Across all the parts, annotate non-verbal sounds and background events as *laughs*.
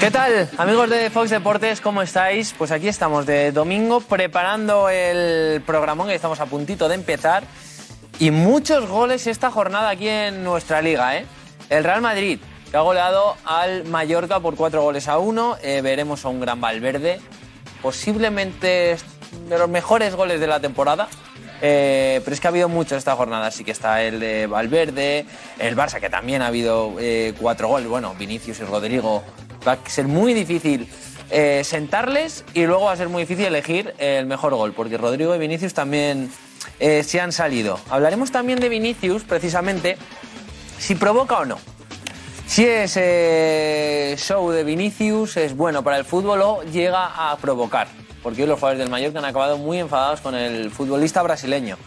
¿Qué tal, amigos de Fox Deportes? ¿Cómo estáis? Pues aquí estamos de domingo preparando el programón que estamos a puntito de empezar. Y muchos goles esta jornada aquí en nuestra liga, ¿eh? El Real Madrid, que ha goleado al Mallorca por cuatro goles a uno. Eh, veremos a un gran Valverde. Posiblemente de los mejores goles de la temporada. Eh, pero es que ha habido mucho esta jornada, así que está el de Valverde, el Barça, que también ha habido eh, cuatro goles. Bueno, Vinicius y Rodrigo. Va a ser muy difícil eh, sentarles y luego va a ser muy difícil elegir el mejor gol, porque Rodrigo y Vinicius también eh, se han salido. Hablaremos también de Vinicius, precisamente, si provoca o no. Si es eh, show de Vinicius, es bueno para el fútbol o llega a provocar. Porque hoy los jugadores del Mallorca han acabado muy enfadados con el futbolista brasileño.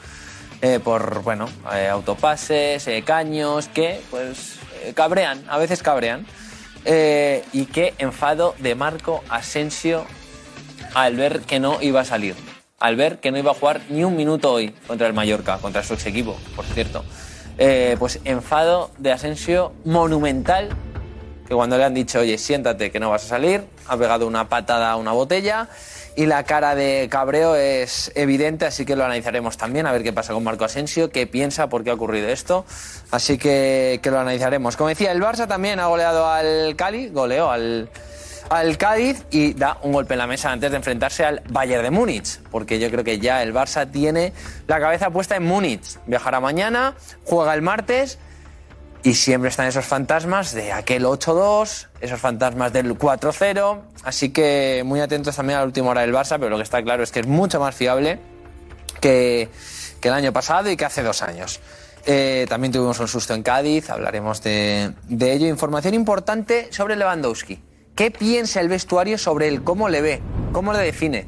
Eh, por, bueno, eh, autopases, eh, caños, que, pues, eh, cabrean, a veces cabrean. Eh, y qué enfado de Marco Asensio al ver que no iba a salir. Al ver que no iba a jugar ni un minuto hoy contra el Mallorca, contra su ex equipo, por cierto. Eh, pues enfado de Asensio monumental. Que cuando le han dicho, oye, siéntate que no vas a salir, ha pegado una patada a una botella. Y la cara de cabreo es evidente, así que lo analizaremos también, a ver qué pasa con Marco Asensio, qué piensa, por qué ha ocurrido esto. Así que, que lo analizaremos. Como decía, el Barça también ha goleado al Cali, goleó al, al Cádiz y da un golpe en la mesa antes de enfrentarse al Bayern de Múnich, porque yo creo que ya el Barça tiene la cabeza puesta en Múnich. Viajará mañana, juega el martes y siempre están esos fantasmas de aquel 8-2, esos fantasmas del 4-0, así que muy atentos también a la última hora del Barça, pero lo que está claro es que es mucho más fiable que, que el año pasado y que hace dos años. Eh, también tuvimos un susto en Cádiz, hablaremos de, de ello. Información importante sobre Lewandowski. ¿Qué piensa el vestuario sobre él? ¿Cómo le ve? ¿Cómo le define?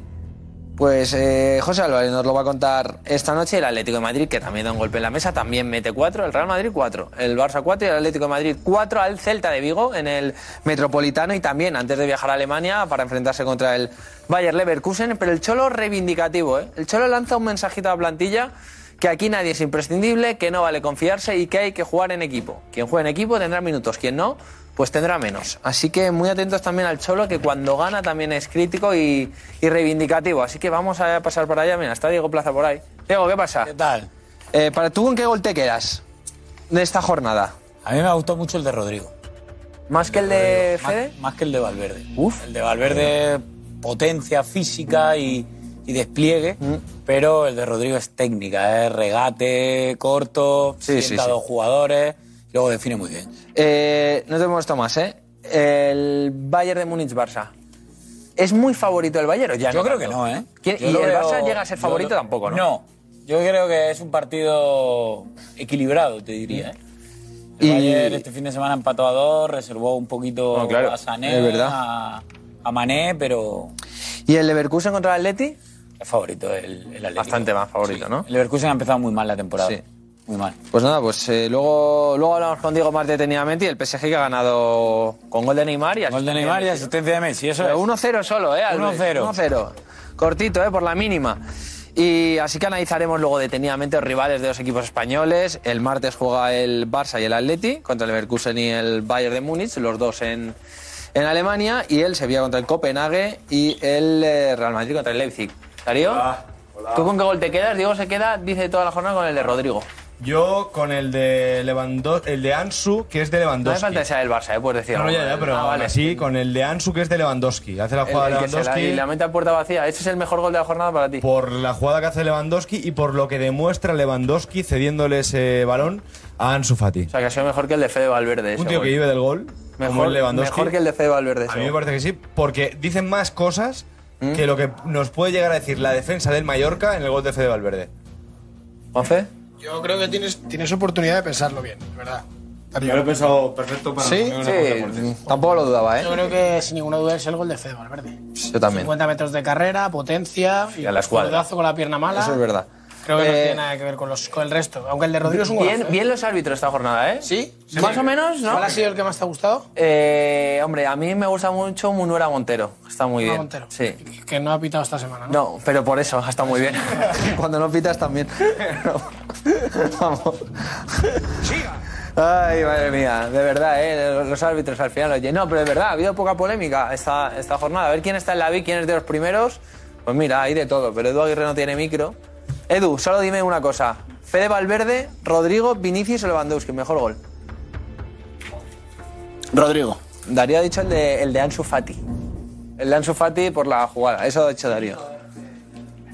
Pues eh, José Álvarez nos lo va a contar esta noche. El Atlético de Madrid, que también da un golpe en la mesa, también mete cuatro. El Real Madrid cuatro. El Barça cuatro y el Atlético de Madrid cuatro al Celta de Vigo en el Metropolitano y también antes de viajar a Alemania para enfrentarse contra el Bayer Leverkusen. Pero el Cholo reivindicativo. ¿eh? El Cholo lanza un mensajito a la plantilla que aquí nadie es imprescindible, que no vale confiarse y que hay que jugar en equipo. Quien juega en equipo tendrá minutos, quien no, pues tendrá menos. Así que muy atentos también al Cholo, que cuando gana también es crítico y, y reivindicativo. Así que vamos a pasar por allá. Mira, está Diego Plaza por ahí. Diego, ¿qué pasa? ¿Qué tal? ¿Para tú con qué gol te quedas de esta jornada? A mí me gustó mucho el de Rodrigo. ¿Más que el de Más- Fede? Más, que el de Valverde. El de Valverde, potencia física y, y despliegue, Mm. pero el de Rodrigo es ¿eh? técnica, es regate corto, Sí, sienta sí, a sí. dos jugadores, y luego define muy bien. Eh, no te molesto más, ¿eh? El Bayern de Múnich-Barça. ¿Es muy favorito el Bayern o ya Yo no creo tanto? que no, ¿eh? ¿Quién- Yo ¿Y lo el veo- Barça llega a ser yo favorito lo- tampoco, no? No, yo creo que es un partido equilibrado, te diría. ¿eh? El Mm. Y- Bayern este fin de semana empató a dos, reservó un poquito No, claro, a Sané, es verdad. A, a Mané, pero ¿Y el Leverkusen contra el Atleti? es favorito el, el Atlético. Bastante más favorito, ¿no? El Leverkusen ha empezado muy mal la temporada. Sí. Muy mal. Pues nada, pues eh, luego, luego hablamos con Diego más detenidamente y el PSG que ha ganado con gol de Neymar y Gol de Neymar y asistencia de Messi, eso Pero es. 1-0 solo, ¿eh? Alves? 1-0. 1-0. Cortito, ¿eh? Por la mínima. Y así que analizaremos luego detenidamente los rivales de los equipos españoles. El martes juega el Barça y el Atleti contra el Leverkusen y el Bayern de Múnich, los dos en, en Alemania. Y el Sevilla contra el Copenhague y el eh, Real Madrid contra el Leipzig. Darío, ¿tú con qué gol te quedas? Diego se queda, dice toda la jornada con el de Rodrigo. Yo con el de Lewandowski, el de Ansu, que es de No hace Lewandowski. falta que sea del Barça, ¿eh? Puedes decir. No, no, algo. ya, ya, pero Ah, aún vale. así, con el de Ansu, que es de Lewandowski. Hace la El, jugada el de que se la, Lewandowski y la mete a puerta vacía. Ese es el mejor gol de la jornada para ti. por la jugada que hace Lewandowski y por lo que demuestra Lewandowski cediéndole ese balón a Ansu Fati. O sea, que ha sido mejor que el de Fede Valverde. ese Un tío gol. que vive del gol, como Mejor, el Lewandowski. mejor que el de Fede Valverde. A ese mí me gol. ¿Mm? parece que sí, porque dicen más cosas que lo que nos puede llegar a decir la defensa del Mallorca en el gol de Fede Valverde. ¿Juanfe? Yo creo que tienes, tienes oportunidad de pensarlo bien, de verdad. Yo lo he pensado perfecto para ¿Sí? Sí, tampoco lo dudaba, Yo ¿eh? creo que sin ninguna duda es el gol de Fede Valverde. Yo también. 50 metros de carrera, potencia, y a la escuadra. codazo con la pierna mala. Eso es verdad. Creo que no Eh, tiene nada que ver con, los, con el resto. Aunque el de Rodrigo es un golazo. Bien, ¿eh? bien los árbitros esta jornada, ¿eh? ¿Sí? Más o menos, ¿no? ¿Cuál ha sido el que más te ha gustado? Eh, hombre, a mí me gusta mucho Munuera Montero. Está muy Juan bien. Montero. Sí. Que- Que no ha pitado esta semana, ¿no? No, pero por eso, está muy *laughs* bien. *laughs* Cuando no pitas también. Vamos. Ay, madre mía, de verdad, ¿eh? los árbitros al final. Oye, no, pero de verdad, ha habido poca polémica esta, esta jornada. A ver quién está en la B, quién es de los primeros. Pues mira, hay de todo, pero Edu Aguirre no tiene micro. Edu, solo dime una cosa. Fede Valverde, Rodrigo, Vinicius o Lewandowski, mejor gol. Rodrigo. Darío ha dicho el de, el de Ansu Fati. El de Ansu Fati por la jugada, eso ha dicho Darío.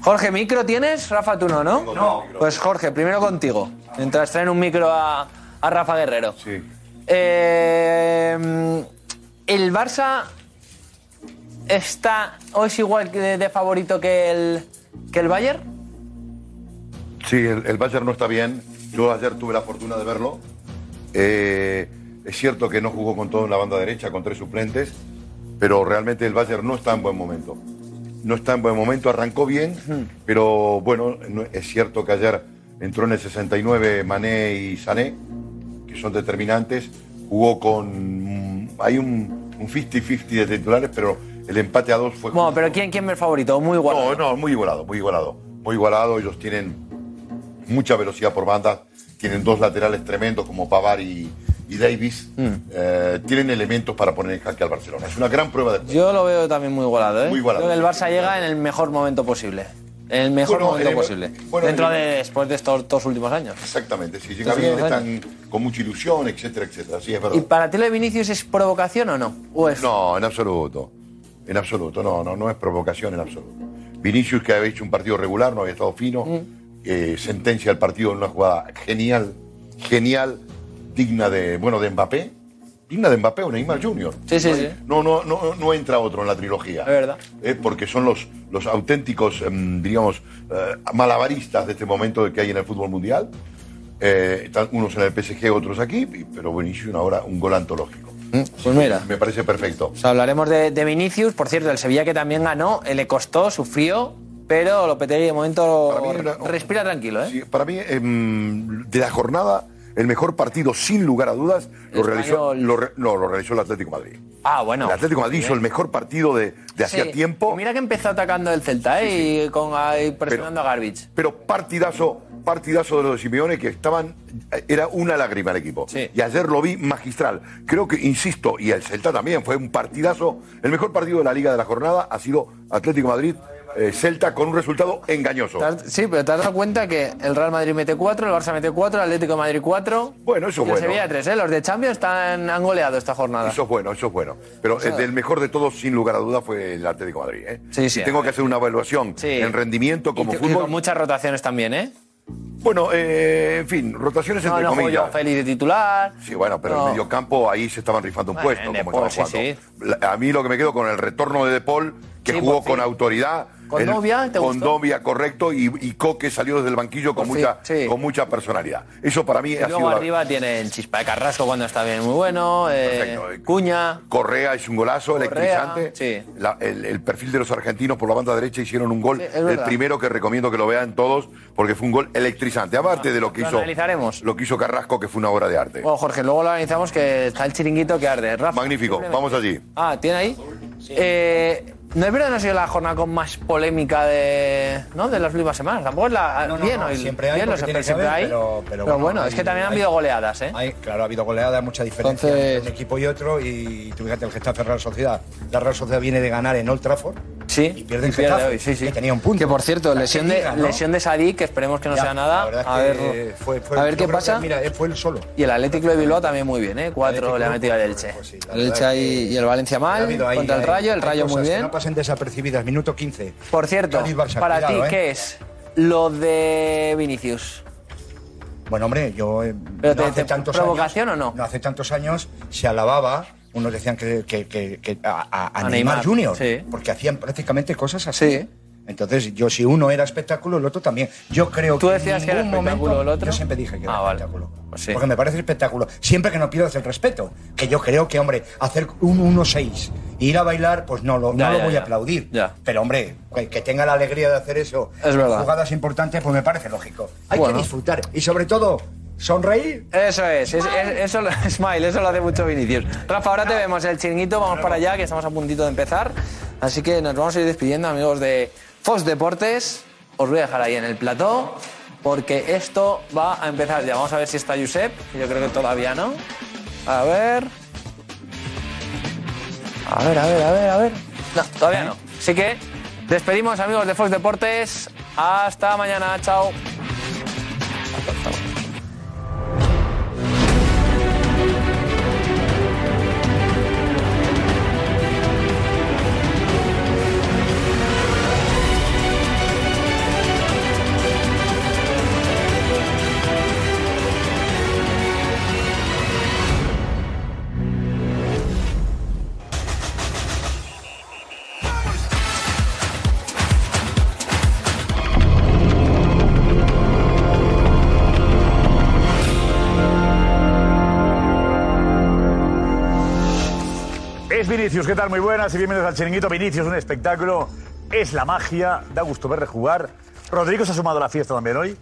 Jorge, ¿micro tienes? Rafa, tú no, ¿no? No. Pues Jorge, primero contigo. Mientras traen un micro a, a Rafa Guerrero. Sí. el Barça está o es igual que de, de favorito que el, que el Bayern. Sí, el, el Bayern no está bien. Yo ayer tuve la fortuna de verlo. Eh, es cierto que no jugó con todo en la banda derecha, con tres suplentes, pero realmente el Bayern no está en buen momento. No está en buen momento, arrancó bien, pero bueno, no- es cierto que ayer entró en el 69 Mané y Sané, que son determinantes. Jugó con. mm, Hay un un 50-50 de titulares, pero el empate a dos fue. Bueno, pero ¿quién, quién es el favorito? Muy igualado. No, no, muy igualado, muy igualado. Muy igualado, ellos tienen mucha velocidad por banda, tienen dos laterales tremendos como Pavar y, y Davis. Mm. Eh, tienen elementos para poner en jaque al Barcelona. Es una gran prueba de Yo lo veo también muy igualado, ¿eh? Muy igualado. Creo que el Barça llega en el mejor momento posible. En el mejor Bueno, momento eh, posible. bueno, Dentro eh, de después de estos dos últimos años. Exactamente, si llega bien, están con mucha ilusión, etcétera, etcétera. Sí, es verdad. ¿Y para ti lo de Vinicius es provocación o no? No, en absoluto. En absoluto, no, no, no es provocación en absoluto. Vinicius, que había hecho un partido regular, no había estado fino, Mm. eh, sentencia el partido en una jugada genial, genial, digna de, bueno, de Mbappé. Digna de Mbappé o Neymar Jr. Sí, sí, no, sí. No, no, no, no entra otro en la trilogía. Es verdad. porque son los, los auténticos, em, digamos, eh, malabaristas de este momento que hay en el fútbol mundial. Eh, están unos en el PSG, otros aquí, y- pero Vinicius ahora un gol antológico. Pues mira. Me parece perfecto. O sea, Pues hablaremos de, de Vinicius. Por cierto, el Sevilla que también ganó, eh, le costó, sufrió, pero Lopetegui de momento respira tranquilo, ¿eh? Sí, para mí, em, de la jornada, el mejor partido, sin lugar a dudas, lo realizó, lo re- no, lo realizó el Atlético de Madrid. Ah, bueno. el Atlético de Madrid hizo el mejor partido de, de hacía Sí. tiempo, Y Mira que empezó atacando el Celta, ¿eh? Y con, ahí presionando a Garbage. pero partidazo, partidazo de los de Simeone que estaban. Era una lágrima el equipo. Y ayer lo vi magistral. Creo que, insisto, y el Celta también, fue un partidazo. El mejor partido de la Liga de la jornada ha sido Atlético de Madrid. eh, Celta con un resultado engañoso. ¿Te has- Sí, pero te has dado cuenta que el Real Madrid mete 4, el Barça mete 4, el Atlético de Madrid 4. Bueno, eso y es bueno. El Sevilla 3, ¿eh? Los de Champions están, han goleado esta jornada. Eso es bueno, eso es bueno. Pero sea- el del mejor de todos, sin lugar a duda, fue el Atlético de Madrid. ¿eh? Sí, sí. Si tengo que hacer una evaluación en rendimiento como Y- y fútbol. con muchas rotaciones también, ¿eh? Bueno, eh, en fin, rotaciones No, *laughs* entre no jugó comillas. Joao Félix de titular. Sí, bueno, pero No. el mediocampo ahí se estaban rifando un Bueno, puesto. De Como Paul, estaban sí, jugando. La- A mí lo que me quedo con el retorno de De Paul, que Sí, jugó por fin. con autoridad. ¿Con El- Dobia? ¿Te Con gustó? Dobia, correcto. Y, y Coque salió desde el banquillo con, Por fin, mucha, con mucha personalidad. Eso para mí Y ha luego sido la- arriba tienen Chispa de Carrasco cuando está bien, muy bueno. eh, Cuña. Correa es un golazo Correa, electrizante. La- el, el perfil de los argentinos por la banda derecha hicieron un gol. Sí, es el verdad. primero que recomiendo que lo vean todos porque fue un gol electrizante. Aparte de lo que lo hizo analizaremos. lo que hizo Carrasco, que fue una obra de arte. Bueno, Jorge, luego lo analizamos que está el chiringuito que arde. Rafa, Magnífico. simplemente. Vamos allí. Ah, ¿tiene ahí? Eh, no es verdad que no ha sido la jornada con más polémica de, ¿no? de las últimas semanas. Tampoco es la. No, no, bien, no, hoy- siempre hay bien, porque lo sé, tiene que siempre haber, hay. pero- pero bueno, bueno, es que hay- también han hay- habido goleadas, ¿eh? Hay- claro, ha habido goleadas, mucha diferencia entre un equipo y otro. Y tú fíjate el Getafe Real Sociedad. La Real Sociedad viene de ganar en Old Trafford. Sí, y pierde el y pierde Getafe, hoy, sí, sí. que tenía un punto. Que por cierto, O sea, lesión que de, llega, ¿no? lesión de Sadik, que esperemos que no Ya, sea la nada. verdad es A que ver, fue- fue- a ver yo qué creo que, pasa. mira, él fue el solo. Y el Atlético de Bilbao también muy bien, ¿eh? Cuatro le ha metido al Elche. el Elche ahí y el Valencia Ha mal, habido ahí- eh, contra el hay- Rayo, el hay Rayo cosas muy Que bien. no pasen desapercibidas, minuto 15. Por cierto, Cádiz-Barça, para cuidado, ti, ¿eh? ¿qué es lo de Vinicius? Bueno, hombre, yo. eh, Pero te- te- años- ¿provocación o no? No hace tantos años se alababa, unos decían que, que- que- que a, a- a A Neymar Neymar, Junior, sí. porque hacían prácticamente cosas así. Entonces, yo si uno era espectáculo, el otro también. Yo creo Tú que decías en que era ningún momento- espectáculo el otro. Yo siempre dije que era Ah, vale. espectáculo. Pues sí. Porque me parece espectáculo. Siempre que no pierdas el respeto. Que yo creo que, hombre, hacer un 1-6 e ir a bailar, pues no lo, Ya, no lo ya, voy ya. a aplaudir. Ya. Pero, hombre, que, que tenga la alegría de hacer eso Es en verdad. jugadas importantes, pues me parece lógico. Hay Bueno. que disfrutar. Y sobre todo, sonreír. Eso es, es- es- eso, lo- *laughs* Smile, eso lo hace mucho Vinicius. Rafa, ahora te vemos el chiringuito, vamos para allá, que estamos a puntito de empezar. Así que nos vamos a ir despidiendo, amigos de Fox Deportes. Os voy a dejar ahí en el plató. porque esto va a empezar ya. Vamos a ver si está Josep, que yo creo que todavía no. A ver. A ver, a ver, a ver, a ver. No, todavía no. Así que despedimos, amigos de Fox Deportes. Hasta mañana, chao. Es Vinicius, ¿qué tal? Muy buenas y bienvenidos al Chiringuito. Vinicius, un espectáculo, es la magia, da gusto ver rejugar. Rodrigo se ha sumado a la fiesta también hoy.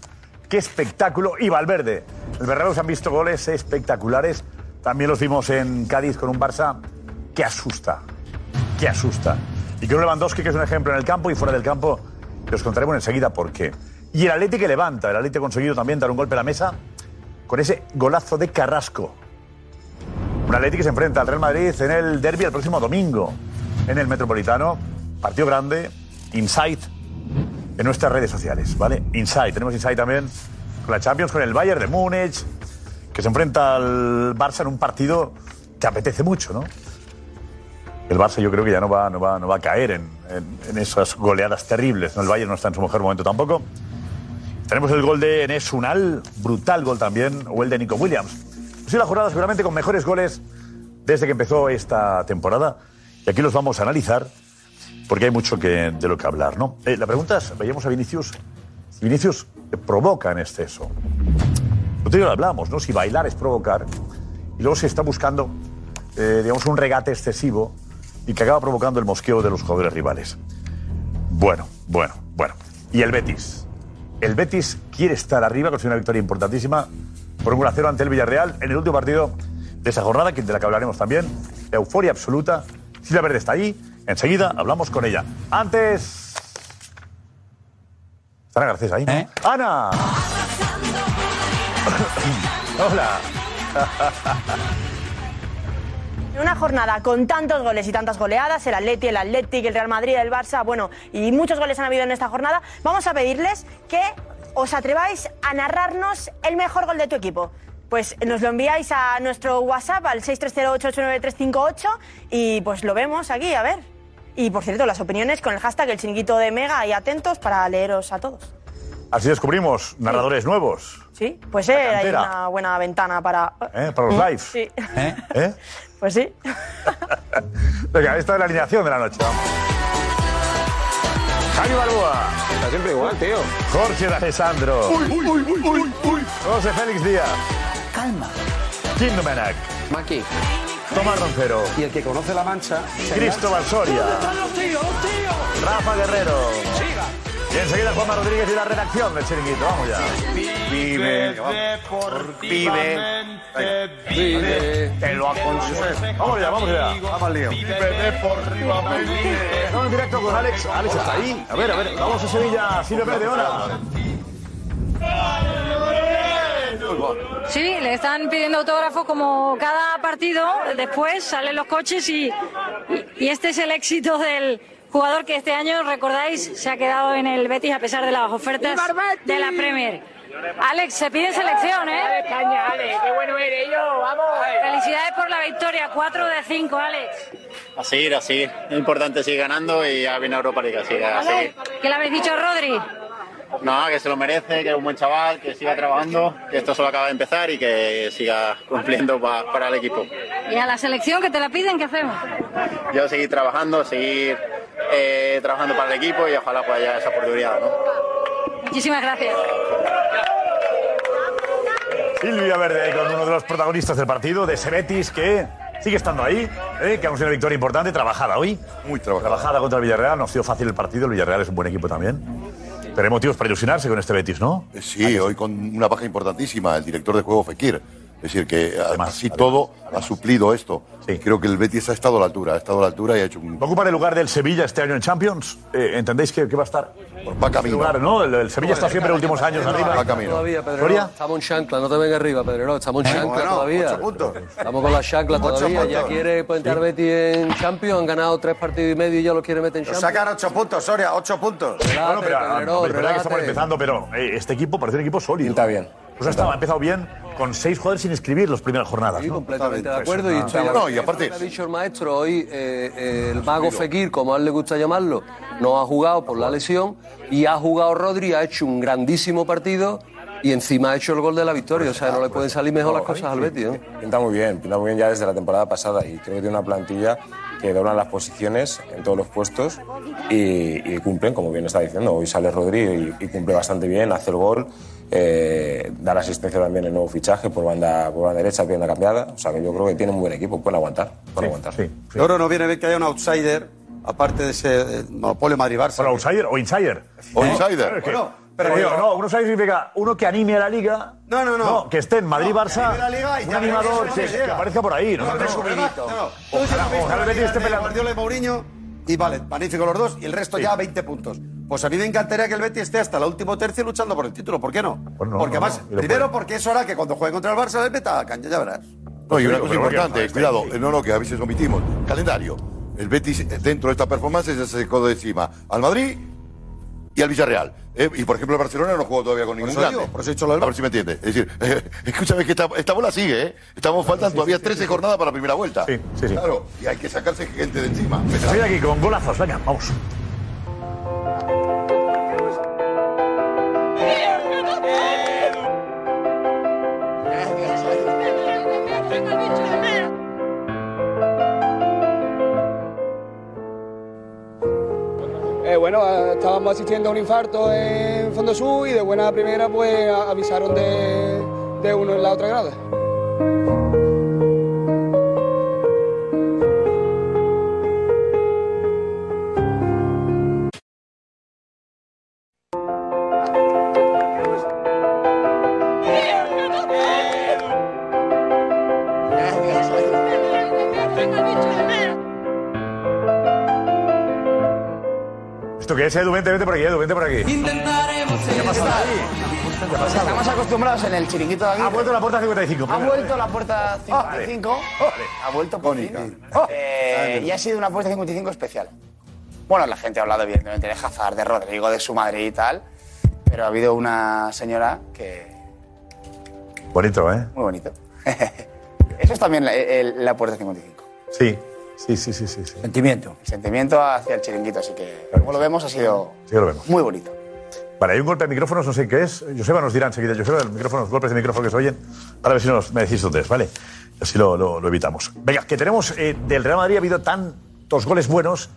Qué espectáculo. Y Valverde. El Bernabéu se han visto goles espectaculares. También los vimos en Cádiz con un Barça que asusta, que asusta. Y creo que Lewandowski, que es un ejemplo en el campo y fuera del campo, que os contaremos enseguida por qué. Y el Atleti que levanta, el Atleti ha conseguido también dar un golpe a la mesa con ese golazo de Carrasco. Un Atleti que se enfrenta al Real Madrid en el derby el próximo domingo en el Metropolitano. Partido grande, Insight en nuestras redes sociales, ¿vale? Insight, tenemos Insight también con la Champions, con el Bayern de Múnich, que se enfrenta al Barça en un partido que apetece mucho, ¿no? El Barça yo creo que ya no va, no va, no va a caer en, en- en esas goleadas terribles. ¿no? El Bayern no está en su mejor momento tampoco. Tenemos el gol de Enes Unal, brutal gol también, o el de Nico Williams. Ha sido la jornada seguramente con mejores goles desde que empezó esta temporada. Y aquí los vamos a analizar porque hay mucho que, de lo que hablar. ¿no? Eh, la pregunta es, veíamos a Vinicius, si Vinicius provoca en exceso. Lo otro día lo hablamos, ¿no? si bailar es provocar. Y luego si está buscando eh, digamos, un regate excesivo y que acaba provocando el mosqueo de los jugadores rivales. Bueno, bueno, bueno. Y el Betis. El Betis quiere estar arriba, consiguió una victoria importantísima por un 1-0 ante el Villarreal en el último partido de esa jornada, que- de la que hablaremos también. Euforia absoluta. Silvia Verde está ahí. Enseguida hablamos con ella. Antes... Estará Garcés ahí, ¿no? ¡Ana! *laughs* ¡Hola! En una jornada con tantos goles y tantas goleadas, el Atleti, el Atlético, el Real Madrid, el Barça, bueno, y muchos goles han habido en esta jornada, vamos a pedirles que os atreváis a narrarnos el mejor gol de tu equipo. Pues nos lo enviáis a nuestro WhatsApp al 630889358 y pues lo vemos aquí, a ver. Y por cierto, las opiniones con el hashtag el chinguito de Mega y atentos para leeros a todos. Así descubrimos narradores nuevos. Sí, pues eh, hay cantera. una buena ventana para... ¿Eh? Para los lives. Sí, *laughs* ¿Eh? pues sí. Venga, esta es la alineación de la noche. Vamos. Javi Balboa. Está siempre igual, tío. Jorge de Alessandro. uy, uy, uy, uy. José Félix Díaz. Calma. Kim Domenac. Maki. Tomás Roncero. Y el que conoce la mancha. Cristóbal Soria. Rafa Guerrero. Y enseguida Juanma Rodríguez y la redacción del chiringuito. Vamos ya. Vive, Vive, vive, te lo aconsejo. Vamos ya, vamos ya. Vamos al lío. Estamos en directo con Alex. Alex está ahí. A ver, a ver, vamos a Sevilla. Silvia Pérez, hola. Sí, le están pidiendo autógrafo como cada partido. Después salen los coches y, y, y este es el éxito del jugador que este año, recordáis, se ha quedado en el Betis a pesar de las ofertas ¡Viva el Betis! de la Premier. Alex, se pide selección, ¿eh? Dale caña, Ale, qué bueno eres, yo, vamos. Felicidades por la victoria, 4 de 5, Alex. A seguir así. Es importante seguir ganando y ya viene Europa League, así que a seguir. ¿Qué le habéis dicho a Rodri? No, que se lo merece, que es un buen chaval, que siga trabajando, que esto solo acaba de empezar y que siga cumpliendo pa- para el equipo. ¿Y a la selección que te la piden, qué hacemos? Yo seguir trabajando, seguir eh, trabajando para el equipo y ojalá pueda llegar esa oportunidad, ¿no? Muchísimas gracias. Silvia Verde ahí con uno de los protagonistas del partido, de ese Betis, que sigue estando ahí, ¿eh? que ha conseguido una victoria importante, trabajada hoy. Muy trabajada. Trabajada contra el Villarreal, no ha sido fácil el partido, el Villarreal es un buen equipo también. Pero hay motivos para ilusionarse con este Betis, ¿no? Sí, hoy con una baja importantísima, el director de juego Fekir. Es decir, que así todo ha suplido esto. Creo que el Betis ha estado a la altura, ha estado a la altura y ha hecho un... ¿Va a ocupar el lugar del Sevilla este año en Champions? Eh, ¿Entendéis que, que va a estar? Va camino. Este Lugar, ¿no? El, el Sevilla está siempre en los últimos años arriba. Todavía, Pedrerol. Gloria. Estamos en chancla, no te vengas arriba, Pedrerol. Estamos en Eh, chancla bueno, todavía. ocho Estamos con la chancla Ocho todavía. Ya puntos. quiere puentear Betty en Champions. Han ganado tres partidos y medio y ya lo quiere meter en Champions. Sacan ocho puntos, Soria, ocho puntos. Ah, Bueno, pero, ah, Pedrerol, es verdad que estamos relájate. empezando, pero eh, este equipo parece un equipo sólido. Está bien. Pues estaba, ha empezado bien con seis jugadores sin inscribir las primeras jornadas. Sí, completamente de acuerdo y estoy no, Ah. y aparte ha dicho el maestro hoy eh, eh, el mago Fekir como a él le gusta llamarlo no ha jugado por la lesión y ha jugado Rodri ha hecho un grandísimo partido y encima ha hecho el gol de la victoria o sea no le pueden salir mejor las cosas al Betis ¿eh? ¿no? Pinta muy bien, pinta muy bien ya desde la temporada pasada y creo que tiene una plantilla que dobla las posiciones en todos los puestos y, y cumplen, como bien está diciendo. Hoy sale Rodri y, y cumple bastante bien, hace el gol, eh, da la asistencia también el nuevo fichaje por banda, por banda derecha, pierna cambiada. O sea que yo creo que tiene un buen equipo, pueden aguantar, pueden aguantar. Loro no viene bien que haya un outsider, aparte de ese eh, monopolio Madrid-Barça. Bueno, outsider o insider. O Claro, es que- pero digo, no, uno sabe significa uno que anime a la liga. No, no, no. que esté en Madrid, Barça. anime la liga y un ya veremos animador dónde que, llega. que aparezca por ahí. No, No, no, no, no. Todos ya habéis visto la liga de Guardiola y Mourinho y vale, magnífico los dos y el resto ya 20 puntos. Pues a mí me encantaría que el Betis esté hasta el último tercio luchando por el título, ¿por qué no? Pues no, porque no, más, no, y lo primero porque eso hará que cuando juegue contra el Barça le meta a cancha, ya verás. No, y una Pero cosa que- importante, cuidado, eh, no, no, que a veces omitimos. Calendario. El Betis, eh, dentro de esta performance, ya se sacó de encima al Madrid y al Villarreal. Eh, y, por ejemplo, el Barcelona no jugó todavía con ningún eso digo, grande. por eso he dicho lo del A ver si me entiendes. Es decir, *laughs* eh, escúchame que esta, esta bola sigue, ¿eh? Estamos, faltan todavía 13 jornadas para la primera vuelta. Sí, sí, sí. Claro, y hay que sacarse gente de encima. Estoy aquí con golazos, venga, vamos. Eh, bueno, eh, estábamos asistiendo a un infarto en Fondo Sur y de buena primera pues a- avisaron de, de uno en la otra grada. ¿Esto qué es, Edu? Vente, vente por aquí, Edu, vente por aquí. eh, ¿Qué pasa ahí? Estamos acostumbrados en el chiringuito de Aguirre. Ha vuelto la puerta 55. Ha primera vez. vuelto la puerta 55. Ha vuelto por fin. Eh, Oh. y ha sido una puerta 55 especial. Bueno, la gente ha hablado evidentemente de Hazard, de Rodrigo, de su Madrid y tal. Pero ha habido una señora que... Bonito, ¿eh? Muy bonito. *laughs* Eso es también la, el- la puerta 55. Sí. Sí, sí, sí, sí. sí. Sentimiento. El sentimiento hacia el chiringuito. Así que, como lo vemos, ha sido... Sí, lo vemos. Muy bonito. Vale, hay un golpe de micrófonos, no sé qué es. Joseba nos dirá enseguida, Joseba, los micrófonos, golpes de micrófono que se oyen. Para ver si nos, me decís dónde es, ¿vale? Así lo, lo- lo evitamos. Venga, que tenemos eh, del Real Madrid ha habido tantos goles buenos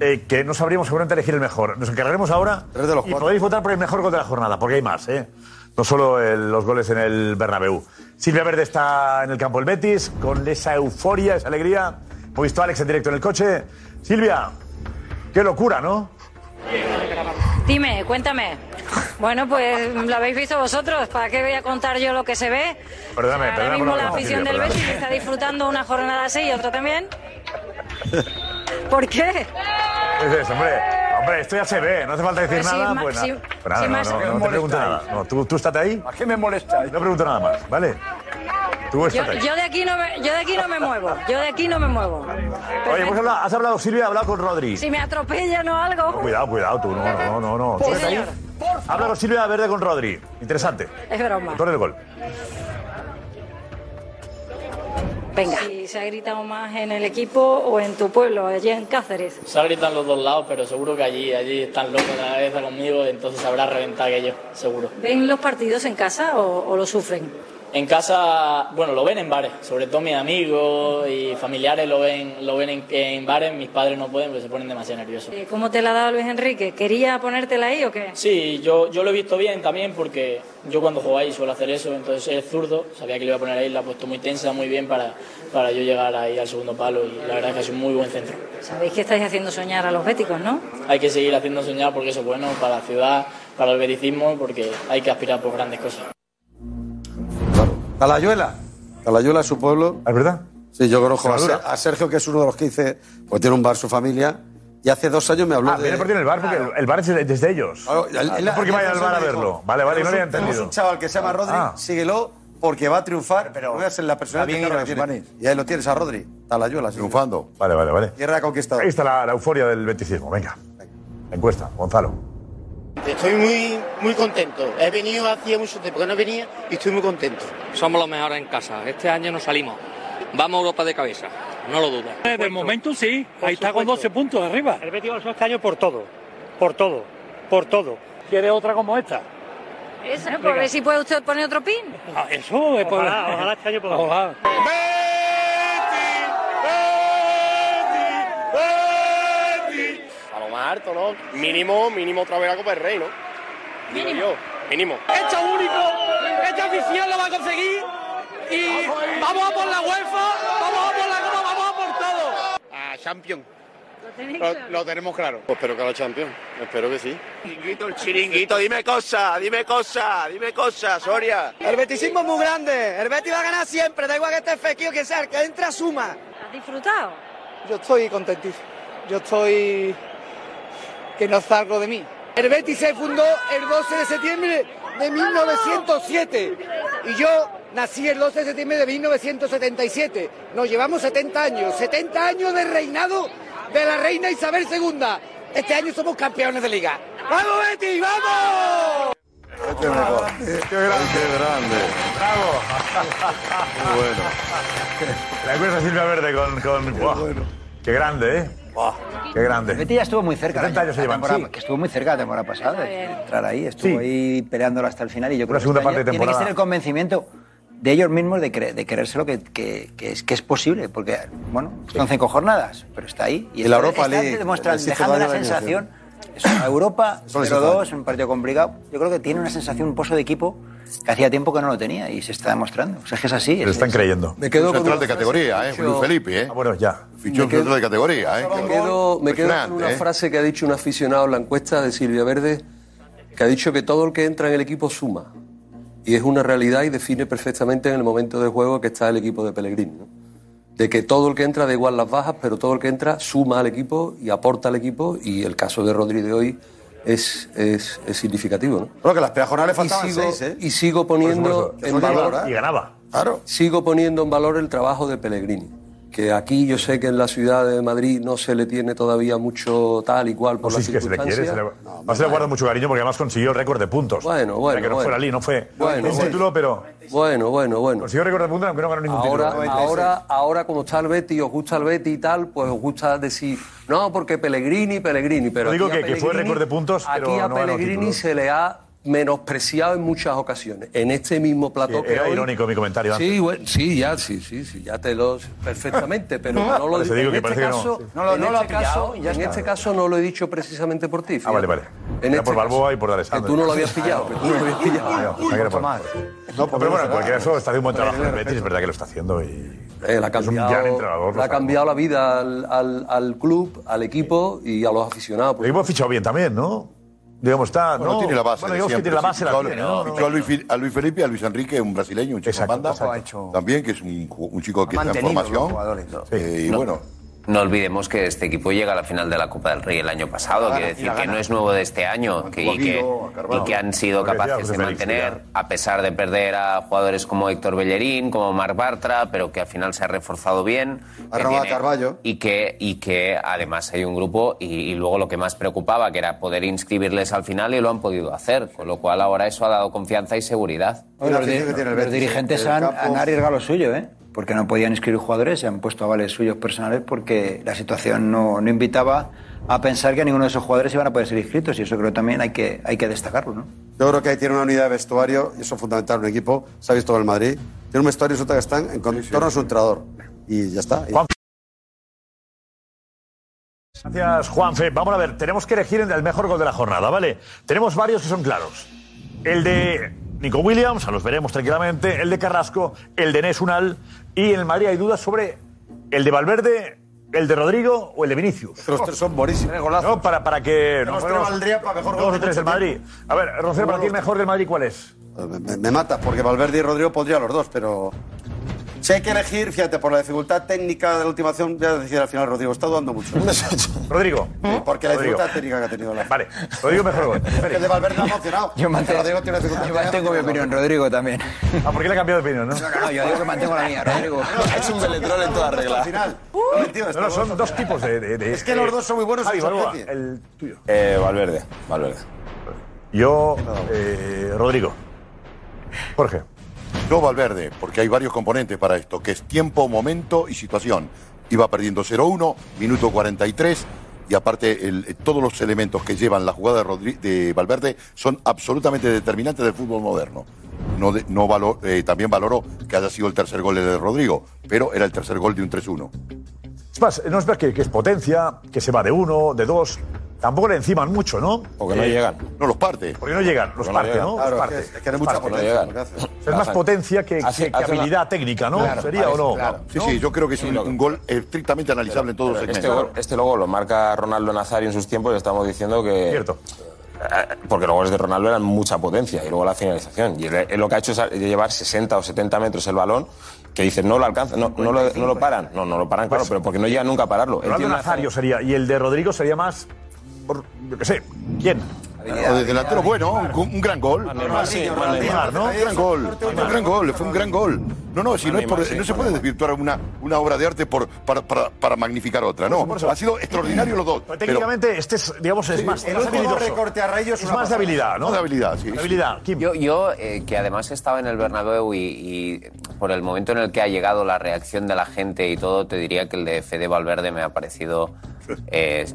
eh, que no sabríamos seguramente elegir el mejor. Nos encargaremos ahora y podéis votar por el mejor gol de la jornada, porque hay más, ¿eh? No solo el- los goles en el Bernabéu. Silvia Verde está en el campo del Betis con esa euforia, esa alegría. Hemos visto a Alex en directo en el coche. Silvia, qué locura, ¿no? Dime, cuéntame. Bueno, pues lo habéis visto vosotros. ¿Para qué voy a contar yo lo que se ve? Perdóname, Ahora perdóname. por mismo la broma, afición Silvia, del perdóname. Betis está disfrutando una jornada así y otra también. ¿Por qué? Es eso, hombre. Hombre, esto ya se ve, no hace falta decir Pues sí, nada. ma- Pues nada, sí, Pues nada, sí, no, más- no, ¿Qué no os te pregunto nada. No, tú, tú estate ahí. ¿A qué me molestáis? No pregunto nada más, ¿vale? Tú Yo, estate ahí. yo de aquí no me, yo de aquí no me muevo. Yo de aquí no me muevo. Oye, hemos hablado- has hablado, Silvia, has hablado con Rodri. Si me atropellan o algo. Cuidado, cuidado, tú, no, no, no, no. Sí, Tú- señor. Habla con Silvia Verde con Rodri. Interesante. Es broma. Autor del gol. Venga. Si se ha gritado más en el equipo o en tu pueblo, allí en Cáceres. Se ha gritado en los dos lados, pero seguro que allí, allí están locos de la cabeza conmigo, entonces habrá reventado aquello, seguro. ¿Ven los partidos en casa o, o lo sufren? En casa, bueno, lo ven en bares, sobre todo mis amigos y familiares lo ven, lo ven en, en bares, mis padres no pueden porque se ponen demasiado nerviosos. Eh, ¿Cómo te la ha dado Luis Enrique? ¿Quería ponértela ahí o qué? Sí, yo, yo lo he visto bien también porque yo cuando jugáis suelo hacer eso, entonces es zurdo, sabía que le iba a poner ahí, la ha puesto muy tensa, muy bien para, para yo llegar ahí al segundo palo y la verdad es que es un muy buen centro. Sabéis que estáis haciendo soñar a los béticos, ¿no? Hay que seguir haciendo soñar porque eso es bueno para la ciudad, para el vericismo, porque hay que aspirar por grandes cosas. ¿A la Ayuela? Calayola es su pueblo. Ah, ¿Es verdad? Sí, yo conozco a, ¿Extremadura? Ser- a Sergio, que es uno de los que dice, pues tiene un bar su familia, y hace dos años me habló Ah, de... viene por ti en el bar porque el- el bar es de- desde ellos. no porque vaya al bar a verlo. Vale, vale, no Tenemos había un- tenemos entendido. un chaval que se llama Rodri, Ah. síguelo, porque va a triunfar, pero voy a ser la persona También que ir a que tiene. Y ahí lo tienes a Rodri, Talayuela. Triunfando. Vale, vale, vale. Tierra conquistada. Ahí está la, la euforia del 25. Venga. Encuesta, Gonzalo. Estoy muy, muy contento. He venido hacía mucho tiempo que no venía y estoy muy contento. Somos los mejores en casa. Este año nos salimos. Vamos a Europa de cabeza. No lo dudo. De momento sí, ahí está con 12 puntos arriba. El Betis ganó este año por todo, por todo, por todo. ¿Quiere otra como esta? Eso, por ver si puede usted poner otro pin. Ah, eso es por- Ojalá, ojalá este año podamos. Ojalá. Palomar, Tolón. Mínimo, mínimo otra vez la Copa del Rey, ¿no? Digo Mínimo. yo, mínimo. Hecho único, esta afición lo va a conseguir y *laughs* vamos a por la UEFA, vamos a por la Copa, vamos a por todo. Ah, A Champion. tenéis claro? tenemos claro. Pues espero que a la Champion. Espero que sí. Chiringuito, dime cosa, dime cosa, dime cosa, Soria. El betisismo es muy grande, el Betis va a ganar siempre, da igual que esté fequillo que sea, el que entra suma. ¿Has disfrutado? Yo estoy contentísimo, yo estoy que no salgo de mí. El Betis se fundó el 12 de septiembre de 1907 y yo nací el 12 de septiembre de 1977. Nos llevamos 70 años, 70 años de reinado de la reina Isabel II. Este año somos campeones de liga. ¡Vamos Betis, vamos! Qué Ah, este grande. Qué grande. Bravo. bueno. La encuesta Silvia Verde con. con Buah. Qué grande, ¿eh? Qué grande. Betis ya estuvo muy cerca. 70 años se la llevan, temporada- sí. Que estuvo muy cerca la temporada pasada. de Entrar ahí, estuvo ahí peleándolo hasta el final y yo creo que segunda este parte año de Tiene que temporada. ser el convencimiento de ellos mismos de, cre- de creérselo que, que, que es, que es posible, porque bueno, son cinco jornadas, pero está ahí. Y la esto- Europa esta League, te demuestra, les hizo dejando daño la la sensación, es una Europa, Eso les hizo 0-2, un partido complicado. Yo creo que tiene una sensación, un pozo de equipo que hacía tiempo que no lo tenía y se está demostrando. O sea, es que es así. Se Ah, es- están es- creyendo. un central de categoría, ¿eh? Luis Felipe, ¿eh? Ah, bueno, ya. Fichó un central de categoría, ¿eh? Me Me Que- quedo- quedo con Impresionante, una ¿eh? frase que ha dicho un aficionado en la encuesta de Silvia Verde, que ha dicho que todo el que entra en el equipo suma. Y es una realidad y define perfectamente en el momento de juego que está el equipo de Pellegrini. ¿no? De que todo el que entra da igual las bajas, pero todo el que entra suma al equipo y aporta al equipo. Y el caso de Rodri de hoy es, es, es significativo. ¿no? Bueno, que las peajonales Y faltaban sigo- seis, ¿eh? Y sigo Pues, poniendo supuesto. en Eso valor. ganaba, ¿eh? Y ganaba. Claro. Sigo poniendo en valor el trabajo de Pellegrini. Que aquí yo sé que en la ciudad de Madrid no se le tiene todavía mucho tal y cual por Sí, las sí, que se le quiere. Se le, circunstancias. no, se le guarda mucho cariño porque además consiguió el récord de puntos. Bueno, bueno, Que no bueno. fue la Lí, no fue Bueno, un bueno. título, pero. Bueno, bueno, bueno. Consiguió récord de puntos aunque no ganó ningún Ahora, título. ahora, ahora, como está el Betty, os gusta el Betty y tal, pues os gusta decir, no, porque Pellegrini, Pellegrini. Pero Yo digo aquí a que- que fue Pellegrini- récord de puntos, Aquí pero a no ganó Pellegrini títulos. se le ha menospreciado en muchas ocasiones. En este mismo plató que Era hoy- irónico mi comentario antes. Sí, bueno, sí, ya, sí, sí, sí, ya te lo perfectamente, *laughs* pero no lo Por eso Pues digo en que este parece que no. caso, No lo- en no lo este ha pillado caso- y ya en está. este caso no lo he dicho precisamente por ti. Ah, fíjate. vale, vale. En Era este por Balboa caso, y por D'Alessandro. Que tú no lo habías pillado, que tú no lo habías pillado. Ah, no, pensaba que era por- No, pero bueno, en cualquier caso está haciendo un buen trabajo en el Betis, es verdad que lo está haciendo y la Eh, ha cambiado, es un gran entrenador. le ha cambiado la vida al, al- al club, al equipo y a los aficionados. El equipo ha fichado bien también, ¿no? Digamos, está. Bueno, no tiene la base. Bueno, de digamos que siempre. tiene la base, la Fichó a- tiene, ¿no? fichó a, Luis, Fi- a Luis Felipe y a Luis Enrique, un brasileño, un chico Exacto, banda. exacto. También, que es un, ju- un chico que está en mantenido los formación. jugadores, Eh, y No- bueno. No olvidemos que este equipo llega a la final de la Copa del Rey el año pasado, La gana, quiere y decir la que gana. no es nuevo de este año que, y, que, Guaguino, a Carvalho. y que han sido Lo que decía capaces José de Félix, mantener, a pesar de perder a jugadores como Héctor Bellerín, como Marc Bartra, pero que al final se ha reforzado bien. que Arroba tiene- y que, y que además hay un grupo y, y luego lo que más preocupaba, que era poder inscribirles al final y lo han podido hacer, con lo cual ahora eso ha dado confianza y seguridad. Bueno, los, dir- los dirigentes han, han arriesgado lo suyo, ¿eh? Porque no podían inscribir jugadores, se han puesto avales suyos personales porque la situación no, no invitaba a pensar que ninguno de esos jugadores iban a poder ser inscritos y eso creo también hay que, hay que destacarlo, ¿no? Yo creo que ahí tiene una unidad de vestuario, y eso es fundamental en un equipo. Se ha visto con el Madrid. Tiene un vestuario resulta que están en contorno a su entrenador. Y ya está. Y- Gracias, Juanfe. Vamos a ver, tenemos que elegir el mejor gol de la jornada, ¿vale? Tenemos varios que son claros. El de Nico Williams, a los veremos tranquilamente, el de Carrasco, el de Enes Unal y en el Madrid hay dudas sobre el de Valverde, el de Rodrigo o el de Vinicius. Los tres son buenísimos. No, para, para que... Los tres fuéramos valdría para mejor gol Dos o de este tres del mucho Madrid. A ver, Rocío, Eh, para ti el mejor del Madrid, ¿cuál es? Me, me mata, porque Valverde y Rodrigo podría los dos, pero. Si hay que elegir, fíjate, por la dificultad técnica de la última acción, ya decir al final Rodrigo, está dudando mucho. *laughs* Rodrigo. porque la Rodrigo. dificultad técnica que ha tenido la. Vale, Rodrigo mejor. *laughs* El de Valverde ha emocionado. Yo mantengo, Rodrigo tiene dificultad yo técnica. mantengo mi opinión, Rodrigo también. Ah, ¿por qué le ha cambiado de opinión, no? No, yo digo que mantengo la mía, Rodrigo. Es un beletrón en toda regla. No, no, son dos tipos de. Es que los dos son muy buenos en Javi, su Balboa, especie. el tuyo. Eh, Valverde, Valverde. Yo, eh, Rodrigo. Jorge. Yo Valverde, porque hay varios componentes para esto, que es tiempo, momento y situación. Iba perdiendo 0-1, minuto 43, y aparte el- eh, todos los elementos que llevan la jugada de, Rodri- de Valverde son absolutamente determinantes del fútbol moderno. No de- no valo- eh, también valoró que haya sido el tercer gol de Rodrigo, pero era el tercer gol de un 3-1. Es más, no es verdad que, que es potencia, que se va de uno, de dos. Tampoco le enciman mucho, ¿no? Porque no llegan. No los parte. Porque no llegan, los Porque no parte, llegan. ¿no? Claro, los es parte. que- es que tiene Los mucha parte. potencia, O sea, porque hace- Es más hacen- potencia que, hace- que- que hace una- habilidad técnica, ¿no? Claro, ¿Sería o no? claro. Sí, ¿No? sí, yo creo que es un, un gol estrictamente analizable en todos los Este segmentos. gol, este gol lo marca Ronaldo Nazario en sus tiempos y estamos diciendo que. eh, Cierto. Porque los goles de Ronaldo eran mucha potencia y luego la finalización. Y él, él lo que ha hecho es a- llevar 60 o 70 metros el balón, que dices, no lo alcanza, no, no lo, no lo paran. No, no lo paran, claro, pero porque no llega nunca a pararlo. Él Pues Ronaldo tiene una- Nazario sería, y el de Rodrigo sería más. por- yo qué sé, ¿quién? El delantero bueno, un, un gran gol. Neymar, sí, Neymar, Neymar, ¿no? Un gran gol, un gran gol, fue un gran gol. No, no, si no, es por- no se puede desvirtuar una, una obra de arte por, para, para- para magnificar otra, no. Ha sido extraordinario los dos. Pero pero- técnicamente, este es, digamos, es Sí, más. el más último habilidoso. recorte a Rayo es es una más de pasada. habilidad, ¿no? Más de habilidad, sí, sí. Habilidad. Yo, yo, eh, que además estaba en el Bernabéu y, y por el momento en el que ha llegado la reacción de la gente y todo, te diría que el de Fede Valverde me ha parecido... eh,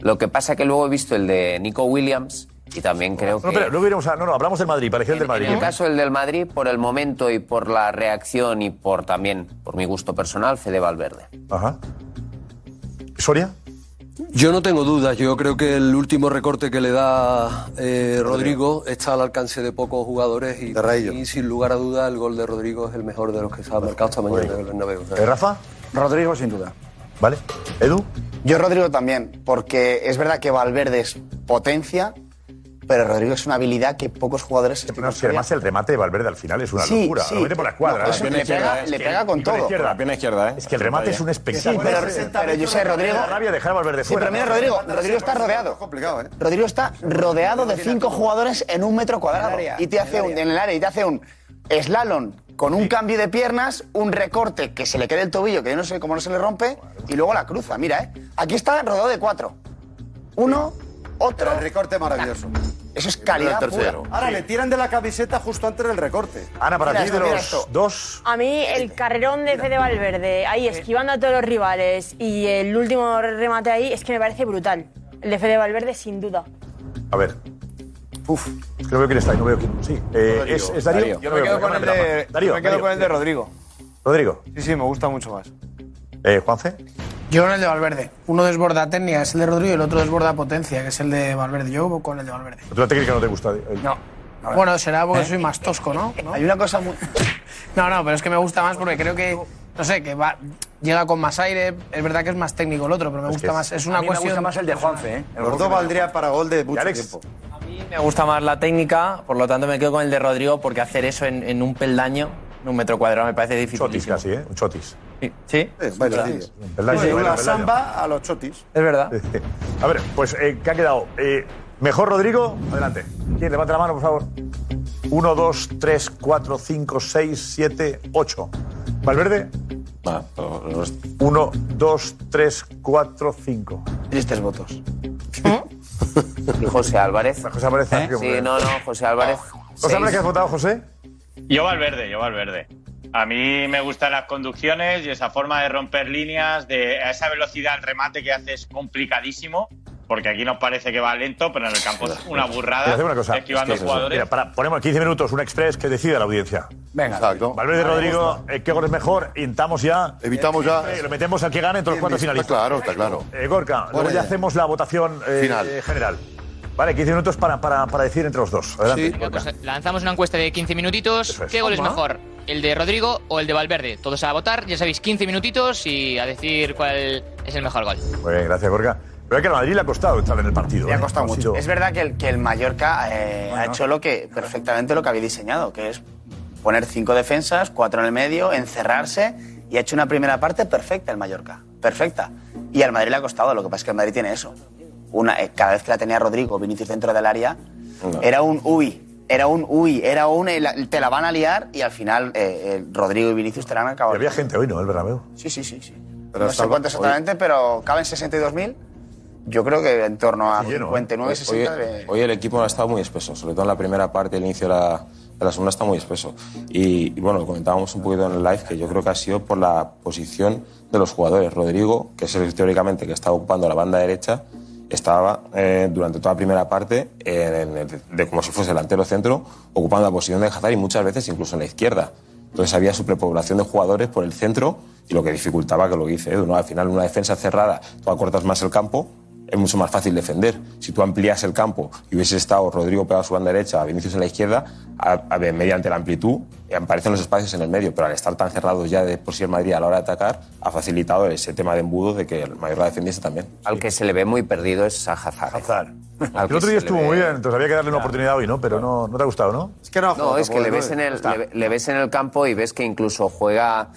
lo que pasa que luego he visto el de Nico Williams y también creo No, que... espera, luego iremos a- no, no, hablamos del Madrid, parecía el del Madrid. En el caso del del Madrid, por el momento y por la reacción y por también, por mi gusto personal, Fede Valverde. Ajá. ¿Soria? Yo no tengo dudas, yo creo que el último recorte que le da eh, Rodrigo está al alcance de pocos jugadores y, y sin lugar a duda el gol de Rodrigo es el mejor de los que se ha marcado esta mañana en el Bernabéu. ¿Rafa? Rodrigo, sin duda. ¿Vale? ¿Edu? Yo Rodrigo también, porque es verdad que Valverde es potencia, pero Rodrigo es una habilidad que pocos jugadores... No, es que además el remate de Valverde al final es una Sí, locura. sí. Lo mete por la escuadra. ¿eh? No, eso La le pierna pega- izquierda, le es que- pega con y pierna todo. izquierda. La ¿eh? pierna izquierda, ¿eh? Es que el remate es un espectáculo. pero- pero yo sé, Rodrigo- La rabia dejar a Valverde Sí, fuera. pero mira, Rodrigo, Rodrigo está rodeado. Rodrigo está rodeado de cinco jugadores en un metro cuadrado. Y te hace un, en el área, y te hace un slalom con un cambio de piernas, un recorte que se le quede el tobillo, que yo no sé cómo no se le rompe, y luego la cruza. Mira, ¿eh? Aquí está rodeado de cuatro. Uno, otro. El recorte maravilloso. Eso es calidad. Era el tercero. pura. Ahora le tiran de la camiseta justo antes del recorte. Ana, para Mira ti ti, esto, de mira los los esto. dos. A mí el carrerón de Fede Valverde, ahí esquivando a todos los rivales y el último remate ahí, es que me parece brutal. El de Fede Valverde, sin duda. A ver. Uf. Es que no veo quién está ahí, no veo quién. Sí. Eh, es, es Darío. Yo No me veo, quedo con el cámara, de, cámara. Darío, yo me quedo Darío. con el de Rodrigo. Rodrigo. Sí, sí, me gusta mucho más. Eh, Juanfe. Yo con el de Valverde. Uno desborda técnica, que es el de Rodrigo, y el otro desborda potencia, que es el de Valverde. Yo con el de Valverde. Otra técnica no te gusta. eh, No. Bueno, será porque soy más tosco, ¿no? Hay una cosa muy... *laughs* No, no, pero es que me gusta más porque creo que, no sé, que va, llega con más aire. Es verdad que es más técnico el otro, pero me gusta más. Es una a mí cuestión... me gusta más el de Juanfe, ¿eh? Los dos valdría para gol de mucho tiempo. Me gusta más la técnica, por lo tanto me quedo con el de Rodrigo porque hacer eso en, en un peldaño, en un metro cuadrado, me parece difícil. Chotis casi, ¿eh? Un chotis. Sí. ¿Sí? Bailarillo. Peldaño, Sí, bueno, una peldaño. samba a los chotis. Es verdad. A ver, pues, eh, ¿qué ha quedado? Eh, mejor Rodrigo, adelante. ¿Quién? Levanta la mano, por favor. 1, 2, 3, 4, 5, 6, 7, 8. ¿Valverde? Ah, pero los- 1, 2, 3, 4, 5. Tristes votos. José Álvarez. José Álvarez. ¿Eh? qué Sí, no, no, José Álvarez. José Álvarez, ¿qué has votado, José? Yo Valverde, yo Valverde. A mí me gustan las conducciones y esa forma de romper líneas, de a esa velocidad el remate que hace es complicadísimo, porque aquí nos parece que va lento, pero en el campo es Pues una burrada, Mira, hacemos una cosa. esquivando Es que- jugadores. Mira, para, ponemos 15 minutos, un express que decida la audiencia. Venga. Exacto. Valverde Vale, Rodrigo, eh, ¿qué gol es mejor? Intentamos ya. Evitamos ya. Eh, Lo metemos al que gane entre los cuatro Está finalistas. claro, está claro. Eh, Gorka, luego Buena ya idea. hacemos la votación eh, Final. eh, general. Vale, 15 minutos para, para, para decir entre los dos. Adelante. Venga, pues lanzamos una encuesta de 15 minutitos. ¿Qué gol es Toma. mejor? ¿El de Rodrigo o el de Valverde? Todos a votar, ya sabéis, 15 minutitos y a decir cuál es el mejor gol. Muy bien, gracias, Gorka. Pero es que a Madrid le ha costado entrar en el partido. Le ha ¿eh? costado Ha mucho. sido- Es verdad que el, que el Mallorca eh, ha hecho lo que perfectamente lo que había diseñado, que es poner cinco defensas, cuatro en el medio, encerrarse y ha hecho una primera parte perfecta el Mallorca. Perfecta. Y al Madrid le ha costado, lo que pasa es que el Madrid tiene eso. Una, eh, cada vez que la tenía Rodrigo, Vinicius dentro del área, era un uy, era un uy, era un eh, la- te la van a liar y al final eh, eh, Rodrigo y Vinicius te la han acabado. Había gente hoy, ¿no? El Bernabéu. Sí, sí, sí. sí. Pero no sé salva- cuánto exactamente, pero caben 62.000. Yo creo que en torno a Hoy- 59, 60. de- Hoy el equipo ha estado muy espeso, sobre todo en la primera parte, el inicio de la, de la segunda está muy espeso. Y, y bueno, lo comentábamos un poquito en el live que yo creo que ha sido por la posición de los jugadores. Rodrigo, que es el teóricamente que estaba ocupando la banda derecha, estaba eh, durante toda la primera parte en el- de como si fuese delantero centro, ocupando la posición de Hazard y muchas veces incluso en la izquierda. Entonces había sobrepoblación de jugadores por el centro y lo que dificultaba que lo que dice Edu, ¿no? Al final una defensa cerrada, tú acortas más el campo, es mucho más fácil defender. Si tú amplías el campo y hubiese estado Rodrigo pegado a su banda derecha, Vinicius en la izquierda, a, a ver, mediante la amplitud eh, aparecen los espacios en el medio, pero al estar tan cerrados ya de por sí el Madrid a la hora de atacar, ha facilitado ese tema de embudo de que el Mallorca defendiese también. Al que se le ve muy perdido es a Hazard. ¿eh? Al El que otro día se le estuvo ve- muy bien, entonces había que darle una oportunidad hoy, ¿no? Pero no, no te ha gustado, ¿no? Es que No, es que le ves, en el, le, le ves en el campo y ves que incluso juega,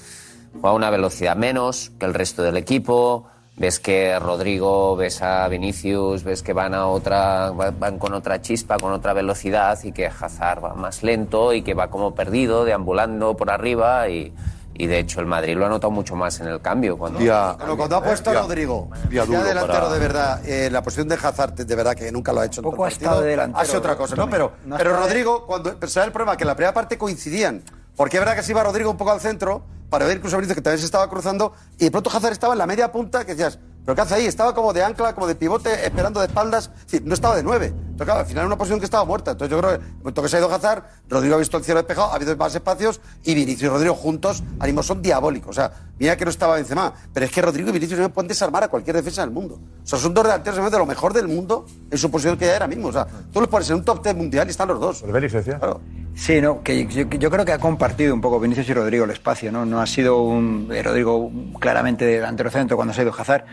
juega a una velocidad menos que el resto del equipo. Ves que Rodrigo, ves a Vinicius, ves que van a otra, va- van con otra chispa, con otra velocidad y que Hazard va más lento y que va como perdido, deambulando por arriba y, y de hecho el Madrid lo ha notado mucho más en el cambio. Cuando, Bueno, cuando ha puesto a Rodrigo, día ya duro delantero para- de verdad, eh, la posición de Hazard, de verdad que nunca lo ha hecho en todo el partido. estado de delantero, Hace otra cosa, ¿no? Tommy. Pero, No ha pero estado de- Rodrigo, cuando, pero ¿sabes el problema? Que en la primera parte coincidían. Porque es verdad que se iba Rodrigo un poco al centro, para ver incluso a Benítez, que también se estaba cruzando, y de pronto Hazard estaba en la media punta, que decías, ¿pero qué hace ahí? Estaba como de ancla, como de pivote, esperando de espaldas, es decir, no estaba de nueve. Entonces, claro, al final era una posición que estaba muerta. Entonces yo creo que en el momento que se ha ido Hazard, Rodrigo ha visto el cielo despejado, ha habido más espacios, y Vinicius y Rodrigo juntos, ahora mismo son diabólicos. O sea, mira que no estaba Benzema, pero es que Rodrigo y Vinicius no pueden desarmar a cualquier defensa del mundo. O sea, son dos delanteros de lo mejor del mundo en su posición que hay ahora mismo. O sea, tú los pones en un top 10 mundial y están los dos. Claro. Sí, no, que yo, yo creo que ha compartido un poco Vinicius y Rodrigo el espacio, ¿no? No ha sido un eh, Rodrigo un- claramente delantero centro cuando se ha ido Hazard,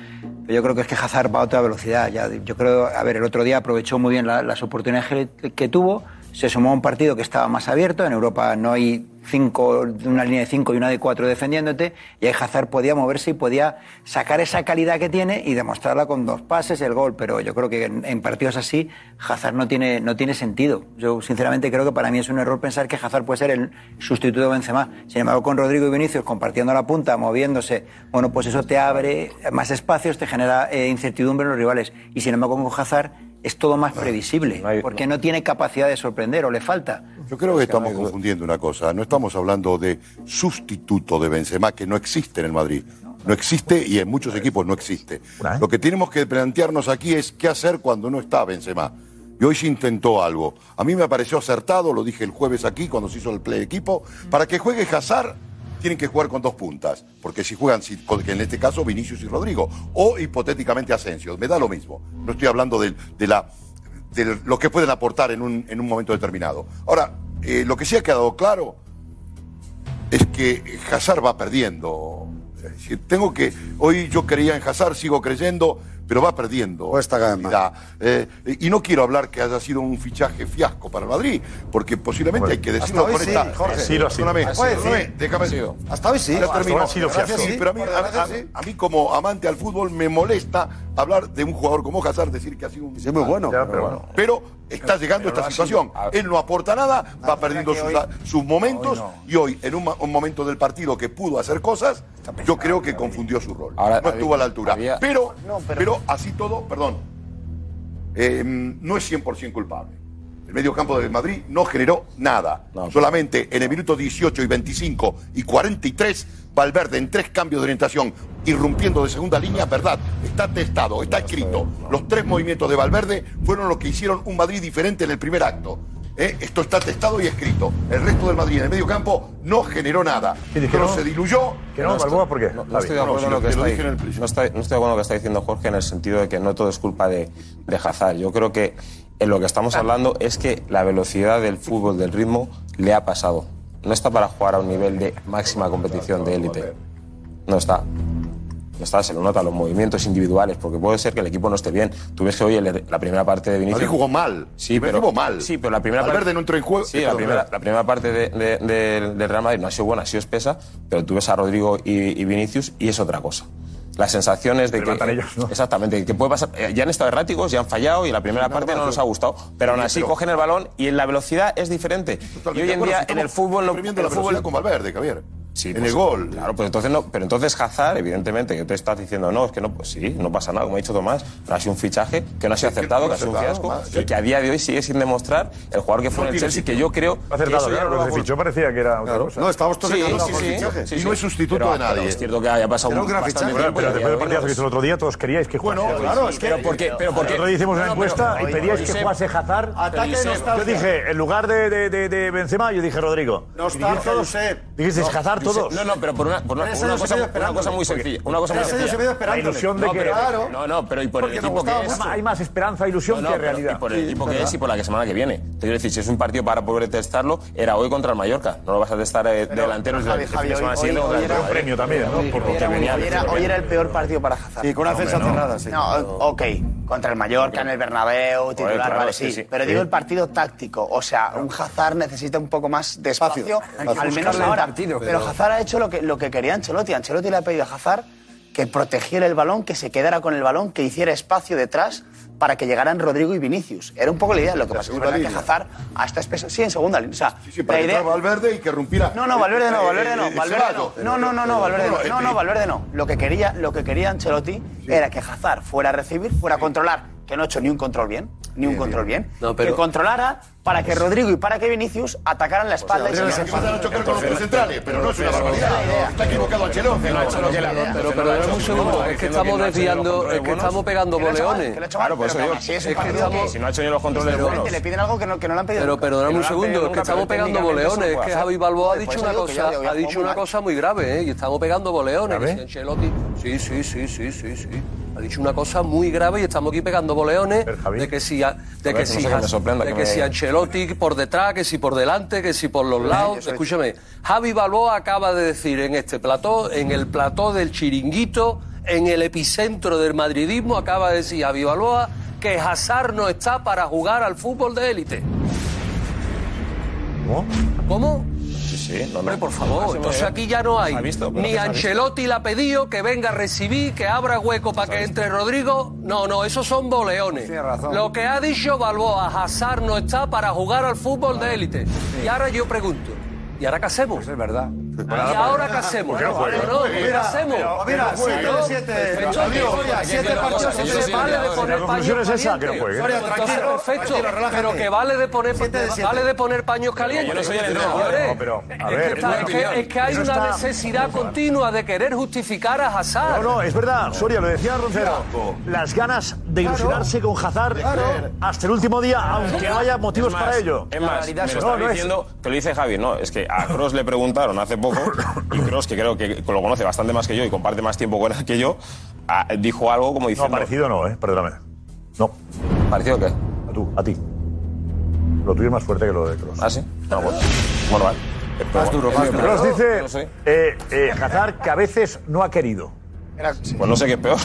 pero yo creo que es que Hazard va a otra velocidad. Ya, yo creo, a ver, el otro día aprovechó muy bien la- las oportunidades que, que tuvo, se sumó a un partido que estaba más abierto, en Europa no hay cinco, una línea de cinco y una de cuatro defendiéndote, y ahí Hazard podía moverse y podía sacar esa calidad que tiene y demostrarla con dos pases, el gol, pero yo creo que en, en partidos así Hazard no tiene, no tiene sentido. Yo sinceramente creo que para mí es un error pensar que Hazard puede ser el sustituto de Benzema. Sin embargo, con Rodrigo y Vinicius compartiendo la punta, moviéndose, bueno, pues eso te abre más espacios, te genera eh, incertidumbre en los rivales. Y sin embargo, con Hazard es todo más previsible, porque no Pues tiene capacidad de sorprender o le falta. Yo creo que estamos confundiendo una cosa. No estamos hablando de sustituto de Benzema, que no existe en el Madrid. No existe y en muchos equipos no existe. Lo que tenemos que plantearnos aquí es qué hacer cuando no está Benzema. Y hoy se intentó algo. A mí me pareció acertado, lo dije el jueves aquí cuando se hizo el play equipo. Para que juegue Hazard, tienen que jugar con dos puntas. Porque si juegan, si- con- que en este caso, Vinicius y Rodrigo. O hipotéticamente Asensio. Me da lo mismo. No estoy hablando del- de la de lo que pueden aportar en un, en un momento determinado. Ahora, eh, lo que sí ha quedado claro es que Hazard va perdiendo. Es decir, tengo que. Hoy yo creía en Hazard, sigo creyendo, pero va perdiendo. calidad. Eh, y no quiero hablar que haya sido un fichaje fiasco para el Madrid, porque posiblemente hay que hasta decirlo hoy con sí, esta. eh, Jorge. Sí, lo ha sido. Perdóname, Ha sido, Perdóname, sí. déjame- Ha sido. Hasta hoy sí. Ahora termino. ahora ha sido Gracias, fiasco. sí, pero a mí, Por a- desgracia, a- sí. a mí como amante al fútbol me molesta hablar de un jugador como Hazard, decir que ha sido un... Ah, Es muy bueno. Ya, pero, bueno. pero está llegando esta situación. Él no aporta nada, va perdiendo sus, sus momentos y hoy, en un, ma- un momento del partido que pudo hacer cosas, yo creo que confundió su rol. no estuvo a la altura. Pero, pero... así todo, perdón, eh, no es 100% culpable. El medio campo del Madrid no generó nada. Solamente en el minuto 18 y 25 y 43, Valverde en tres cambios de orientación, irrumpiendo de segunda línea, verdad, está testado, está escrito. Los tres movimientos de Valverde fueron los que hicieron un Madrid diferente en el primer acto. ¿Eh? Esto está testado y escrito. El resto del Madrid en el medio campo no generó nada. Pero se diluyó. Que no, Balboa, ¿por qué? No, Javi. estoy de acuerdo No, en lo si que te lo está dije ahí. No estoy- no estoy de acuerdo en lo que está diciendo Jorge en el sentido de que no todo es culpa de, de Hazard. Yo creo que en lo que estamos hablando es que la velocidad del fútbol, del ritmo, le ha pasado. No está para jugar a un nivel de máxima competición de élite. No está. Ya está, se le notan los movimientos individuales, porque puede ser que el equipo no esté bien. Tú ves que hoy el- la primera parte de Vinicius. Madrid jugó mal. Sí, Madrid pero. jugó mal. Sí, pero la primera Valverde parte. no entró en juego. Sí, la primera, la primera parte de- de- de- del Real Madrid no ha sido buena, ha sido espesa, pero tú ves a Rodrigo y, y Vinicius y es otra cosa. Las sensaciones de que. Exactamente, que puede pasar. eh, Ya han estado erráticos, ya han fallado y la primera parte no nos ha gustado, pero aún Oye, así pero- cogen el balón y en la velocidad es diferente. y hoy en de acuerdo, si día en estamos el fútbol. no- suprimiendo el la fútbol velocidad con Valverde, Javier. Sí, En pues, el gol. Claro, pero entonces, no, pero entonces Hazard, evidentemente, que tú estás diciendo, no, es que no, pues sí, no pasa nada, como ha dicho Tomás, no ha sido un fichaje, que no ha sido Es que acertado, no que ha ha sido un acertado, fiasco, más, y que a día de hoy sigue sin demostrar el jugador que fue No en el tiene Chelsea, sitio. que yo creo... Ha acertado, que eso ya lo claro, lo que vamos- se fichó parecía que era otra cosa. No, estábamos todos encantados con el fichaje. Y no es sustituto de nadie. Era un gran fichaje. Pero Bueno, Pero después del bueno, partidazo que pues- hizo el otro día, todos queríais que jugase. Bueno, claro, es que- Pero porque- pero porque- El otro día hicimos No, no, una pero- encuesta y oye, pedíais oye, que Josep, jugase Hazard. Ataque de Yo nostalgia. dije, en lugar de, de, de, de Benzema, yo dije Rodrigo. Nostalgia, Y todos- Josep. Dijisteis No, Hazard Josep, todos. no, no, pero por una- por una- Tres una años cosa- he venido una cosa esperándole. muy sencilla, una cosa muy Tres años sencilla. he venido La esperándole. ilusión de No, que... pero- Claro. no, no, pero y por el Porque nos equipo que gustaba es. mucho. Hay más esperanza, ilusión No, no, que pero- realidad. Y por el Sí, equipo que verdad. es y por la que semana que viene. Te quiero decir, si es un partido para poder testarlo, era hoy contra el Mallorca. No lo vas a testar eh, delanteros de la Javi, de Javi, la semana hoy- siguiente hoy- contra hoy el era un Madrid. premio también, ¿no? Por lo que venía. Hoy era, hoy era el peor partido para Hazard. Sí, con una defensa cerrada, sí. No, ok, contra el Mallorca, en el Bernabéu, titular, claro, vale, sí, sí. sí. Pero Sí. digo el partido táctico. O sea, un Hazard necesita un poco más de espacio, Hay que al menos buscarle ahora. el partido, pero pero- Hazard ha hecho lo que, lo que quería Ancelotti. Ancelotti le ha pedido a Hazard que protegiera el balón, que se quedara con el balón, que hiciera espacio detrás para que llegaran Rodrigo y Vinicius. Era un poco la idea. Lo que La pasa es segunda verdad que línea. Hazard hasta espeso. Sí, en segunda línea. O sea, Sí, para la que idea- entrara Valverde y que rompiera. no, no, Valverde no, Valverde no, Eh, eh, Valverde no. Ceballos. No, no, no, no, Valverde Bueno, no. No, eh, no, Valverde no. Lo que quería, lo que quería Ancelotti era que Hazard fuera a recibir, fuera a controlar, que no ha hecho ni un control bien, ni un control bien. No, pero- Pues- Que controlara para que Rodrigo y para que Vinicius atacaran la espalda y se Entonces, que van a chocar con los tres centrales, pero no es una eh, barbaridad. Está equivocado Ancelotti. No, Pero, pero dame un segundo, es que estamos desviando, es que estamos pegando Que lo ha hecho mal, boleones. que lo ha hecho mal, Claro, por pero eso que digo, aún así es un es que partido estamos- que- Si no ha hecho ni los controles buenos. Seguramente le piden algo que no, que no le han pedido. Pero nunca. perdóname no un le han segundo, pedido es que nunca, estamos pero pegando técnicamente eso no boleones. Es pues. puede que hacer. Javi Balboa ha Por eso dicho una digo que cosa, ya digo, ya ha dicho jugó una mal. cosa muy grave, ¿eh? Y estamos pegando boleones. ¿Grave? Que si Ancelotti- Sí, sí, sí, sí, sí, sí. Ha dicho una cosa muy grave y estamos aquí pegando boleones de que si, a- de Javi, que no sé si, que me Has- sorprenda, de que que me- si Ancelotti por detrás, que si por delante, que si por los Yo lados. soy- Escúchame, Javi Balboa acaba de decir en este plató, en el plató del chiringuito, en el epicentro del madridismo, acaba de decir Javi Balboa que Hazard no está para jugar al fútbol de élite. ¿Cómo? ¿Cómo? Sí, sí, no, Hombre, no. por Ah, favor, se entonces me- aquí ya no hay. Se ha visto, pero Ni que se ha visto. Ancelotti la ha pedido que venga a recibir, que abra hueco para que entre Rodrigo. No, no, esos son boleones. Lo que ha dicho Balboa, Hazard no está para jugar al fútbol de élite. Y ahora yo pregunto, ¿y ahora qué hacemos? Pues es verdad. ¿Y ahora qué hacemos? Porque no juega. No, no, ¿qué Mira, hacemos? pero mira, ¿Qué hacemos? siete de siete. Perfecto, Adiós. Soria, Aquí siete hay que partidos, jugar. que Sí, vale sí, de sí, poner la paños conclusión es esa, que no calientes. juegue. Soria, Entonces, tranquilo, perfecto, tranquilo, relájate. pero que vale de poner vale de poner paños calientes. Yo no soy el Señores, entrenador. No, pero, a es, ver, que está- es es una que, es que hay opinión. una Eso está- necesidad continua de querer justificar a Hazard. No, no, es verdad, Soria, lo decía Roncero. Las ganas de Claro. ilusionarse con Hazard Claro. hasta el último día, aunque no haya motivos Es más, para ello. Es más, me lo está No, no es- diciendo, te lo dice Javi, no, es que a Cross le preguntaron hace poco, y Cross, que creo que lo conoce bastante más que yo y comparte más tiempo con él que yo, ah, dijo algo como diciendo... No, parecido no, ¿eh? Perdóname. No. ¿Parecido qué? A tú, a ti. Lo tuyo es más fuerte que lo de Cross. ¿Ah, sí? Ah, bueno. Bueno, vale. Más duro, más duro. Cross dice No sé. eh, eh, Hazard que a veces no ha querido. Pues no sé qué es peor.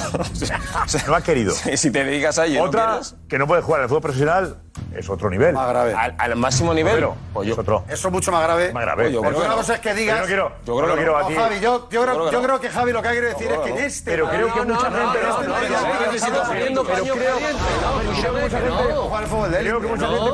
no *laughs* ha querido. Si si te dedicas a ello, y no Otra quieres- que no puede jugar en el fútbol profesional es otro nivel. Más grave. Al, al máximo nivel. Pues Pero, yo- es otro. Eso es mucho más grave. Más grave. Oye, yo creo Pero que una no. cosa es que Yo digas- no quiero- Yo creo que no. No, aquí- Javi, yo, yo, creo, Yo creo yo que no. creo que Javi lo que ha querido decir es que en este. Pero creo que mucha gente no. Creo que mucha gente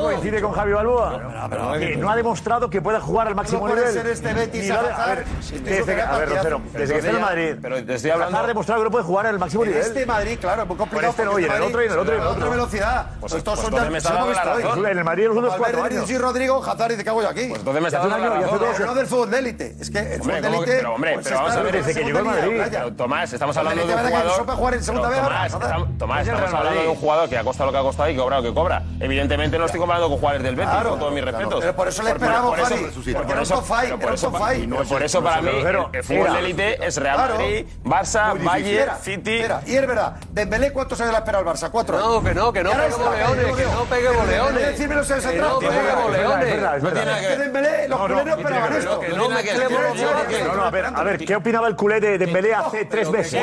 coincide con Javi Balboa. Que no ha demostrado que pueda jugar al máximo No puede nivel. ser este Betis Ni lo ha de- Hazard, a ver, si este desde supera que- A ver, partidazo. Rocero, Pero desde que está en entonces ya- Madrid. pero te estoy Hazard ha hablando- demostrado que no puede jugar al máximo En nivel. este Madrid, claro, es muy complicado. Con este no, porque y en el otro, y en el otro, y en el a otro. otra velocidad. Pues- Pues pues todos son entonces ya- me está ya dando hemos la visto hoy. razón. En el Madrid los unos Valverde, cuatro años. Vinicius y Rodrigo, Hazard dice, ¿qué hago yo aquí? Pues entonces me está dando la razón. No del fútbol de élite. Es que el Hombre, fútbol de ¿cómo que- élite... pero hombre, pues, pero vamos está a ver, en desde que segunda llegó el liga, Madrid. playa. Pero, Tomás, estamos Hombre, hablando de te un van a que jugador. se puede jugar en segunda Pero, B, Tomás, Rafa. estamos- Tomás, Es el estamos Real hablando de un Madrid. jugador que ha costado lo que ha costado y que ha cobrado lo que cobra. Evidentemente no estoy comparando con jugadores del Betis, Claro. con todos mis Claro, respetos. pero por eso le Por- por- esperamos, por eso- Javi. por- Porque por era un eso- top five, pero por era un eso top para- five. no, Por No eso sé, para no mí sé, pero- el fútbol Era. de élite es Real Claro. Madrid, Barça, Muy difícil. Valle, Era, Ah, City. era. Y es verdad, Dembélé, ¿cuántos años la espera el Barça? Cuatro No, años. que no, que no Y ahora pegue está, boleones, yo que digo, no pegue boleones. No decírmelo Que sensato. no tiene juegue boleones. No tiene nada que ver. Dembélé, los culeros esperaban esto. No, no, no, a ver, a ver, ¿qué opinaba el culé de Dembélé hace tres meses?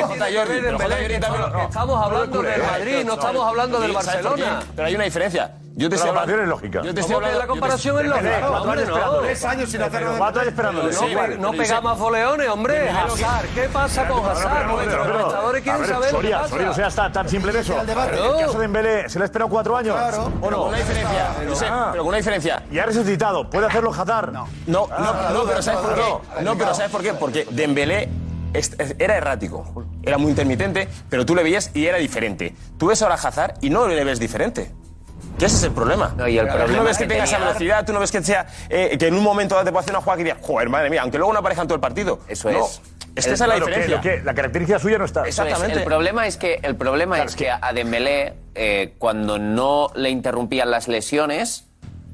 Estamos hablando del Madrid, no estamos hablando del ¿eh? ¿Sabes por qué? Barcelona. Pero hay una diferencia. Yo te Pero estoy la hablando- comparación es lógica. Yo ¿Cómo te estoy que hablando. la comparación es lógica? Cuatro Hombre, años no. esperando. Tres años sin hacer nada. Cuatro años esperando. No, Sí, vale, no pero yo pega sé- más boleones, hombre. Dembélé lo que- Hazard, ¿qué pasa con Hazard? Nuestros espectadores A quieren ver, saber lo que Soria, Soria, o sea, pasa. está tan simple eso. Al debate. El caso de Dembélé, ¿se le ha esperado cuatro años? Claro. ¿O Pero no? con una diferencia, Josep, pero con una diferencia. Y ha resucitado. ¿Puede hacerlo Hazard? No. No, no, Ah, no, pero ¿sabes por qué? No, pero ¿sabes por qué? Porque Dembélé es- es- era errático, era muy intermitente, pero tú le veías y era diferente. Tú ves ahora a Hazard y no le ves diferente. Que ese es el problema. y el tú no problema ves que que tenga esa tenía- velocidad, tú no ves que sea eh, que en un momento dado te pueda hacer una jugada que digas, joder, madre mía, aunque luego no aparezcan todo el partido. Eso es. Este Es que esa es la Claro, que- diferencia. que la característica suya no está. Eso es. El problema es que, el problema es que a Dembélé, eh, cuando no le interrumpían las lesiones,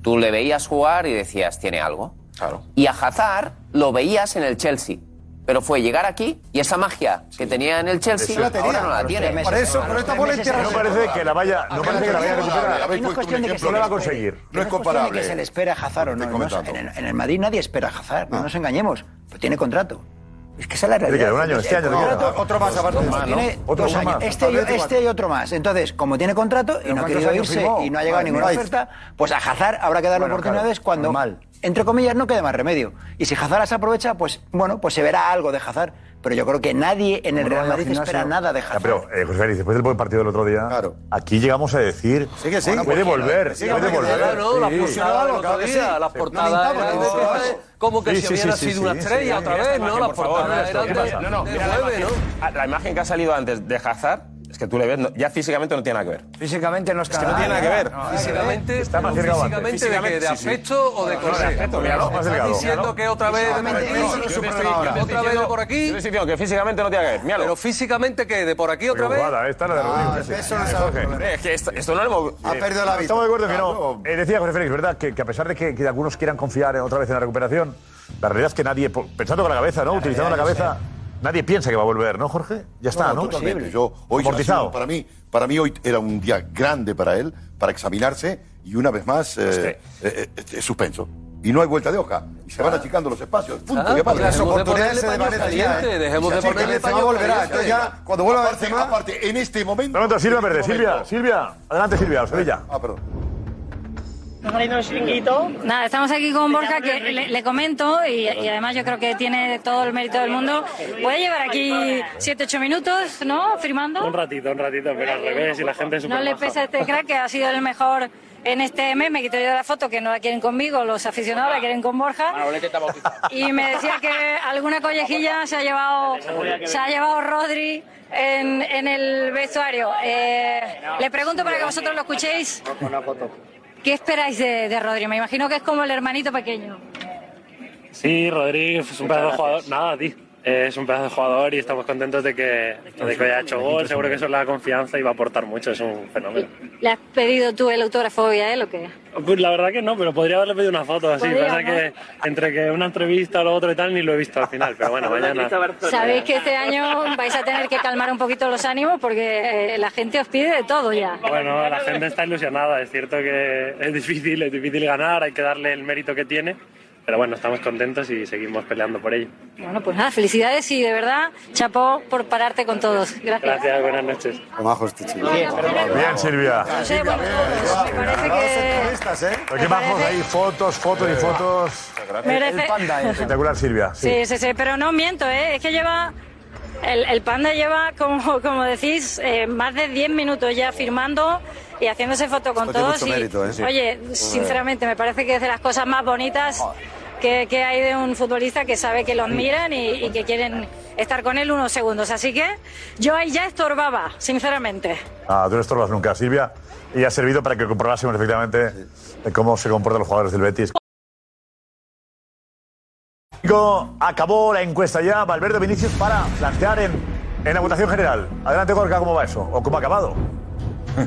tú le veías jugar y decías, tiene algo. Claro. Y a Hazard lo veías en el Chelsea. Pero fue llegar aquí y esa magia que tenía en el Chelsea Eso. ahora no la tiene. Por eso, por esta bola entierra- No parece que la vaya, no parece que la vaya a recuperar. Aquí no es cuestión de que se No la va a le espere. conseguir. No es cuestión de que se le espera a Hazard o no. no es- en, el, en el Madrid nadie espera a Hazard, no nos engañemos. Pero tiene contrato. Es que esa es la Ah. Tiene que realidad. dar un año, este El año le queda. contrato- Otro más, aparte de esto. Tiene Otro dos más. años. Este, y- Otro más. este y otro más. Entonces, como tiene contrato y ¿Pero no ha cuántos querido años irse firmó? y no ha llegado a Madre ninguna mía. oferta, pues a Hazard habrá que darle Bueno, oportunidades cuando, entre comillas, no quede más remedio. Y si Hazard las aprovecha, pues bueno, pues se verá algo de Hazard. Pero yo creo que nadie en Como el no Real vaya al Madrid espera gimnasio. nada de Ya, Hazard. pero, eh, José Félix, después del buen partido del otro día, aquí llegamos a decir, pues, puede volver, Sí, puede hombre, volver. Claro, las Sí. portadas del otro día, las portadas eran de- como que Sí, se sí, hubiera sí, sido sí, una sí, estrella sí. otra Mira vez, esta ¿no? imagen, Las por favor. portadas Mira eran esta de- imagen. No, no, de mira la nueve, ¿no? imagen. Ah, La imagen que ha salido antes de Hazard es que tú le ves, no- ya físicamente no tiene nada que ver. Físicamente no es que no tiene nada que ver. Físicamente, Está más delgado antes. físicamente de, que, de Físicamente, sí, sí. aspecto o de No, no, de corsé. aspecto, míralo, más ¿Estás delgado. diciendo que otra vez otra vez de por aquí? Yo te estoy diciendo que físicamente no tiene que ver, míralo. Pero físicamente que de por aquí otra vez. Ah, Esta es la de Rodrigo, sí. Eh, Es que esto, esto no lo hemos... Eh, Estamos de acuerdo que no. Eh, decía José Félix, ¿verdad? Que, que a pesar de que, que algunos quieran confiar en- otra vez en la recuperación, la realidad es que nadie, po- pensando con la cabeza, ¿no? Utilizando la realidad, cabeza, nadie piensa que va a volver, ¿no, Jorge? Ya está, ¿no? Totalmente. Yo hoy ha Amortizado. sido para mí, para mí hoy era un día grande para él, para examinarse y una vez más eh, eh, eh, eh, suspenso. Y no hay vuelta de hoja. Y Ah. se van achicando los espacios. Punto. Ah, y aparte, pues las oportunidades se desvanecen ya, ¿eh? Dejemos de Y se ponerle achican, paño caliente. cuando vuelva a Benzema... Aparte, en este momento... No, no, Silvia Verde, en este Silvia, momento- Silvia. Adelante, Silvia, Sevilla. Ah, perdón. Nada, estamos aquí con Borja que le, le comento y, y además yo creo que tiene todo el mérito del mundo. Voy a llevar aquí 7-8 minutos, ¿no? Firmando. Un ratito, un ratito, pero al revés y la gente es No le supermaja. pesa a este crack que ha sido el mejor en este mes. Me quito yo de la foto que no la quieren conmigo, los aficionados la quieren con Borja. Y me decía que alguna collejilla se ha llevado, se ha llevado Rodri en, en el vestuario. Eh, le pregunto para que vosotros lo escuchéis. Una foto. ¿Qué esperáis de, de Rodri? Me imagino que es como el hermanito pequeño. Sí, Rodríguez es un pedazo de jugador. Nada, tío. Eh, Es un pedazo de jugador y estamos contentos de que, de que haya hecho gol. Seguro que eso le da confianza y va a aportar mucho. Es un fenómeno. ¿Le has pedido tú el autógrafo hoy a él o qué? Pues la verdad que no, pero podría haberle pedido una foto así. Podría, Pasa ¿no? que entre que una entrevista, lo otro y tal, ni lo he visto al final. Pero *laughs* bueno, mañana. Sabéis que este año vais a tener que calmar un poquito los ánimos porque eh, la gente os pide de todo ya. Bueno, la gente está ilusionada. Es cierto que es difícil, es difícil ganar. Hay que darle el mérito que tiene. Pero bueno, estamos contentos y seguimos peleando por ello. Bueno, pues nada, felicidades y de verdad, chapó por pararte con todos. Gracias. Gracias, buenas noches. Bien, Silvia. José, bueno, me parece pues, ¿eh? que... Pero qué bajos ahí, fotos, fotos y fotos. Merece- El panda, eh. Espectacular, Silvia. Sí, sí, sí, pero no miento, ¿eh? es que lleva... El, el panda lleva, como, *laughs* como decís, eh, más de 10 minutos ya firmando y haciéndose foto con Esto tiene todos. mucho y, mérito, ¿eh? Sí. Oye, Joder. sinceramente, me parece que es de las cosas más bonitas Ah. que, que hay de un futbolista que sabe que lo admiran y, y que quieren estar con él unos segundos. Así que yo ahí ya estorbaba, sinceramente. Ah, tú no estorbas nunca, Silvia. Y ha servido para que comprobásemos efectivamente de cómo se comportan los jugadores del Betis. Chico, Acabó la encuesta ya, Valverde Vinicius, para plantear en, en la votación general. Adelante, Gorka, ¿cómo va eso? ¿O cómo ha acabado?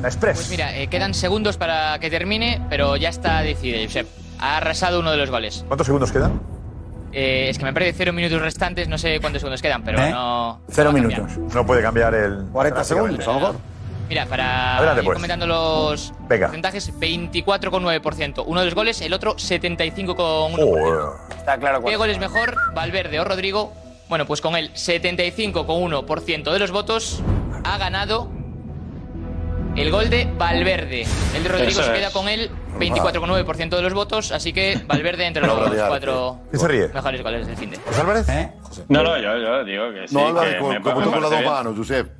La Express. Pues mira, eh, quedan segundos para que termine, pero ya está decidido, Josep. Ha arrasado uno de los goles. ¿Cuántos segundos quedan? Eh, es que me parece cero minutos restantes, no sé cuántos segundos quedan, pero ¿Eh? no. Cero minutos. No puede cambiar el. 40 segundos, a lo mejor. Mira, para Adelante, ir pues. comentando los Venga. porcentajes, 24,9%. Uno de los goles, el otro 75,1%. Joder. Está claro ¿Qué gol es mejor, Valverde o Rodrigo? Bueno, pues con el 75,1% de los votos ha ganado el gol de Valverde. El de Rodrigo Eso se es. queda con el 24,9% de los votos, así que Valverde entre los cuatro ¿Quién se ríe? mejores goles del fin de. ¿José Álvarez? No, no, yo, yo digo que sí. No, Álvarez, que con- me- con- me con las parece dos bien. manos.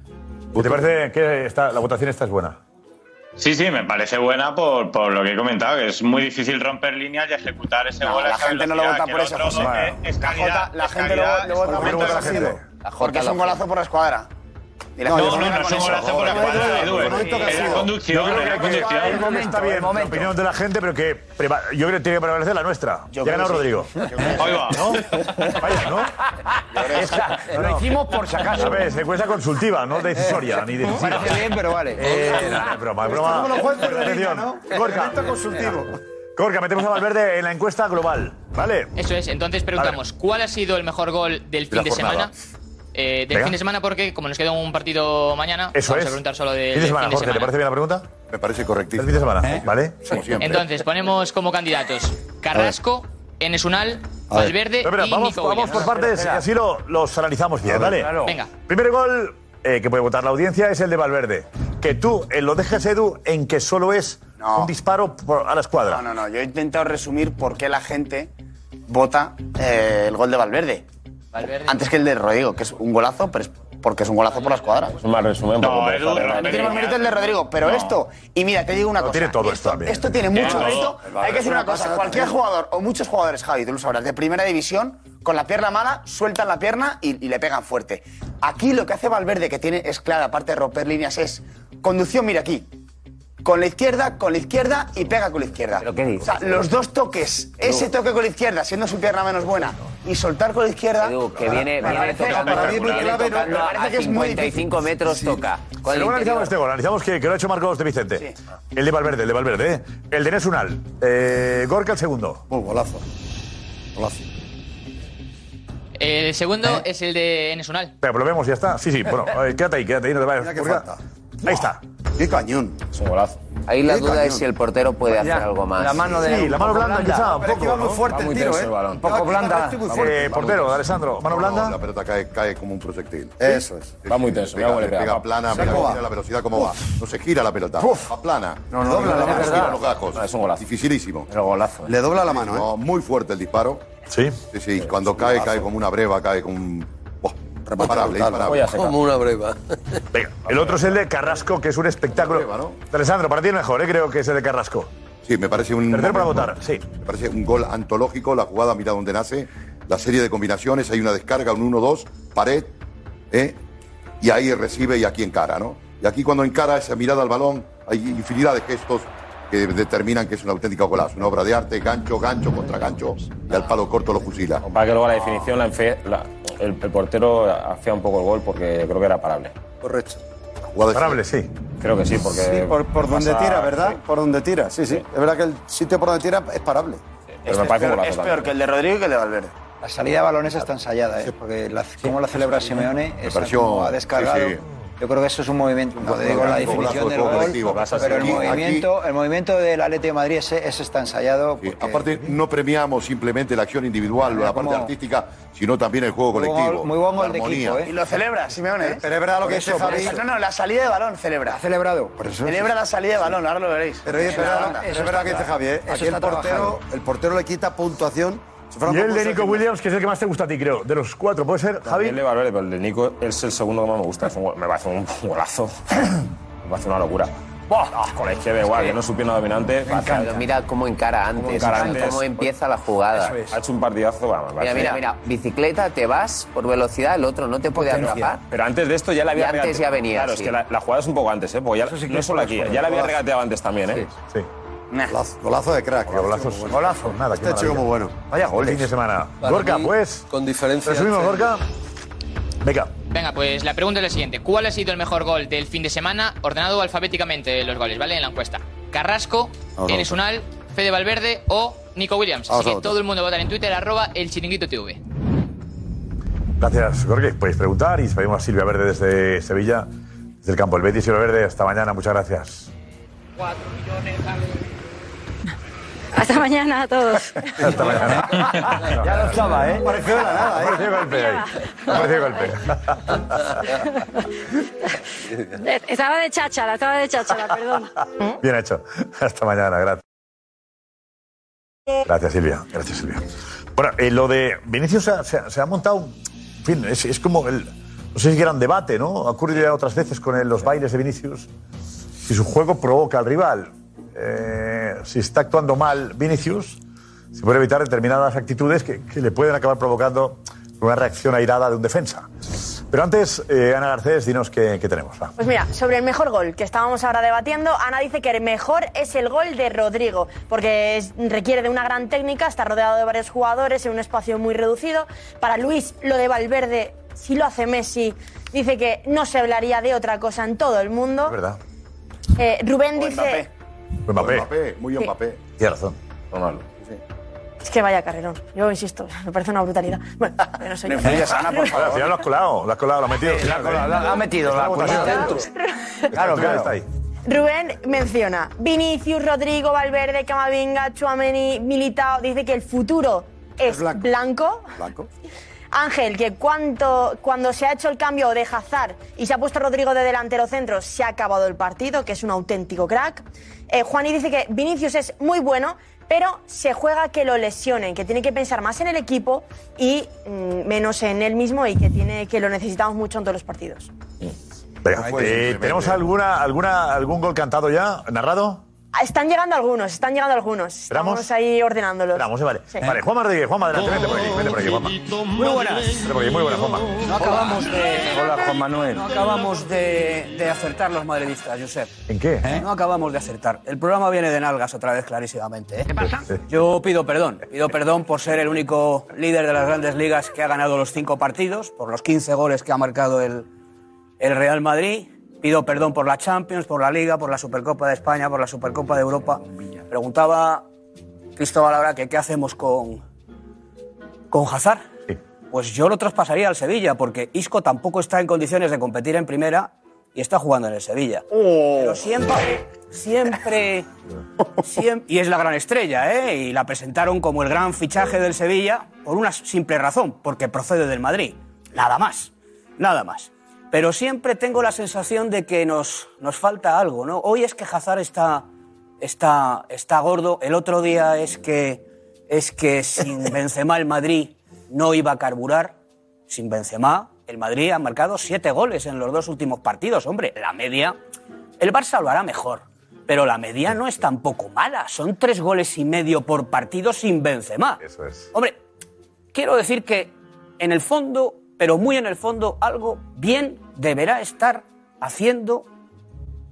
¿Qué te parece que esta- la votación esta es buena? Sí, sí, me parece buena por, por lo que he comentado, que es muy difícil romper líneas y ejecutar ese gol. a la esa gente no lo velocidad, vota que por el eso, otro José. gol es- es calidad, la es gente calidad, lo, lo vota es por eso, calidad. Sasido. Porque es un golazo por la escuadra. Y la No, gente no, lo no, gana no es con un eso. golazo por la escuadra, Edu, Yo es- es la Eh, conducción, creo es la que- que conducción. el gol está bien, la opinión de la gente, pero que preva- yo creo que tiene que prevalecer la nuestra. Ya creo ganó que sí. Rodrigo. Ahí va. Lo hicimos por si acaso. A ver, secuencia consultiva, no decisoria, ni decisiva. Parece bien, pero vale. Eh, no, no, es broma, es broma. Estamos los jueces de Atención. Gorka. Gorka, metemos a Valverde en la encuesta global, ¿vale? Eso es, entonces preguntamos, ¿cuál ha sido el mejor gol del fin la de, jornada. semana? Eh, del Venga. fin de semana porque como nos queda un partido mañana, Eso vamos es. a preguntar solo del Fin de semana, fin de Jorge, ¿te semana. parece bien la pregunta? Me parece correctísimo. El fin de semana, ¿vale? Entonces, ponemos como candidatos Carrasco, Enesunal, Valverde Pero, pero, y vamos, Nico vamos Williams. por partes y así lo- los analizamos bien, Claro, ¿vale? claro. Venga. Primer gol eh, que puede votar la audiencia es el de Valverde. Que tú eh, lo dejes, Edu, en que solo es un disparo por- a la escuadra. No, no, no. Yo he intentado resumir por qué la gente vota eh, el gol de Valverde. Antes que el de Rodrigo, que es un golazo, pero es porque es un golazo por la escuadra. Es un mal resumen. No, poco Edu, pesado, no, ¿eh? tiene más mérito el de Rodrigo, pero No. esto. Y mira, te digo una Lo cosa. tiene todo esto esto, también. esto tiene Tiene mucho todo. mérito. El Hay Valverde que es decir una una cosa. pasada Cualquier también. jugador o muchos jugadores, Javi, tú lo sabrás, de primera división, con la pierna mala, sueltan la pierna y, y le pegan fuerte. Aquí lo que hace Valverde, que tiene es clara, aparte de romper líneas, es conducción, mira aquí. Con la izquierda, con la izquierda y pega con la izquierda. O sea, los dos toques, ese toque con la izquierda, siendo su pierna menos buena, y soltar con la izquierda. que viene, me viene parece- tocando, para mí es muy viene clave, ¿no? tocando Me a parece que es muy difícil. 55 metros toca. Con Pero el luego analizamos interior. este gol, analizamos que, que lo ha hecho Marcos de Vicente. El de Valverde, el de Valverde, ¿eh? El de Nesunal. Eh, Gorka el segundo. Un golazo. Golazo. El segundo ¿Eh? es el de Enesunal. Pero pues lo vemos, ya está. Sí, sí, bueno, a ver, quédate ahí, quédate ahí, no te vayas. Mira que Gorka. falta. Ahí está. Qué cañón. Es un golazo. Ahí la Qué duda cañón. es si el portero puede hacer Ya, algo más. la mano de- Sí, la mano blanda, quizá, un Pero es que poco, va muy ¿no? fuerte el tiro, ¿eh? Un poco blanda. este Eh, portero, Alessandro, mano No, no, blanda. la pelota cae, cae como un proyectil. Eso es. Va muy tenso, mira Pega, cómo le le pega. pega plana, Se mira, acaba. mira la velocidad como va. No se gira la pelota. Va plana. No, no, dobla no, la no, mano, es tira verdad. los gajos. es un golazo. Dificilísimo. golazo. Le dobla la mano, ¿eh? No, muy fuerte el disparo. Sí. Sí, sí. Cuando cae, cae como una breva, cae como un. Buah, imparable, imparable. Como una breva. Venga, el otro es el de Carrasco, que es un espectáculo. Alessandro, para ti el mejor, ¿eh? creo que es el de Carrasco. Sí, me parece un. Tercer para momento. votar, sí. Me parece un gol antológico, la jugada mira dónde nace, la serie de combinaciones, hay una descarga, un 1-2, pared, ¿eh? y ahí recibe y aquí encara, ¿no? Y aquí cuando encara esa mirada al balón, hay infinidad de gestos que determinan que es una auténtica golazo, una obra de arte, gancho, gancho, contra gancho, y al palo corto lo fusila. Para que luego la definición, la enfe- la- el, el portero hacía un poco el gol porque creo que era parable. Correcto. Parable, sí. Creo que Pues sí, porque. Sí, por, por donde pasa- tira, ¿verdad? Por donde tira, sí, sí. Es verdad que el sitio por donde tira es parable. Este Pero me parece un golazo es también. que el de Rodrigo y que el de Valverde. La salida de balones está ensayada, ¿eh? porque la, cómo la celebra Simeone, esa pareció- como ha descargado. sí, sí. Yo creo que eso es un movimiento, como te digo, la golazo, definición golazo del de juego gol, colectivo. pero el Aquí- movimiento, el movimiento del Atlético de Madrid, ese, ese está ensayado. Sí, Eh, Aparte, no premiamos simplemente la acción individual, la parte como- artística, sino también el juego Muy buen colectivo. gol- muy buen la gol de armonía. equipo, ¿eh? Y lo celebra, Simeone. ¿eh? Pero es verdad lo Por que dice eso, por Javi. eso. No, no, la salida de balón celebra. celebrado. Celebra la salida de balón, ahora lo veréis. Pero oye, es verdad, es verdad que dice Javier. Aquí el portero, el portero le quita puntuación. Si fuera pues, eh, Y el de concurso, Nico aquí- Williams, que es el que más te gusta a ti, creo. De los cuatro, ¿puede ser, Javi? También el de Valverde, pero el de Nico es el segundo que más me gusta. Es un gol- me parece un *laughs* golazo. me parece una locura. ¡Buah! Con la izquierda igual, que no supiera dominante. Pero mira cómo encara antes, Cómo encara o sea, antes. cómo empieza la jugada. Eso es. Ha hecho un partidazo. Bueno, me Mira, parece- mira, mira, bicicleta, te vas por velocidad, el otro no te puede atrapar. Pero antes de esto ya la Y había antes regateado. ya venía, Claro, sí. es que la, la jugada es un poco antes, ¿eh? Porque ya, sí que no es solo por aquí, las ya la había jugadas. regateado antes también, ¿eh? Sí. Golazo, golazo de crack. Golazos. Golazos, nada. Este chico muy bueno. Vaya goles. Fin de semana. Para Gorka, mí, pues. Con diferencia. Resumimos, Gorka. Venga. Venga, pues la pregunta es la siguiente. ¿Cuál ha sido el mejor gol del fin de semana ordenado alfabéticamente los goles, ¿vale? En la encuesta. Carrasco, Vamos a Enesunal, Fede Valverde o Nico Williams. Así Vamos a que votar. todo el mundo votar en Twitter, arroba el chiringuito TV. Gracias, Gorka. Podéis preguntar y pedimos a Silvia Verde desde Sevilla Desde el campo, el Betis y el Verde. Hasta mañana, muchas gracias. Hasta mañana a todos. *laughs* Hasta mañana. *laughs* Ya lo estaba, ¿eh? Pareció de la nada, ¿eh? Pareció golpe ahí. Pareció golpe. *laughs* Estaba de cháchara, estaba de cháchara, *laughs* perdón. Bien hecho. *laughs* Hasta mañana, gracias. Gracias, Silvia. Gracias, Silvia. Bueno, eh, lo de Vinicius se ha, se ha- se ha montado. En fin, es, es como el. No sé si gran debate, ¿no? Ha ocurrido ya otras veces con el- los bailes de Vinicius. Si su juego provoca al rival, eh, si está actuando mal Vinicius, se puede evitar determinadas actitudes que, que le pueden acabar provocando una reacción airada de un defensa. Pero antes, eh, Ana Garcés, dinos qué, qué tenemos. va. Pues mira, sobre el mejor gol que estábamos ahora debatiendo, Ana dice que el mejor es el gol de Rodrigo, porque es- requiere de una gran técnica, está rodeado de varios jugadores en un espacio muy reducido. Para Luis, lo de Valverde, si lo hace Messi, dice que no se hablaría de otra cosa en todo el mundo. Es verdad. Eh, Rubén dice... Mbappé. muy Mbappé. Tienes razón. Ronaldo. Es que vaya carrerón. Yo insisto, *laughs* me parece una brutalidad. Bueno, yo no soy yo. Al final lo has colado, lo has colado, lo has metido. la ha colado, la ha metido, Está la ha en colado. votación. Claro, claro. Está ahí. Rubén menciona Vinicius, Rodrigo, Valverde, Camavinga, Chuameni, Militao. Dice que el futuro es blanco. Blanco. Ángel, que cuanto, cuando se ha hecho el cambio de Hazard y se ha puesto Rodrigo de delantero centro, se ha acabado el partido, que es un auténtico crack. Eh, Juani dice que Vinicius es muy bueno, pero se juega que lo lesionen, que tiene que pensar más en el equipo y mm, menos en él mismo y que, tiene, que lo necesitamos mucho en todos los partidos. Venga, eh, ¿Tenemos alguna, alguna, algún gol cantado ya, narrado? Ah, Están llegando algunos, están llegando algunos. ¿Esperamos? Estamos ahí ordenándolos. Esperamos, eh, vale. Sí. Vale, Juanma Rodríguez, Juanma, adelante, vente por aquí, vente por aquí, Juanma. Muy buenas. Vente por aquí, muy buena, Juanma. No acabamos de. Hola, Juan Manuel. Eh, No acabamos de, de acertar los madridistas, Josep. ¿Eh? ¿En qué? No acabamos de acertar. El programa viene de nalgas otra vez clarísimamente. ¿eh? Yo pido perdón. Pido perdón por ser el único líder de las grandes ligas que ha ganado los cinco partidos, por los 15 goles que ha marcado el, el Real Madrid. Pido perdón por la Champions, por la Liga, por la Supercopa de España, por la Supercopa de Europa. Preguntaba Cristóbal ahora que qué hacemos con, con Hazard. Pues yo lo traspasaría al Sevilla, porque Isco tampoco está en condiciones de competir en primera y está jugando en el Sevilla. Oh. Pero siempre, siempre, siempre. Y es la gran estrella, ¿eh? Y la presentaron como el gran fichaje del Sevilla por una simple razón, porque procede del Madrid. Nada más, nada más. Pero siempre tengo la sensación de que nos, nos falta algo, ¿no? Hoy es que Hazard está, está, está gordo, el otro día es que, es que sin Benzema el Madrid no iba a carburar, sin Benzema el Madrid ha marcado siete goles en los dos últimos partidos, hombre, la media, el Barça lo hará mejor, pero la media no es tampoco mala, son tres goles y medio por partido sin Benzema. Eso es. Hombre, quiero decir que en el fondo, pero muy en el fondo, algo bien deberá estar haciendo,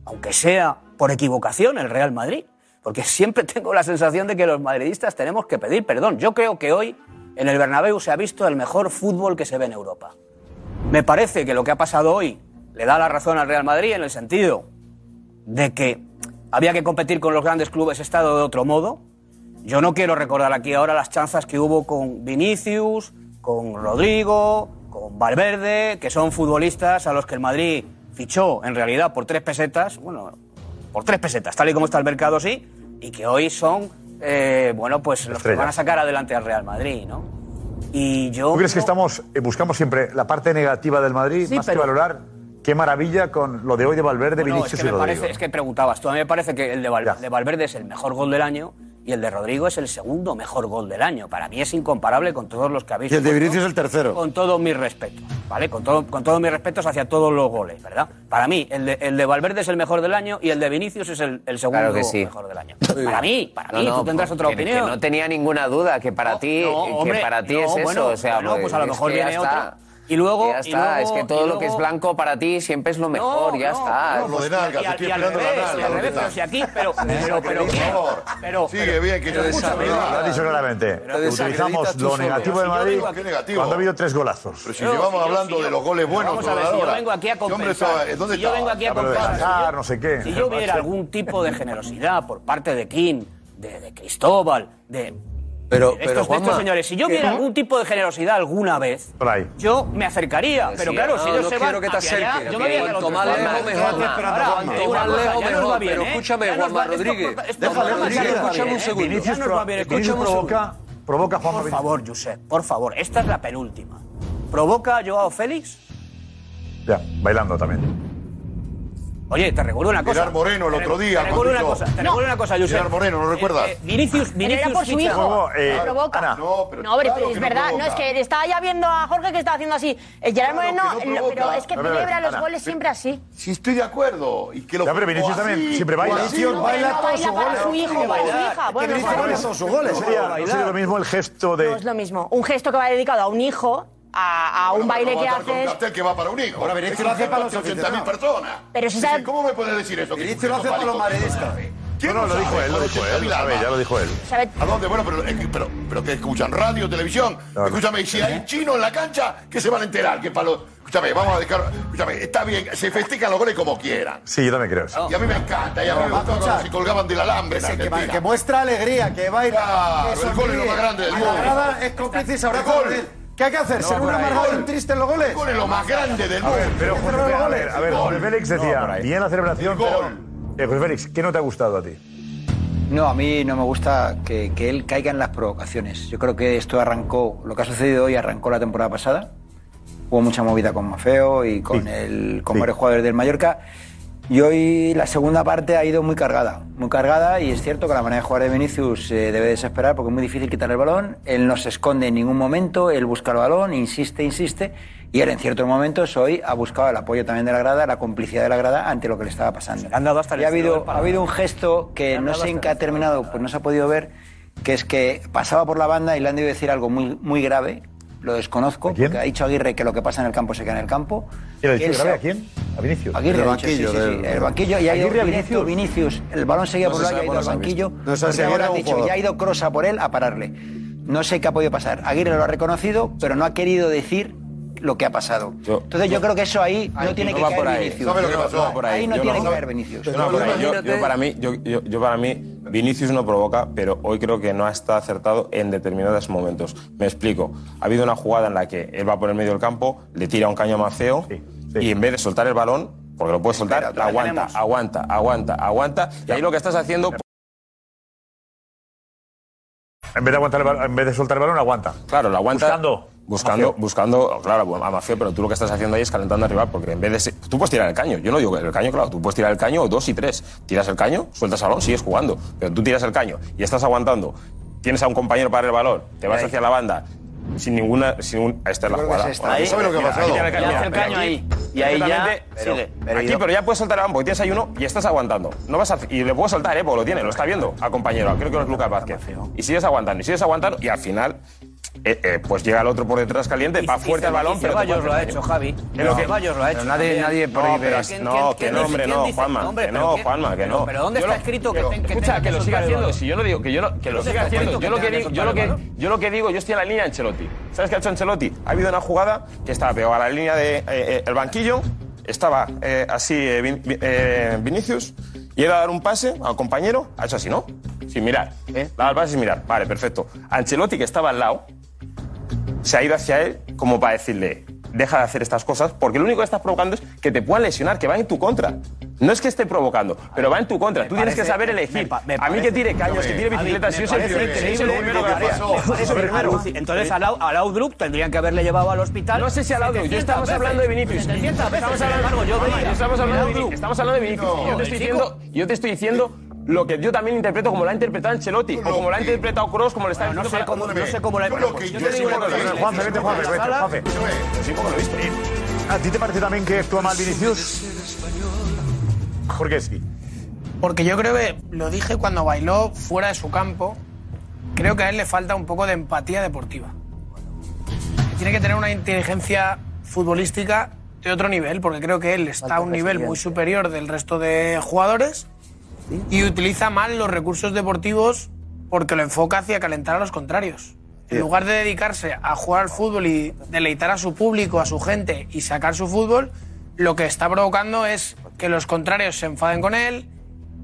aunque sea por equivocación, el Real Madrid. Porque siempre *laughs* tengo la sensación de que los madridistas tenemos que pedir perdón. Yo creo que hoy en el Bernabéu se ha visto el mejor fútbol que se ve en Europa. Me parece que lo que ha pasado hoy le da la razón al Real Madrid en el sentido de que había que competir con los grandes clubes estado de otro modo. Yo no quiero recordar aquí ahora las chanzas que hubo con Vinicius, con Rodrigo, con Valverde, que son futbolistas a los que el Madrid fichó en realidad por tres pesetas, bueno, por tres pesetas, tal y como está el mercado, sí, y que hoy son, eh, bueno, pues los que Estrellas. van a sacar adelante al Real Madrid, ¿no? Y yo. ¿Tú crees que estamos, eh, buscamos siempre la parte negativa del Madrid, Sí, más pero- que valorar qué maravilla con lo de hoy de Valverde, Bueno, Vinicius es que, y me Rodrigo? parece, es que preguntabas, tú a mí me parece que el de, Val- de Valverde es el mejor gol del año y el de Rodrigo es el segundo mejor gol del año. Para mí es incomparable con todos los que habéis Y el de puesto, Vinicius el tercero. Con todos mis respetos, ¿vale? Con, todo, con todos mis respetos hacia todos los goles, ¿verdad? Para mí, el de, el de Valverde es el mejor del año y el de Vinicius es el, el segundo Claro que sí. mejor del año. Para mí, para No, mí, no, pues, tú tendrás otra que- que opinión. no tenía ninguna duda que para ti, no, que hombre, para ti no, es eso. bueno, o sea, bueno, pues a lo mejor es que ya viene está. otra. Y luego, Ya y está, luego- es que todo y lo que es luego- blanco para ti siempre es lo mejor, ya está. no, lo pues de Y al- y al revés, y *laughs* al revés, pero si aquí, pero, pero, pero, pero, Sigue bien, que yo escúchame, Lo has dicho claramente. Pero desacredita Utilizamos tú lo solo. negativo Pero del si yo Madrid digo que negativo. cuando ha habido tres golazos. Pero si llevamos hablando de los goles buenos Vamos a ver, toda si yo hora. vengo aquí a Este hombre compensar, estaba- ¿dónde si yo estaba? vengo Ah, aquí a Hablo de compensar, si Hazard, yo- no sé qué. Si yo viera algún tipo de generosidad por parte de Kim, de, de Cristóbal, de. Pero, Estos, pero de estos Juanma, señores, si yo que- viera algún tipo de generosidad alguna vez, yo me acercaría. Sí, Pero claro, no, si ellos no se quiero van que te hacia allá, acerques, yo me voy a que dar cuanto otro más Juanma. lejos mejor. Ahora, Ahora, ahora, cuanto una más cosa, lejos ya nos va mejor. bien, Pero ¿eh? escúchame, Ya nos Juanma va- esto- Rodríguez. esto- esto- Déjalo, esto- Rodríguez, esto- escúchame un ¿eh? segundo. Ya nos va bien, Vinicius escuchamos un provoca- segundo. Por favor, Josep, por favor. Esta es la penúltima. ¿Provoca a Joao Félix? Ya, bailando también. Oye, te recuerdo una cosa. Gerard Moreno el Te otro recu- día, Te recuerdo una cuando cosa, te hizo- recuerdo una cosa, Josep. Gerard Moreno, ¿no lo Eh, recuerdas? eh, Vinicius, Pero era Vinicius por su ficha- hijo. eh, no provoca. no, pero, no, pero es verdad. No, es que estaba ya viendo a Jorge que estaba haciendo así. Eh, Gerard Claro, Moreno, que no lo- pero provoca. es que A ver, celebra los Ana, goles pero- siempre así. Si estoy de acuerdo. Y que lo Ya, pero Vinicius o así, también siempre o baila. así, Vinicius no, baila no todos Baila sus para goles. su hijo, para su hija. Bueno, bueno. ¿No sería, ¿eh? no sería lo mismo el gesto No de. es lo mismo. Un gesto que va dedicado a un hijo, a, a un baile que haces. cartel que va para un hijo. Ahora Vinicius Es lo hace un para los cartel de 80.000 aficionados. personas. Pero si Es sabe- que, ¿Cómo me puedes decir eso? Vinicius lo hace para los madridistas. ¿Quién No, lo dijo él, lo dijo él, lo sabe, ya lo dijo él. ¿Sabe? ¿A dónde? Bueno, pero, eh, pero, pero que escuchan radio, televisión. No, no. escúchame, y si ¿Eh? hay chino en la cancha, que se van a enterar. Que para los... Escúchame, vamos a dejar. Escúchame, está bien, se festejan los goles como quieran. Sí, yo también creo eso. Y a mí me encanta, y a mí me gustaba cuando se colgaban del alambre. en Ese que, Argentina. que muestra alegría, que baila. Claro, que el sonríe. gol es lo más grande del A la mundo. grada es cómplice y se abraza El gol. con él. ¿Qué hay que hacer? No, ¿Ser un por ahí. amargado y Gol. un triste en los goles? El gol es lo más grande del A mundo. ver, pero José, Pero los a ver, goles. a ver, José Félix decía, No, por ahí. bien la celebración, pero... Eh, José Félix, ¿qué no te ha gustado a ti? No, a mí no me gusta que, que él caiga en las provocaciones. Yo creo que esto arrancó, lo que ha sucedido hoy arrancó la temporada pasada. Hubo mucha movida con Mafeo y con, el, con varios jugadores del Mallorca. Y hoy la segunda parte ha ido muy cargada, muy cargada y es cierto que la manera de jugar de Vinicius eh, debe desesperar porque es muy difícil quitar el balón, él no se esconde en ningún momento, él busca el balón, insiste, insiste y él en ciertos momentos hoy ha buscado el apoyo también de la grada, la complicidad de la grada ante lo que le estaba pasando. Y ha habido, ha habido un gesto que no sé en qué ha terminado, pues no se ha podido ver, que es que pasaba por la banda y le han debido decir algo muy, muy grave, lo desconozco, porque ha dicho Aguirre que lo que pasa en el campo se queda en el campo. ¿Quién le ha dicho Él se grave? ha- ¿A quién? ¿A Vinicius? Aguirre, ha dicho, sí, sí, sí, el banquillo y ha ido Aguirre a directo Vinicius. Vinicius. El balón seguía No por se la ha sabe ido al cuándo se han banquillo. visto. No se porque sabe si ahora era han un dicho, jugador. ya ha ido Cross a por él a pararle. No sé qué ha podido pasar. Aguirre lo ha reconocido, pero no ha querido decir lo que ha pasado. Entonces yo creo que eso ahí no tiene no que va caer por ahí. Vinicius. ¿Sabe lo que No, pasó? no, Por Ahí ahí. no Yo tiene no- que caer Vinicius. No, por ahí. yo, yo para mí, yo, yo- yo para mí, Vinicius no provoca, pero hoy creo que no está acertado en determinados momentos. Me explico. Ha habido una jugada en la que él va por el medio del campo, le tira un caño a Maceo y en vez de soltar el balón, porque lo puede soltar, Espera, todavía aguanta, tenemos. aguanta, aguanta, aguanta. Y ahí lo que estás haciendo. En vez de, aguantar el balón- en vez de soltar el balón, aguanta. Claro, lo aguanta. Buscando. Buscando, buscando, claro, bueno, a Mafeo, pero tú lo que estás haciendo ahí es calentando al rival, porque en vez de. se- Tú puedes tirar el caño, yo no digo que el caño, claro, tú puedes tirar el caño o dos y tres. Tiras el caño, sueltas el balón, sigues jugando, pero tú tiras el caño y estás aguantando. Tienes a un compañero para el balón, te vas Ahí. hacia la banda, sin ninguna. Sin un, esta es la creo que jugada. es esta. Ahí, ¿sabe lo que ha Mira, pasado? aquí tiene Le hace el mira, caño aquí, ahí, y ahí ya perfectamente, pero- sigue. pero aquí, yo- pero ya puedes soltar el balón, porque tienes ahí uno y estás aguantando. No vas a, y le puedo soltar, ¿eh? Porque lo tiene, lo está viendo al compañero, creo que es Lucas Vázquez. Y sigues aguantando, y sigues aguantando, y al final eh, eh, pues llega el otro por detrás caliente, va fuerte al balón, pero. te Ceballos puede lo ha hacer hecho, daño. Javi. Es lo que- Ceballos lo ha hecho. Pero nadie- también. nadie No, prohíbe. pero ¿quién- No, que quién- no, quién hombre, dice- no, Juanma, hombre, que pero no, quién- Juanma, que no. Pero ¿dónde Yo está lo- escrito que yo- ten- que Escucha, tenga que que lo siga soltar el haciendo. balón? Si yo no digo que yo no- que lo ¿Dónde siga está haciendo. escrito que Yo lo que tenga que digo, yo lo soltar el que, yo lo que digo, yo estoy en la línea de Ancelotti. ¿Sabes qué ha hecho Ancelotti? Ha habido una jugada que estaba pegada a la línea de eh, eh, el banquillo, estaba eh, así eh, Vin- Vin- eh, Vinicius y era a dar un pase al compañero, ha hecho así, ¿no? Sin mirar. ¿eh? ¿Eh? Daba el pase sin mirar. Vale, perfecto. Ancelotti que estaba al lado se ha ido hacia él como para decirle, deja de hacer estas cosas, porque lo único que estás provocando es que te puedan lesionar, que va en tu contra. No es que esté provocando, pero va en tu contra. Tú tienes que parece- saber me- elegir. pa- me a mí parece- que tire caños, que tire Javi, bicicletas, me yo soy el parece primero que- soy el increíble primero que que haría. me parece aluci- Entonces a Lau- a Laudrup tendrían que haberle llevado al hospital. No sé si a Laudrup, yo estamos hablando de Vinicius. Estamos hablando- Mamá, estamos hablando de Vinicius. Estamos hablando de No, Vinicius. Yo te el estoy chico- diciendo, yo te estoy diciendo lo que yo también interpreto como lo ha interpretado Ancelotti o como lo ha interpretado Kroos, como le está diciendo. sé cómo- no sé cómo lo ha- Yo te yo digo sí lo que- creo que- Juanfe, vete, Juanfe, vete, Juanfe. Sí, como lo he visto. ¿A ti te parece también que actúa mal Este Vinicius? Porque sí. Porque yo creo que lo dije cuando bailó fuera de su campo. Creo que a él le falta un poco de empatía deportiva. Tiene que tener una inteligencia futbolística de otro nivel, porque creo que él está a un nivel muy superior del resto de jugadores y utiliza mal los recursos deportivos porque lo enfoca hacia calentar a los contrarios. En lugar de dedicarse a jugar al fútbol y deleitar a su público, a su gente y sacar su fútbol, lo que está provocando es que los contrarios se enfaden con él,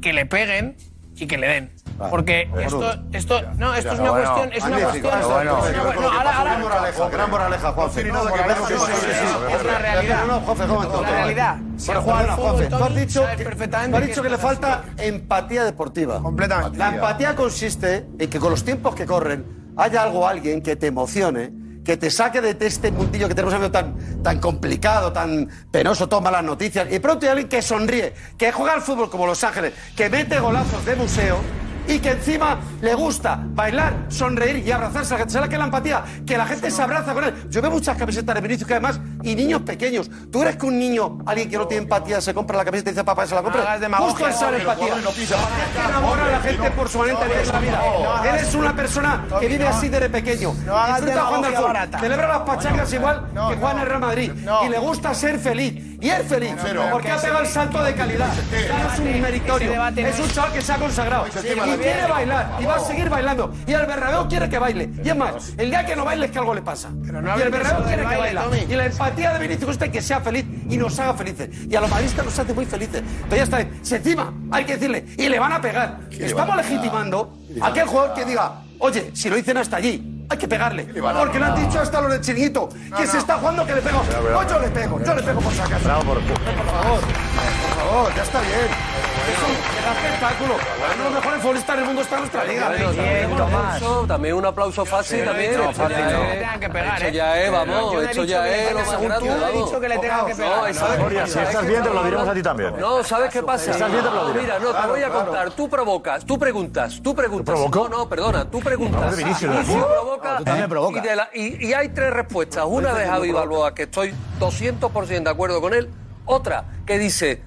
que le peguen y que le den. Porque esto, pues esto, no, esto es una Bueno, cuestión, es una magnífico, cuestión. bueno. es una- no, ahora, ahora- Moraleja, gran moraleja, Juanfe. No, moraleja, sí, sí, sí, sí. es una realidad. No, Juanfe, Es una joven, tonto. realidad. Bueno, Si juega al perdona, fútbol, Juanfe, tú has Tony, dicho sabes Tú perfectamente has dicho que le falta empatía deportiva. Completamente. La empatía consiste en que con los tiempos que corren haya algo, alguien que te emocione, que te saque de este mundillo que tenemos ahora tan, tan complicado, tan penoso, toma las noticias. Y pronto hay alguien que sonríe, que juega al fútbol como Los Ángeles, que mete golazos de museo. Y que encima le gusta bailar, sonreír y abrazarse a la gente. ¿Sabes la que es la empatía? Que la gente se abraza con él. Yo veo muchas camisetas de Vinicius que además, y niños pequeños. ¿Tú crees que un niño, alguien que no tiene empatía, se compra la camiseta y dice papá, se la compra? Hagas demagogia. Justo esa Pero empatía. Juan, no pisa. Que enamora a la gente por su manera de la vida. Él es una persona que vive así desde pequeño. no hagas Disfruta jugando al demagogia fútbol. barata. Celebra las pachacas igual que juega en el Real Madrid. Y le gusta ser feliz. Y es feliz. Porque ha pegado el salto de calidad. Claro, Es un meritorio. ese debate no Es un es- chaval que se ha consagrado. Sí, Y Javier, quiere por bailar. Y va a favor. seguir bailando. Y el Bernabéu quiere que baile. Y es más, el día que no baile es que algo le pasa. no y el hables de Bernabéu eso quiere del que baile, baila. Tommy. Y la empatía de Vinicius es que sea feliz y nos haga felices. Y a los madridistas nos hace muy felices. Pero ya está bien. Si encima hay que decirle, y le van a pegar. Estamos legitimando a aquel jugador que diga, oye, si lo dicen hasta allí, hay que pegarle. van a Porque le han pegar? dicho hasta lo del chiringuito, que se está jugando que le pego. Bravo, bravo. No, yo le pego, yo le pego por sacar. por favor, por favor, ya está bien. Es un gran espectáculo. Uno de los mejores futbolistas del mundo está en nuestra liga. Bueno, también un aplauso, También un aplauso fácil, Sí, también. no, Esto ya fácil no. es- Que tengan que pegar, esto ¿eh? ya es, Pero vamos, yo no he esto dicho ya que le es lo tengan- más según tú, grande. yo he vamos. dicho que le tengan que pegar. No, ¿sabes- Gloria, si ¿sabes estás qué bien, te lo pasa? diremos a ti también. No, ¿sabes qué pasa? Estás bien, te lo No, diré. Mira, no, te Claro, voy a claro. contar. Tú provocas, tú preguntas, tú preguntas. ¿Provoco? No, no, perdona, tú preguntas. Vamos de Vinicius, Vinicius ¿no? provoca, No, tú también y provocas. de la- Y, y hay tres respuestas. Una de Javi Balboa, que estoy 200% de acuerdo con él. Otra, que dice,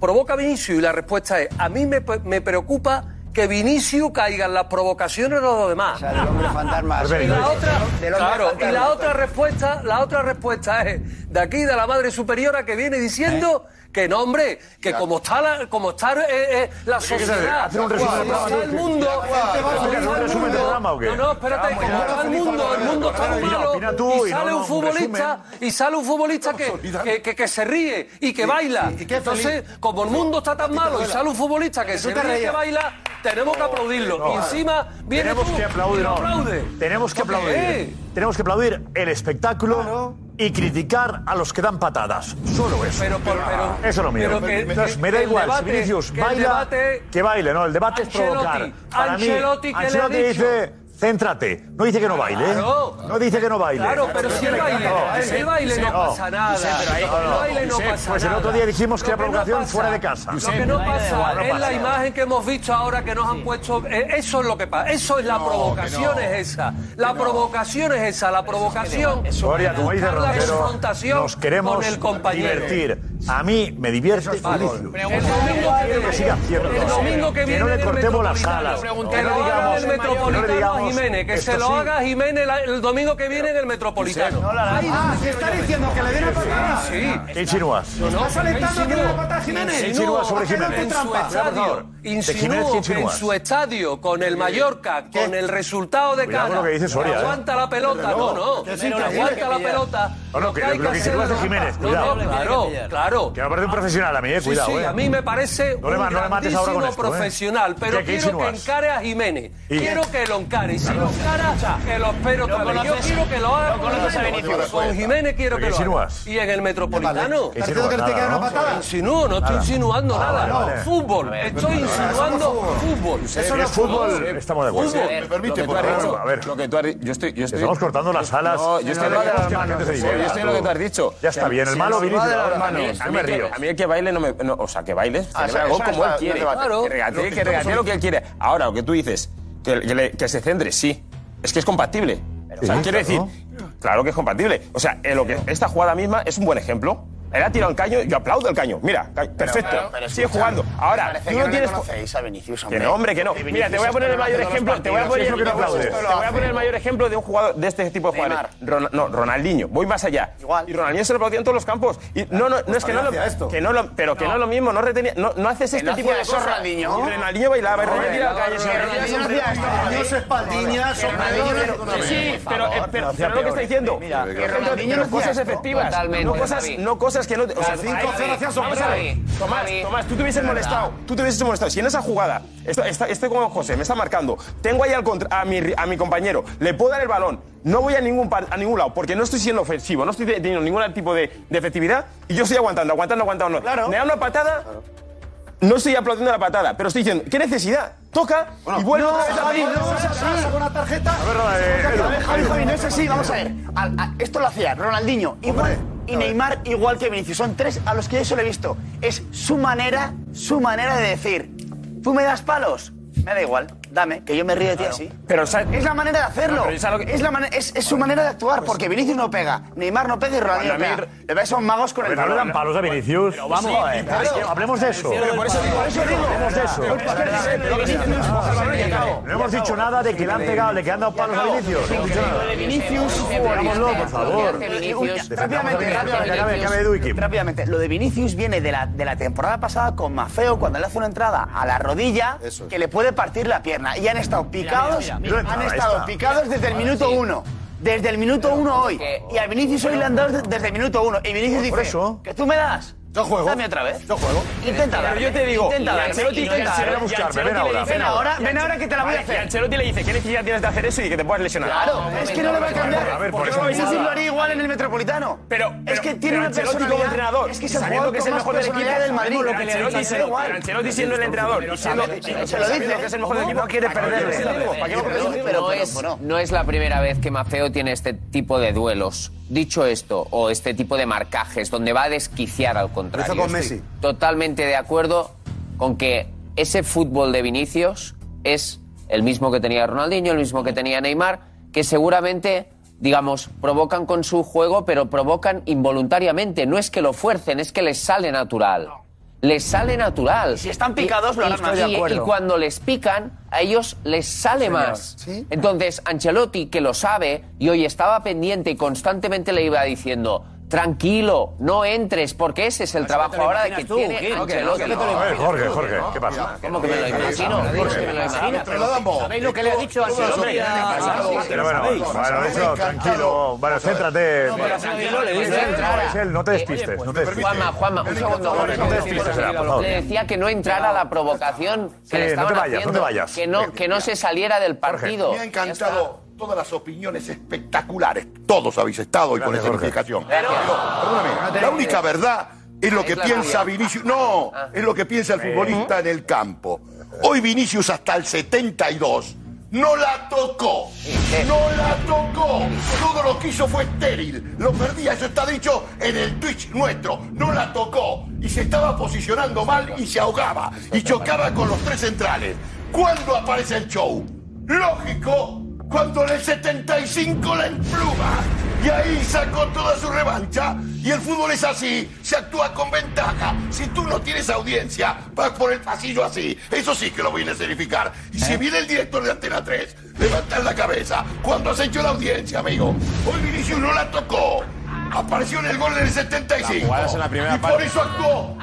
provoca Vinicius. Y la respuesta es, a mí me, pe- me preocupa que Vinicius caiga en las provocaciones de los demás. Y la otra, claro, y la otra respuesta, la otra respuesta es de aquí de la madre superiora que viene diciendo ¿Eh? que no, hombre, que como está la, como está eh, eh, la ¿Qué quieres sociedad, hacer? ¿Hacer un como resumen del está programa? el mundo, como ¿Hacer un está el resumen del mundo- programa o qué? No, no, espérate, como está el mundo, el mundo está muy Opina, malo opina tú y y no, sale no, un un futbolista y sale un futbolista que, que, que- que se ríe y que Sí, baila. sí, y que es feliz. Entonces, como el mundo está tan ti te malo y duela. sale un futbolista que Tú se ríe te y que reías. baila, tenemos que aplaudirlo. No, Y vale. encima viene tenemos tú que aplaudir, y lo no. aplaude. Tenemos que ¿Por aplaudir. qué? Tenemos que aplaudir el espectáculo y criticar a los que dan patadas. Solo eso. Pero, pero, pero- eso es lo mío. pero que- Entonces, me que da el igual debate- si Vinicius que el baila, debate- que baile, no, el debate Ancelotti, es provocar. Para Ancelotti, ¿qué mí, le ha Ancelotti dicho? dice, céntrate. No dice que no baile. ¿eh? Claro. No dice que no baile. Claro, pero si el baile, si el baile no pasa nada. Si el baile no Josep, pasa pues el nada. otro día dijimos que Lo la provocación pasa- fuera de casa. Lo que no pasa No es la pasa. imagen que hemos visto ahora que nos han puesto. eh, Eso es lo que pasa. Eso es la provocación, es esa. La provocación es esa. La provocación. Gloria, como dice la Roncero, confrontación nos con queremos el compañero. divertir. A mí me divierte Vinicius. El domingo que viene, Que siga haciendo. el domingo que Que viene no le del cortemos las Metropolitano. alas. Que Que lo no haga digamos el que no le Metropolitano a digamos Jiménez, que se esto lo sí. haga Jiménez la- el domingo que viene en el Metropolitano. Ahí Ah, que está diciendo que le den a patada. ¿Qué insinúas? ¿Estás alentando que le den a patada a Jiménez? Insinúa sobre ¿Por qué no Jiménez. te en su trampa? estadio, Jiménez, insinuó ¿qué que en insinúas? su estadio, con el Mallorca, con el resultado de Cuidado con cara, lo que dice Soria, ¿eh? aguanta la pelota, Desde no, luego. no, Que es Pero increíble aguanta que la pillar. pelota. No, no, lo que que hay lo que que hacer insinúas de es- Jiménez, No, cuidado. no, claro, claro. Que me parece un profesional a mí, eh, Sí, cuidado. sí, eh. a mí me parece No le un ma- no le mates ahora grandísimo con esto, eh. profesional, pero ¿Qué- qué quiero que insinúas? encare a Jiménez. ¿Y? Quiero que lo encare. Y si lo encara, que lo espero otra vez. Yo conoces- quiero que lo haga no con conoces a Jiménez. Vinicius. Con Jiménez quiero ¿Pero que qué lo haga. insinúas? Y en el Metropolitano. ¿Qué insinúas? Nada, ¿no? Insinúo, no estoy Nada. insinuando Ah, nada. vale, vale. Fútbol, estoy insinuando fútbol. Eso no es fútbol, estamos de acuerdo. Fútbol. Me permite, lo que por tú has favor. dicho, A ver. Lo que tú has dicho. Yo estoy. Yo estoy Estamos cortando las alas. No, yo estoy No, en lo de queremos las que la manos. gente se Sí, divierta, Yo estoy en lo que tú. tú has dicho. Ya está bien, el Si malo nos Vinicius va de las ahora. A manos, mí- a no mí me que- río. A mí el que baile no me. no, o sea, que bailes. Ah, celebra eso- el gol eso como él está- quiere. está- Claro. Que Lo regatee, que que estamos regatee lo que él quiere. Ahora, lo que tú dices, que, que le- que se centre, sí. Es que es compatible. o sea, Sí, quiero decir, claro. claro que es compatible. O sea, en lo que, esta jugada misma es un buen ejemplo. Él ha tirado el caño, yo aplaudo el caño. Mira, ca- perfecto. pero- pero Sigue escucha, jugando. me Ahora, parece tú que no no le tienes. conocéis a Vinicius, Que hombre. no, hombre, que no. Que Mira, te voy a Vinicius poner el está mayor ganando ejemplo. los Te voy a partidos, poner eso que no te voy a aplaudes. poner- te voy a poner el mayor ejemplo de un jugador de este tipo de jugadores. Ron- no, Ronaldinho. Voy más allá. Y Ronaldinho se lo aplaudía en todos los campos. Y no, no, no es que no lo, hacía esto. que no lo- pero que no es lo mismo, no retenía, no, no haces este no tipo hacía de eso cosas. Ronaldinho. Y Ronaldinho bailaba, y Ronaldinho tiraba Ronaldinho calles, y Ronaldinho Ronaldinho siempre- hacía esto. Niños espaldiñas, Sí, eh, sí, pero, eh, pero, pero lo que está diciendo, que Ronaldinho no cosas efectivas, no cosas, no cosas cosas que no. te- O sea, Vamos 5-0 ahí, hacías vamos sorpresa. ahí, Tomás, ahí. Tomás, tú te De hubieses verdad. molestado. Tú te hubieses molestado. Si en esa jugada está- está- estoy como José, me está marcando, tengo ahí al contra- a, mi, ri- a mi compañero, le puedo dar el balón, no voy a ningún, par- a ningún lado porque no estoy siendo ofensivo, no estoy te- teniendo ningún tipo de, de efectividad y yo estoy aguantando, aguantando, aguantando. Me da una patada. No estoy aplaudiendo la patada, pero estoy diciendo, ¿qué necesidad? Toca y vuelve No, otra vez a Javi, pedir. no es así, con una tarjeta. A ver, eh, Javi, Javi, no es así, vamos a ver. Al- a- esto lo hacía Ronaldinho igual y Neymar igual que Vinicius. Son tres a los que yo solo he visto. Es su manera, su manera de decir, tú me das palos, me da igual, dame, que yo me río de ti Claro. así. Pero, ¿sabes? Es la manera de hacerlo. No, pero ¿sabes lo que- es, Pues la mane- es, es su manera de actuar, porque Vinicius no pega, Neymar no pega y Ronaldinho Cuando a mí- pega. Le veis son magos con el Pero no le dan palos a Vinicius. Pero vamos, Joder, claro. es que hablemos de eso. Pero por eso digo- por eso digo- Hablemos de eso. Es que- es que- es que- es que- No hemos dicho nada de que le han pegado, de que han dado palos a Vinicius. No hemos dicho nada. Vinicius, Digámoslo, por favor. Rápidamente, Que acabe- que acabe rápidamente, Duikim. rápidamente. Lo de Vinicius viene de la, de la temporada pasada con Mafeo cuando le hace una entrada a la rodilla Eso es. que le puede partir la pierna. Y han estado picados, mira, mira. han Ahí estado está. picados desde el minuto uno. Desde el minuto uno hoy. Y a Vinicius hoy le han dado desde el minuto uno. Y Vinicius dice, que tú me das. Yo juego. Dame otra vez. Yo juego. Intenta Pero darme, yo te digo, Intenta y darme, Ancelotti y no- intenta y darme. Ancelotti Y Ancelotti le dice, Ven ahora, ven ahora que te la voy a Vale, hacer. Y Ancelotti le dice, ¿qué necesidad tienes de hacer eso y que te puedas lesionar? Claro, es que no le va a cambiar. Porque eso- Vinicius lo haría igual en el Metropolitano. Pero, es pero- que tiene pero una Ancelotti personalidad. como entrenador, es que es el sabiendo jugador que es el con más mejor del equipo, personalidad del Madrid. sabemos lo que le Ancelotti dice, se lo- pero Ancelotti siendo el entrenador y siendo- Se lo sabiendo dice. que es el mejor del equipo, No quiere perderle. ¿Para qué lo perderle? Pero- no, pero- es, pero- no es la primera vez que Maceo tiene este tipo de duelos. Dicho esto, o este tipo de marcajes, donde va a desquiciar al contrario. Lo hizo con Estoy Messi. Totalmente de acuerdo con que ese fútbol de Vinicius es el mismo que tenía Ronaldinho, el mismo que tenía Neymar, que seguramente, digamos, provocan con su juego, pero provocan involuntariamente. No es que lo fuercen, es que les sale natural. Les sale natural. si están picados, lo harán más. Estoy de Y, acuerdo. cuando les pican, a ellos les sale Señor, más. Entonces, Ancelotti, que lo sabe, y hoy estaba pendiente y constantemente le iba diciendo. Tranquilo, no entres, porque ese es el trabajo ahora de que tiene Ancelotti. A ver, Jorge, Jorge, ¿qué pasa? ¿Cómo que me lo imagino? ¿Cómo que me lo imagino? ¿Sabéis lo que le ha dicho Ancelotti? Pero bueno, bueno, eso, tranquilo. Bueno, céntrate. tranquilo, le dice, No, entrara. es él, no te despistes, no te despistes. Juanma, Juanma, un segundo. No te despistes, Gerard, por favor. Le decía que no entrara a la provocación Sí, que le no estaban te vayas, no haciendo, te vayas. Que no, que no se saliera del partido. Me ha encantado todas las opiniones espectaculares. Todos habéis estado y con esa eh, explicación. Digo, perdóname, la única verdad es lo Es que la piensa realidad. Vinicius. No, es lo que piensa el futbolista en el campo. Hoy Vinicius hasta el 72 no la tocó. No la tocó. Todo lo que hizo fue estéril. Lo perdía, eso está dicho en el Twitch nuestro. No la tocó. Y se estaba posicionando mal y se ahogaba. Y chocaba con los tres centrales. ¿Cuándo aparece el show? Lógico, cuando en el 75 la empluma. Y ahí sacó toda su revancha. Y el fútbol es así, se actúa con ventaja. Si tú no tienes audiencia, vas por el pasillo así. Eso sí que lo voy a escenificar. Y ¿Eh? si viene el director de Antena 3, levantar la cabeza. Cuando has hecho la audiencia, amigo. Hoy Vinicius no la tocó. Apareció en el gol del 75. La jugada es en la primera y por parte. eso actuó.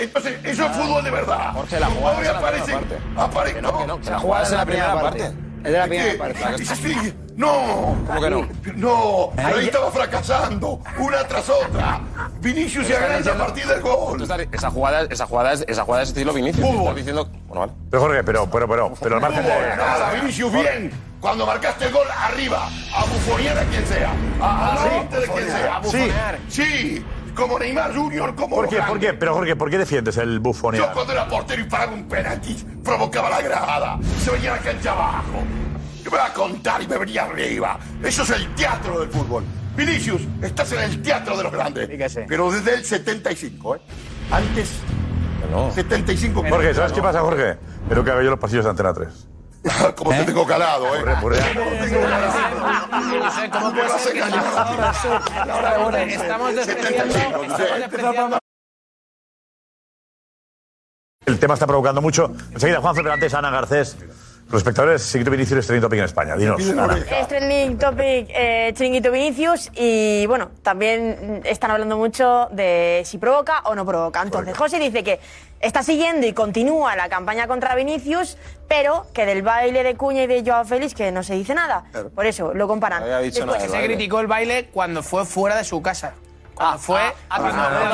Entonces, eso es fútbol de verdad. Jorge, la Los jugada es en la jugadores primera aparecen- aparecen- no, que la jugada es en la primera parte. Es de la primera parte. No. ¿Cómo que no? No, pero ahí estaba fracasando, una tras otra. Vinicius se agarra a partir del gol. Esa jugada, esa jugada, es- esa jugada es estilo Vinicius. Estás diciendo, bueno, vale. Pero Jorge, pero, pero, pero, pero eh, ah, al margen de. Nada, Vinicius bien. Cuando marcaste el gol, arriba. A bufonear a quien sea. A, a Ah, sí. reírte de quien sea. Sí. Sí. Como Neymar Junior, como ¿Por qué? los ¿Por qué? Pero Jorge, ¿por qué defiendes el bufoneo? Yo cuando era portero y paraba un penalti, provocaba la grajada. Se venía la cancha abajo. Yo me va a contar y me venía arriba. Eso es el teatro del fútbol. Vinicius, estás en el teatro de los grandes. Pero desde el 75, ¿eh? Antes, 75. Jorge, ¿sabes qué pasa, Jorge? Es lo que hago yo en los pasillos de Antena 3. *laughs* Como te tengo calado, ¿eh? eh, ¿Cómo puede ser que estamos despreciando? Estamos despreciando. El tema está provocando mucho. Enseguida, Juan Fernández, Ana Garcés. Los espectadores, si tú Vinicius es trending topic en España. Dinos, Ana. Es trending topic eh, Chiringuito Vinicius y bueno, también están hablando mucho de si provoca o no provoca. Entonces, José dice que está siguiendo y continúa la campaña contra Vinicius, pero que del baile de Cuña y de Joao Félix que no se dice nada. Por eso, lo comparan. Después que se criticó el baile cuando fue fuera de su casa. Cuando fue. ah,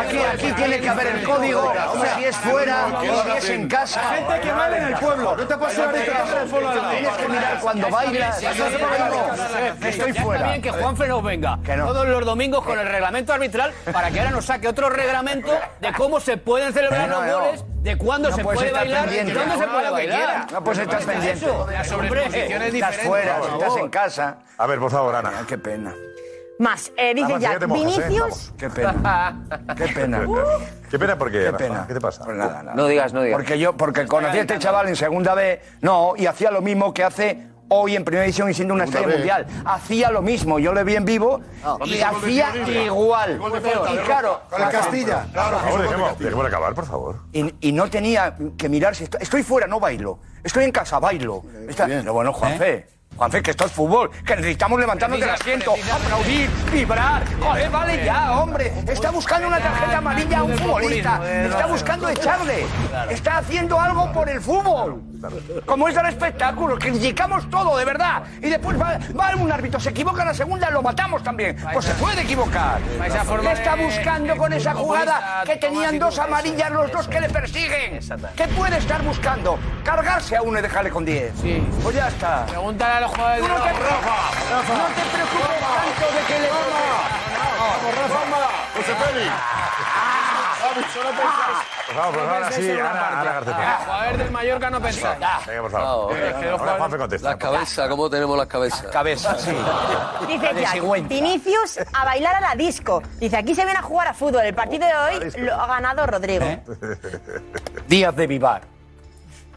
Aquí, aquí tiene que haber el código. ah, O sea, si es fuera, si es en casa. gente que baila en el pueblo. No te pases la Tienes que mirar cuando bailas. Estoy fuera. Está bien que Juanfe nos venga todos los domingos con el reglamento arbitral para que ahora nos saque otro reglamento de cómo se pueden celebrar No, los no. goles, de cuándo No se puedes puede estar bailar, de pendiente. dónde se No, puede lo que bailar. quieras. No puedes estar ¿Qué es pendiente. eso? Las Hombre, sobreposiciones Estás fuera, si estás en casa. A ver, por favor, Ana. Qué pena. Más, eh, dice Además, ya Jack, te mojas, ¿eh? Vinicius. Qué pena. Qué pena. Qué pena porque. Qué pena. ¿Qué te pasa? Pues nada, nada. No digas, no digas. Porque yo, porque conocí a este chaval en segunda vez, no, y hacía lo mismo que hace hoy en primera división y siendo una Segunda estrella mundial. vez. Hacía lo mismo, yo le vi en vivo y Mismo hacía gol de Sevilla. igual. Gol de falta, Y de claro, Roca. Con el Castilla. Claro, por favor, dejemos, dejemos acabar, por favor. Y, y no tenía que mirar si estoy, estoy fuera, no bailo. Estoy en casa, bailo. Está- pero bueno, Juanfe, ¿Eh? Juanfe, que esto es fútbol, que necesitamos levantarnos del asiento, aplaudir, vibrar. Joder, vale ya, hombre. Está buscando una tarjeta amarilla a un futbolista. Está buscando echarle. Está haciendo algo por el fútbol. Como es del espectáculo, criticamos todo, de verdad. Y después va, va un árbitro, se equivoca en la segunda, lo matamos también. Pues se puede equivocar. Vais a ¿Qué formar, está eh, buscando con esa jugada futbolista que tenían dos Tomás y tú? amarillas los dos que le persiguen? ¿Qué puede estar buscando? Cargarse a uno y dejarle con 10. Pues ya está. Pregúntale a los jugadores Tú no te- No te preocupes tanto de que le ah, José Félix. Por favor, por favor, así, Ana, Ana García. Los jugadores del Mallorca no pensáis. Venga, por favor. Es que los Ahora Juanfe contesta. Las cabezas, ¿cómo tenemos las cabezas? Las *laughs* cabezas, sí. *laughs* Dice Jack, Vinicius a bailar a la disco. Dice, aquí se viene a jugar a fútbol. El partido de hoy lo ha ganado Rodrigo. ¿Eh? Días de vivar.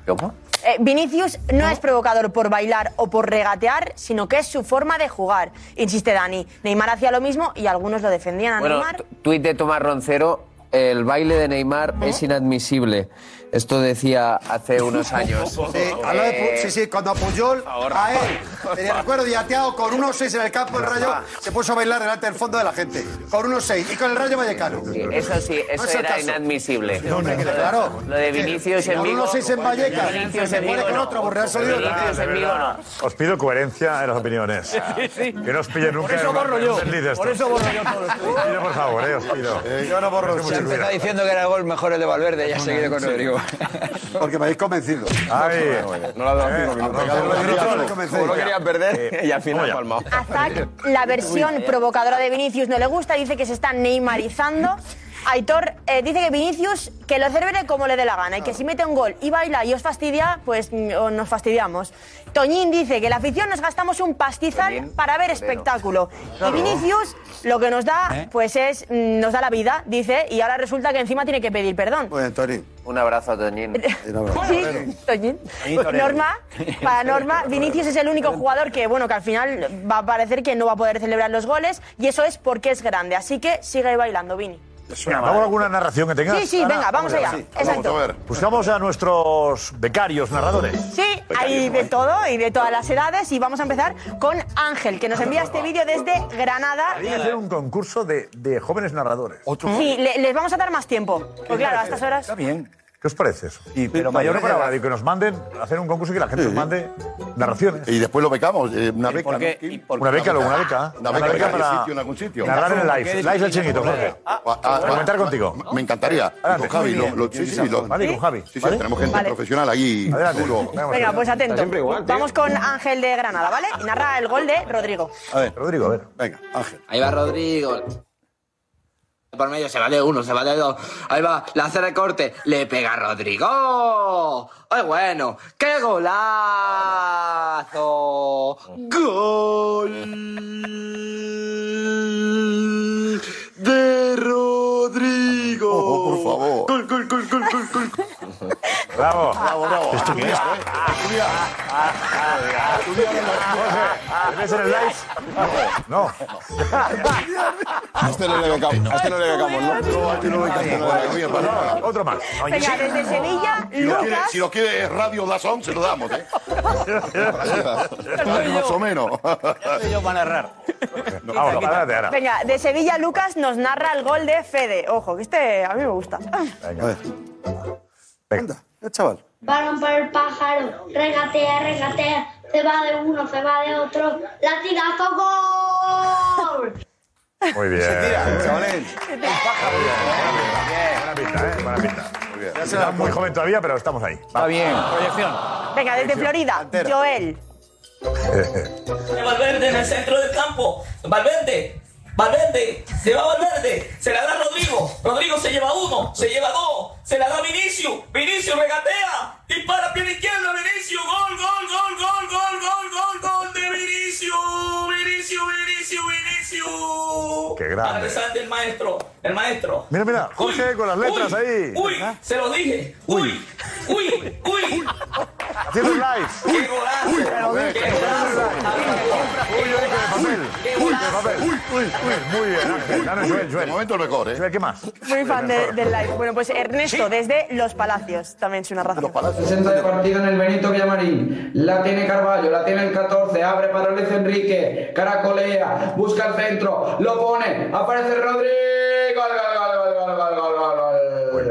¿Cómo? Eh, Vinicius no es provocador por bailar o por regatear, sino que es su forma de jugar, insiste Dani. Neymar hacía lo mismo y algunos lo defendían a Bueno, Neymar. tu- tuit de Tomás Roncero, el baile de Neymar es inadmisible. Esto decía hace *laughs* unos años. Sí, habló de Pu- Eh, sí, sí, cuando Puyol a él, te recuerdo, yateado con unos seis en el campo el Rayo, se puso a bailar delante del fondo de la gente. Con unos seis y con el Rayo Vallecano. Eso sí, eso No es el era caso. inadmisible. hombre, que claro. Lo de Vinicius en Con Vigo. unos seis en Vallecas, Vinicius se en muere Vigo. con no. otro, Borreal salido Vinicius también. en Vigo no. Os pido coherencia en las opiniones. Que no os pillen nunca. Por eso en- borro en yo. un desliz de Por estos. eso borro yo todos los Os pido, por favor, eh, os pido. Yo no borro. Es mucho Se ruido. empezó diciendo que era el gol mejor el de Valverde, ya se quedó con Rodrigo. Porque me habéis convencido. Ay, no la dado cinco minutos. Como no querías perder y al final palmado. Zack, la versión provocadora de Vinicius no le gusta, dice que se está neymarizando. Aitor eh, dice que Vinicius que lo celebre como le dé la gana y que si mete un gol y baila y os fastidia, pues mm, o nos fastidiamos. Toñín dice que la afición nos gastamos un pastizal para ver espectáculo. Y Claro. Vinicius lo que nos da, pues es, mm, nos da la vida, dice, y ahora resulta que encima tiene que pedir perdón. Bueno, Tony. Un abrazo a Toñín. Sí, Toñín. torero. Norma, para Norma, Vinicius es el único jugador que, bueno, que al final va a parecer que no va a poder celebrar los goles y eso es porque es grande. Así que sigue bailando, Vini. Venga, ¿Vamos a alguna narración que tengas? Sí, sí, venga, vamos allá. Exacto. Buscamos a nuestros becarios narradores. Sí, hay de todo y de todas las edades y vamos a empezar con Ángel, que nos envía este vídeo desde Granada. Hay que hacer un ¿Eh? concurso de, de jóvenes narradores. Sí, le- les vamos a dar más tiempo. Porque claro, a estas horas... bien. ¿Qué os parece eso? Y, pero mayores de edad. que nos manden, hacer un concurso y que la gente nos mande narraciones. Y después lo becamos, eh, una beca. por qué? ¿no? ¿Y por qué? Una beca, luego, una beca. Una Una beca, beca para para algún sitio, en algún sitio. narrar en el live. Live del chiringuito, Jorge. Ah, ah, Comentar ah, contigo. Me encantaría. Y Adelante. con Javi, Muy lo, bien. lo- sí, sí, lo- Vale, y con Javi. Sí, sí, ¿Vale? tenemos gente Vale. profesional ahí. Adelante. duro. Venga, pues atento. siempre igual, tío. Vamos con Ángel de Granada, ¿vale? Y narra el gol de Rodrigo. A ver, Rodrigo, a ver. Venga, Ángel. Ahí va Rodrigo. Por medio se va de uno, se va de dos. Ahí va, la hace recorte. Le pega a Rodrigo. ¡Ay, bueno! ¡Qué golazo! ¡Gol! De Rodrigo. Oh, por favor. Gol, gol, gol, gol, gol, gol. Bravo. Bravo, bravo. eh. ¿Esto qué es? Jorge, ¿ves en el live? No. A este no le becamos, a este no le becamos, ¿no? No, a este no le becamos, no le becamos, para nada. Otro más. Venga, desde Sevilla, Si lo, Lucas. quiere, si lo quiere Radio Dazón, se lo damos, ¿eh? Más o menos. Ellos van a errar. Vamos, adelante, ahora. Venga, de Sevilla Lucas nos narra el gol de Fede. Ojo, que este a mí me gusta. Venga. Eh, chaval. Varón para el pájaro, regatea, regatea, se va de uno, se va de otro, latigazo, gol. Muy bien. Se tira, chavalín. Este Buena pinta, ¿eh? Buena pinta. Muy bien. Estás muy joven todavía, pero estamos ahí. Está bien. Proyección. Venga, desde Florida, Joel. Valverde en el centro del campo. Valverde. Valverde. Se va Valverde. Se la da Rodrigo. Rodrigo se lleva uno. Se lleva dos. Se la da Vinicius. Vinicius regatea. Dispara pie izquierdo. Vinicius. Gol, gol, gol, gol, gol, gol, gol, gol de Vinicius. Vinicius, Vinicius, Vinicius. Qué grande. Alexander, el maestro. El maestro. Mira, mira, Jorge con las letras ahí. ¿Ah? Uy, se lo dije. Uy, uy, uy. Haciendo live. ¡Qué golazo! ¡Qué golazo! Uy, de papel. Uy, uy, uy. Muy bien, Ángel. Dame, Joel, Joel. momento el mejor, ¿eh? Joel, ¿qué más? Muy fan de- del live. Bueno, pues Ernesto, desde Los Palacios, también su narración. 60 de partido en el Benito Villamarín. La tiene Carballo, la tiene el 14. Abre para Luis Enrique. Caracolea, busca el centro, lo pone. Aparece Rodrigo. Gol, gol, gol, gol, gol, gol, gol, gol, gol.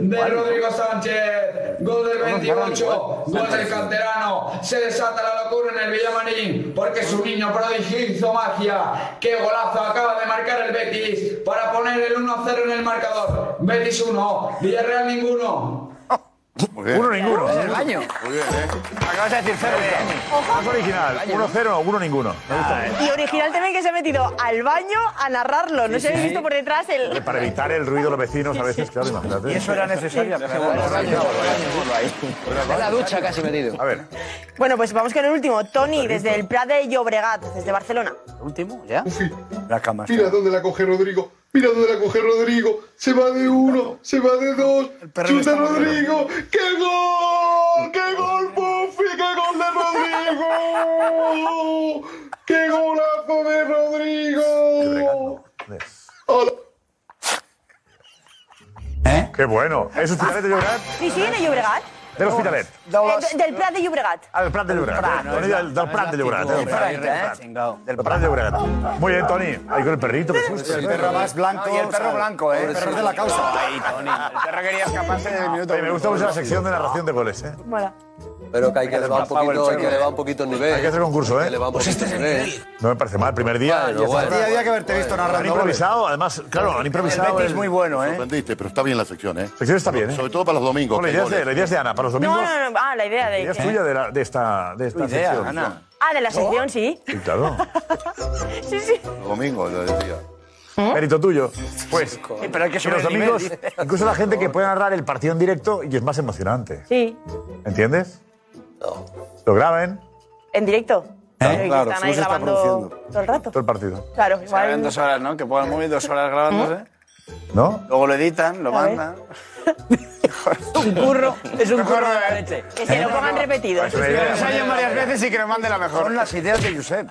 Gol de Rodrigo Sánchez. Gol del 28. Gol del canterano. Se desata la locura en el Villamarín porque su niño prodigio hizo magia. ¡Qué golazo acaba de marcar el Betis para poner el 1-0 en el marcador! Betis 1, Villarreal ninguno. Uno ninguno. En el baño. Muy bien, ¿eh? Acabas de decir cero. Más original. Uno cero, no, Ah, eh. uno ninguno. Me gusta. Y original también que se ha metido al baño a narrarlo. No se habéis visto por detrás el. Para evitar el ruido de los vecinos a veces, claro, imagínate. Y eso era necesario, Sí. pero bueno, En la ducha casi metido. A ver. Bueno, pues vamos con el último. Tony, desde el Prat de Llobregat, desde Barcelona. último, ya. La cama. Mira dónde la coge Rodrigo. Mira dónde la coge Rodrigo. Se va de uno, se va de dos. Chuta Rodrigo. ¡Qué gol! ¡Qué gol, Puffy! ¡Qué gol de Rodrigo! ¡Qué golazo de Rodrigo! Hola. Qué bueno. ¿Es hospitalet de Llobregat? Sí, sí, de Llobregat. Del hospitalet. Eh, de- del Prat de Llobregat. Al Ah, Prat de Llobregat. Prat, Toni, no, Del del Prat de Llobregat. Del Del Prat, ¿eh? Prat. Del Prat de Llobregat. Muy bien, Tony. Ahí con Pues el perrito, qué susto. Pues El perro más blanco. No, y el perro ¿sabes? blanco, ¿eh? El perro es de la causa. Ay, Tony. El perro quería escaparse Oye, me gusta mucho la sección de narración de goles, ¿eh? Mola. Pero que hay que Hay que elevar un hacer poquito, más power, hay que chaval. elevar un poquito el nivel. Hay que hacer concurso, ¿eh? Elevar un poquito el nivel. No me parece mal. Primer día. Bueno, ya está. bueno. Tenía que haberte visto Han narrando improvisado, además, claro, han improvisado. el- ¿eh? Sorprendiste, pero está bien la sección, ¿eh? ¿eh? sección está bien, ¿eh? Sobre todo para los domingos. No, la que idea hay es de- goles. la idea es de Ana, para los No, domingos. no, no. Ah, la idea de. La idea es que- tuya de, la- de Ah, esta, de esta Tu idea, sección. Ana. Ah, de la sección, sí. Sí, claro. Sí, sí. Los domingos, lo decía. Mérito tuyo. Pues, pero hay que los subir el nivel, domingos, dice. incluso la gente que puede narrar el partido en directo y es más emocionante. Sí. ¿Entiendes? Lo graben En directo. ¿Eh? Y Claro, están según ahí se está grabando todo el rato. todo el partido. Claro, Saben igual. dos horas, ¿no? Que puedan mover dos horas grabándose. ¿No? Luego lo editan, lo A *laughs* ver. mandan. un curro, es un curro de la leche. Que se lo pongan repetido. Pues Que lo ensayen Pues varias veces y que nos mande la mejor. Son las ideas de Josep.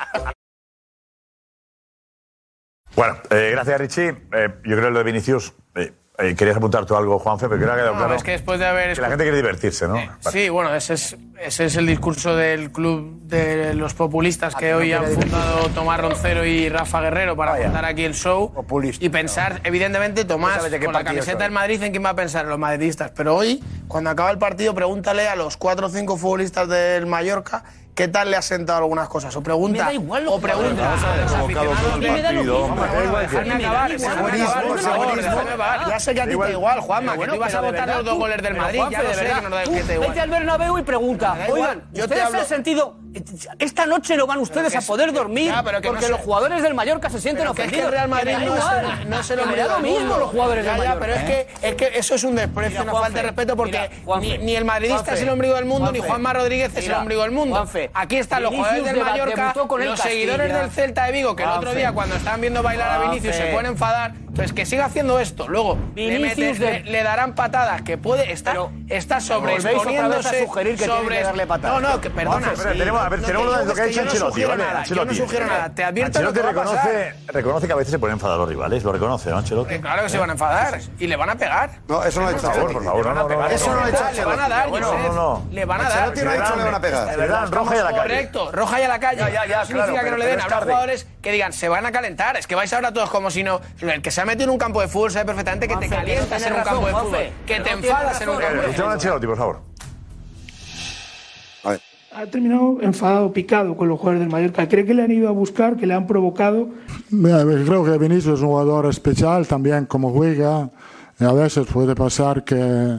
Bueno, eh, gracias, Richie. Eh, yo creo que lo de Vinicius. eh, eh, querías apuntar tú algo, Juanfe, pero creo que ha quedado No, claro. es que después de haber que la gente quiere divertirse, ¿no? Sí, bueno, ese es, ese es el discurso del club de los populistas que hoy han fundado Tomás Roncero y Rafa Guerrero para fundar aquí el show. Y pensar, evidentemente, No Tomás, sabes de qué con la partido camiseta soy. del Madrid, ¿en quién va a pensar? En los madridistas. Pero hoy, cuando acaba el partido, pregúntale a los cuatro o cinco futbolistas del Mallorca qué tal le ha sentado algunas cosas. O pregunta. Me da igual los o pregunta. jugadores, a los vamos a ver, provocados aficionados, por el me da lo partido, mismo. hombre. Bueno, Da igual, dejadme tío. acabar, Da ese igual, buenismo, da igual, ese da igual. buenismo. Da igual. Ya sé que a ti te da igual, Juanma, que Bueno, tú ibas pero a de votar verdad, los dos tú- goles del pero Madrid, Juanfe, ya lo de sé verdad, que nos da tú que te da igual. Vete al Bernabéu y pregunta, Me da igual, oigan, yo te ustedes hablo- han sentido, eh, esta noche no van ustedes que a es- poder dormir Ya, pero que no porque sé. los jugadores del Mallorca se sienten Pero que es que ofendidos. el Real Madrid Que me da no es igual, el- no es el que me hombre da lo del mismo mundo. los jugadores Ya, del ya, Mallorca. pero es ¿eh? que, es que eso es un desprecio, una falta de respeto porque mira, Juanfe, ni, ni el madridista Juanfe, es el ombligo del mundo, ni Juanfe, Juanma Rodríguez es el mira, ombligo del mundo. Juanfe, Aquí están los Vinicius jugadores del deba- Mallorca, debutó con el los Castilla. seguidores del Celta de Vigo, que el otro Juanfe. día cuando estaban viendo bailar a Vinicius se Juanfe. ponen a enfadar. Pues que siga haciendo esto. Luego le, Vinicius metes- le, de- le darán patadas, que puede estar, volvéis otra está vez sobreexponiéndose. a sugerir que tiene que sobre- darle patadas. No, no, que perdona. Juanfe, espera, tenemos- a ver, No te tenemos lo- digo lo que ha es hecho yo no Ancelotti, sugiero ¿vale? nada, yo Ancelotti. no sugiero nada. Te advierto lo Ancelotti que va a pasar. Eh, reconoce, reconoce que a veces se ponen enfadados los rivales. ¿Lo reconoce, no, Ancelotti? Claro que se van a enfadar y le van a pegar. No, eso no lo he hecho. Por favor, por favor, no, no, no. Eso no lo he hecho. Le van a dar, Bueno, Josep. no, no. Le van a dar. Ancelotti no ha dicho le van a pegar. Le dan roja y a la calle. Correcto, roja y a la calle. Ya, ya, ya, no significa claro, que no pero- le pero den. es Habrá tarde. jugadores que digan, se van a calentar. Es que vais ahora todos como si no. El que se ha metido en un campo de fútbol sabe perfectamente que te Juanfe, que no calientas en tienes un campo de razón, fútbol. Juanfe, que Que Pues te no tienes enfadas en un campo Eh, de Escuchamos a fútbol. Ancelotti, por favor. Ha terminado enfadado, picado con los jugadores del Mallorca. ¿Cree que le han ido a buscar, que le han provocado? Mira, pues creo que Vinicius es un jugador especial también como juega. Y a veces puede pasar que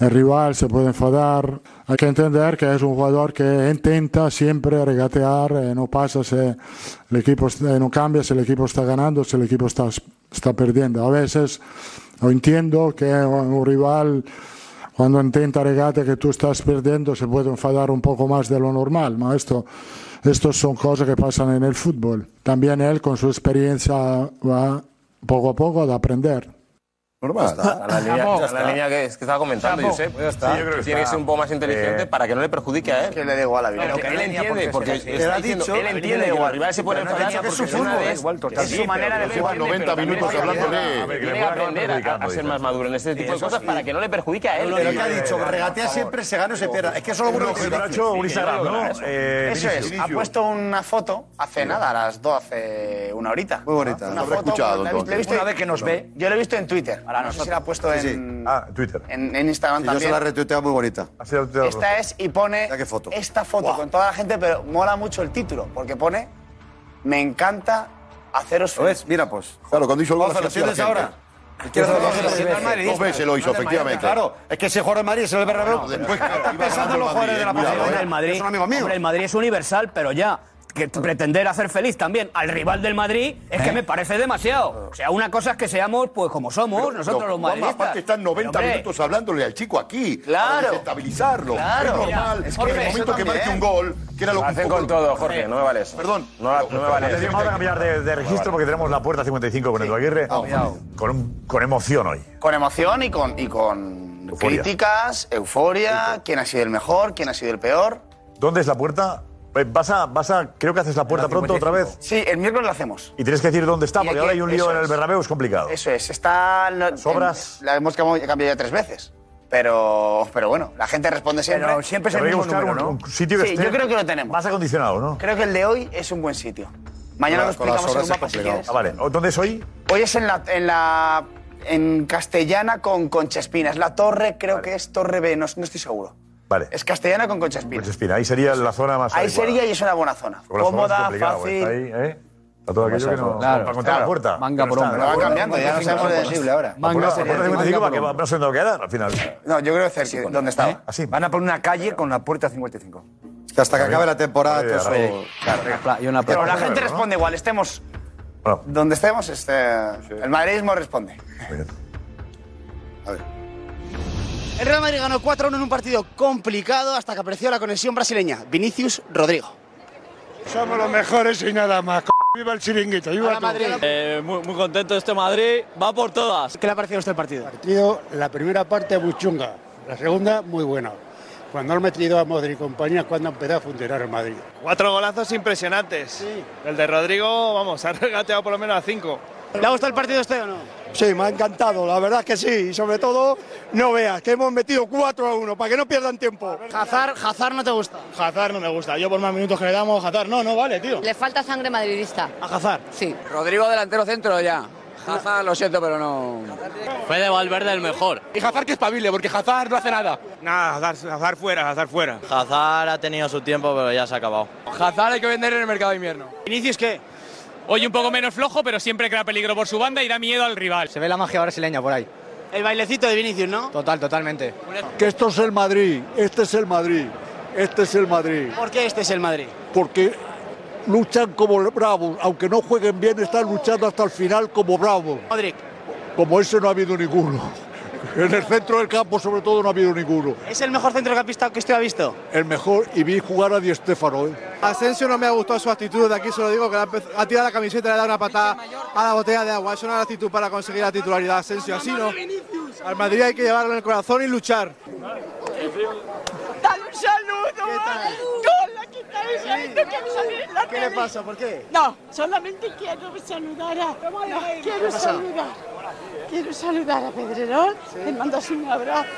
el rival se puede enfadar. Hay que entender que es un jugador que intenta siempre regatear, eh, no pasa si el equipo est- eh, no cambia, si el equipo está ganando, si el equipo está, está perdiendo. A veces yo entiendo que un un rival cuando intenta regate que tú estás perdiendo se puede enfadar un poco más de lo normal, ma esto, estos son cosas que pasan en el fútbol. También él con su experiencia va poco a poco a aprender. Normal. Está, la línea, Chapo. está la línea que, es- que estaba comentando, Chapo. Josep. Ya está. Sí, yo creo que Tiene que está. ser un poco más inteligente Eh, para que no le perjudique a él. que le da igual a Vinicius. Pero que él Pero tenía por entiende, qué porque ser así. está Él ha diciendo- dicho- él entiende que igual. los rivales se Pero ponen no enfadados tenía que porque ser su una fútbol, vez- eh, que Walter. sí, Es su pero manera que de le ver juegan el fútbol, 90 pero minutos también hablando de- de- tiene que- tiene que de- aprender a, a dice. ser más maduro en este tipo de Eso cosas sí. para que no le perjudique a él. Pero que ha dicho, regatea siempre, se gana o se pierda. Es que solo uno Pero ha hecho un Instagram, ¿no? Eh, Eso es, Vinicius. ha puesto una foto hace nada, a las 12, una horita. Muy bonita. Una Lo habrá foto, escuchado, la he visto- la he visto- entonces. Una vez que nos no. ve. Yo lo he visto en Twitter. Ahora no sé si la ha puesto Sí, sí. en, Ah, Twitter. en- en Instagram Y yo se también. la retuitea muy bonita. Esta es y pone Mira qué foto. esta foto Guau. con toda la gente, pero mola mucho el título, porque pone Me encanta haceros ¿Lo ves? feliz. Mira, pues. Claro, cuando hizo el gol, Gonzalo, hacía ¿tienes así a la ahora? gente. Es que era Dos dos veces, veces, dos madridista. veces lo hizo, No es de efectivamente. Mallorca, Claro, es que se juega en Madrid, se el Bernabéu. después, Están claro, iba pensando en los ganando jugadores de la Madrid, Barcelona. cuidado, El Madrid, Es un amigo mío. hombre, el Madrid es universal, pero ya que t- pretender hacer feliz también al rival del Madrid es ¿Eh? que me parece demasiado. O sea, una cosa es que seamos pues como somos nosotros Pero, los Juanma, madridistas. Aparte están 90 Pero, hombre, minutos hablándole al chico aquí. Claro. Para desestabilizarlo. Claro. Es normal. Mira, es que en que el momento eso que marque también. un gol, que era lo Lo que... hacen con todo, Jorge, no me vale eso. Perdón. No, no me vale eso. Vamos a cambiar de, de registro porque tenemos la puerta 55 con Edu Aguirre. Con, un- con emoción hoy. Con emoción y con, y con Euforia. críticas, euforia, quién ha sido el mejor, quién ha sido el peor. ¿Dónde es la puerta? Eh, Vas a, vas a, creo que haces la puerta pronto otra vez. Sí, el miércoles lo hacemos. Y tienes que decir dónde está, Y aquí- porque ahora hay un lío eso en el es. Bernabéu, es complicado. Eso es, está. no- obras. en- la hemos cambiado- cambiado ya tres veces. Pero, pero bueno, la gente responde siempre. Pero siempre es el Habría que mismo buscar número, un- ¿no? un sitio que sí, esté yo creo que lo tenemos. Más acondicionado, ¿no? Creo que el de hoy es un buen sitio. Mañana lo Con las- explicamos en con las un horas mapa es si complicado. quieres. Ah, vale. ¿O ¿Dónde es hoy? Hoy es en la, en la en castellana con Conchespina. Es la torre, creo que es Torre B, no, no estoy seguro. Vale. Es castellana con Conchespina. Pues espera, ahí sería la zona más Ahí adecuada. sería y es una buena zona. Porque la zona es Cómoda, complicada, porque fácil. Está ahí, ¿eh? Está todo aquello que no... Pues Claro, para contar la claro. puerta. Manga Pero está, bronca. la Va puerta- cambiando, ya no sabemos de- posible ahora. La puerta la puerta 55 va que va- no sé dónde va a quedar al final. ¿eh? No, yo creo que cerca, ¿dónde estaba? Van a poner una calle con la puerta 55. Es que hasta que acabe la temporada, Vale, todo eso. vale. Ah, Y una Pero la gente responde igual, estemos donde estemos, este, el madridismo responde. El Real Madrid ganó 4-1 en un partido complicado hasta que apareció la conexión brasileña. Vinicius Rodrigo. Somos los mejores y nada más. c******. Viva el chiringuito, viva Eh, tú. muy, contento este Madrid, va por todas. ¿Qué le ha parecido a usted el partido? la primera parte muy chunga, la segunda muy buena. Cuando han metido a Modri y compañía, cuando han empezado a funcionar el Madrid. Cuatro golazos impresionantes. El de Rodrigo, vamos, ha regateado por lo menos a cinco. ¿Le ha gustado el partido a usted o no? Sí, me ha encantado, la verdad es que sí. Y sobre todo, no veas, que hemos metido 4 a 1, para que no pierdan tiempo. Hazard, Hazard no te gusta. Hazard no me gusta. Yo por más minutos que le damos, Hazard no, no vale, tío. Le falta sangre madridista. A Hazard. Sí. Rodrigo delantero centro ya. Hazard, lo siento, pero no. Fue de Valverde el mejor. Y Hazard que espabile, porque Hazard no hace nada. Nada, Hazard, fuera, Hazard fuera. Hazard ha tenido su tiempo, pero ya se ha acabado. Hazard hay que vender en el mercado de invierno. ¿Inicios qué? Hoy un poco menos flojo, pero siempre crea peligro por su banda y da miedo al rival. Se ve la magia brasileña por ahí. El bailecito de Vinicius, ¿no? Total, totalmente. Que esto es el Madrid, este es el Madrid, este es el Madrid. ¿Por qué este es el Madrid? Porque luchan como bravos, aunque no jueguen bien, están luchando hasta el final como bravos. Modric, Como ese no ha habido ninguno. En el centro del campo, sobre todo, no ha habido ninguno. ¿es el mejor centrocampista que usted ha visto? El mejor, y vi jugar a Di Stéfano. ¿eh? Asensio no me ha gustado su actitud, aquí se lo digo, que le ha empe- ha tirado la camiseta y le ha dado una patada a la botella de agua. Eso no es la actitud para conseguir la titularidad, Asensio. Así no. Al Madrid hay que llevarlo en el corazón y luchar. ¡Dale un saludo! ¡No, la quitáis! ¡No quiero salir en la ¿Qué le tele. pasa? ¿Por qué? No, solamente quiero saludar a... no, ¿Qué quiero ha pasado? saludar. Quiero saludar a Pedrerol. Le mandas un abrazo.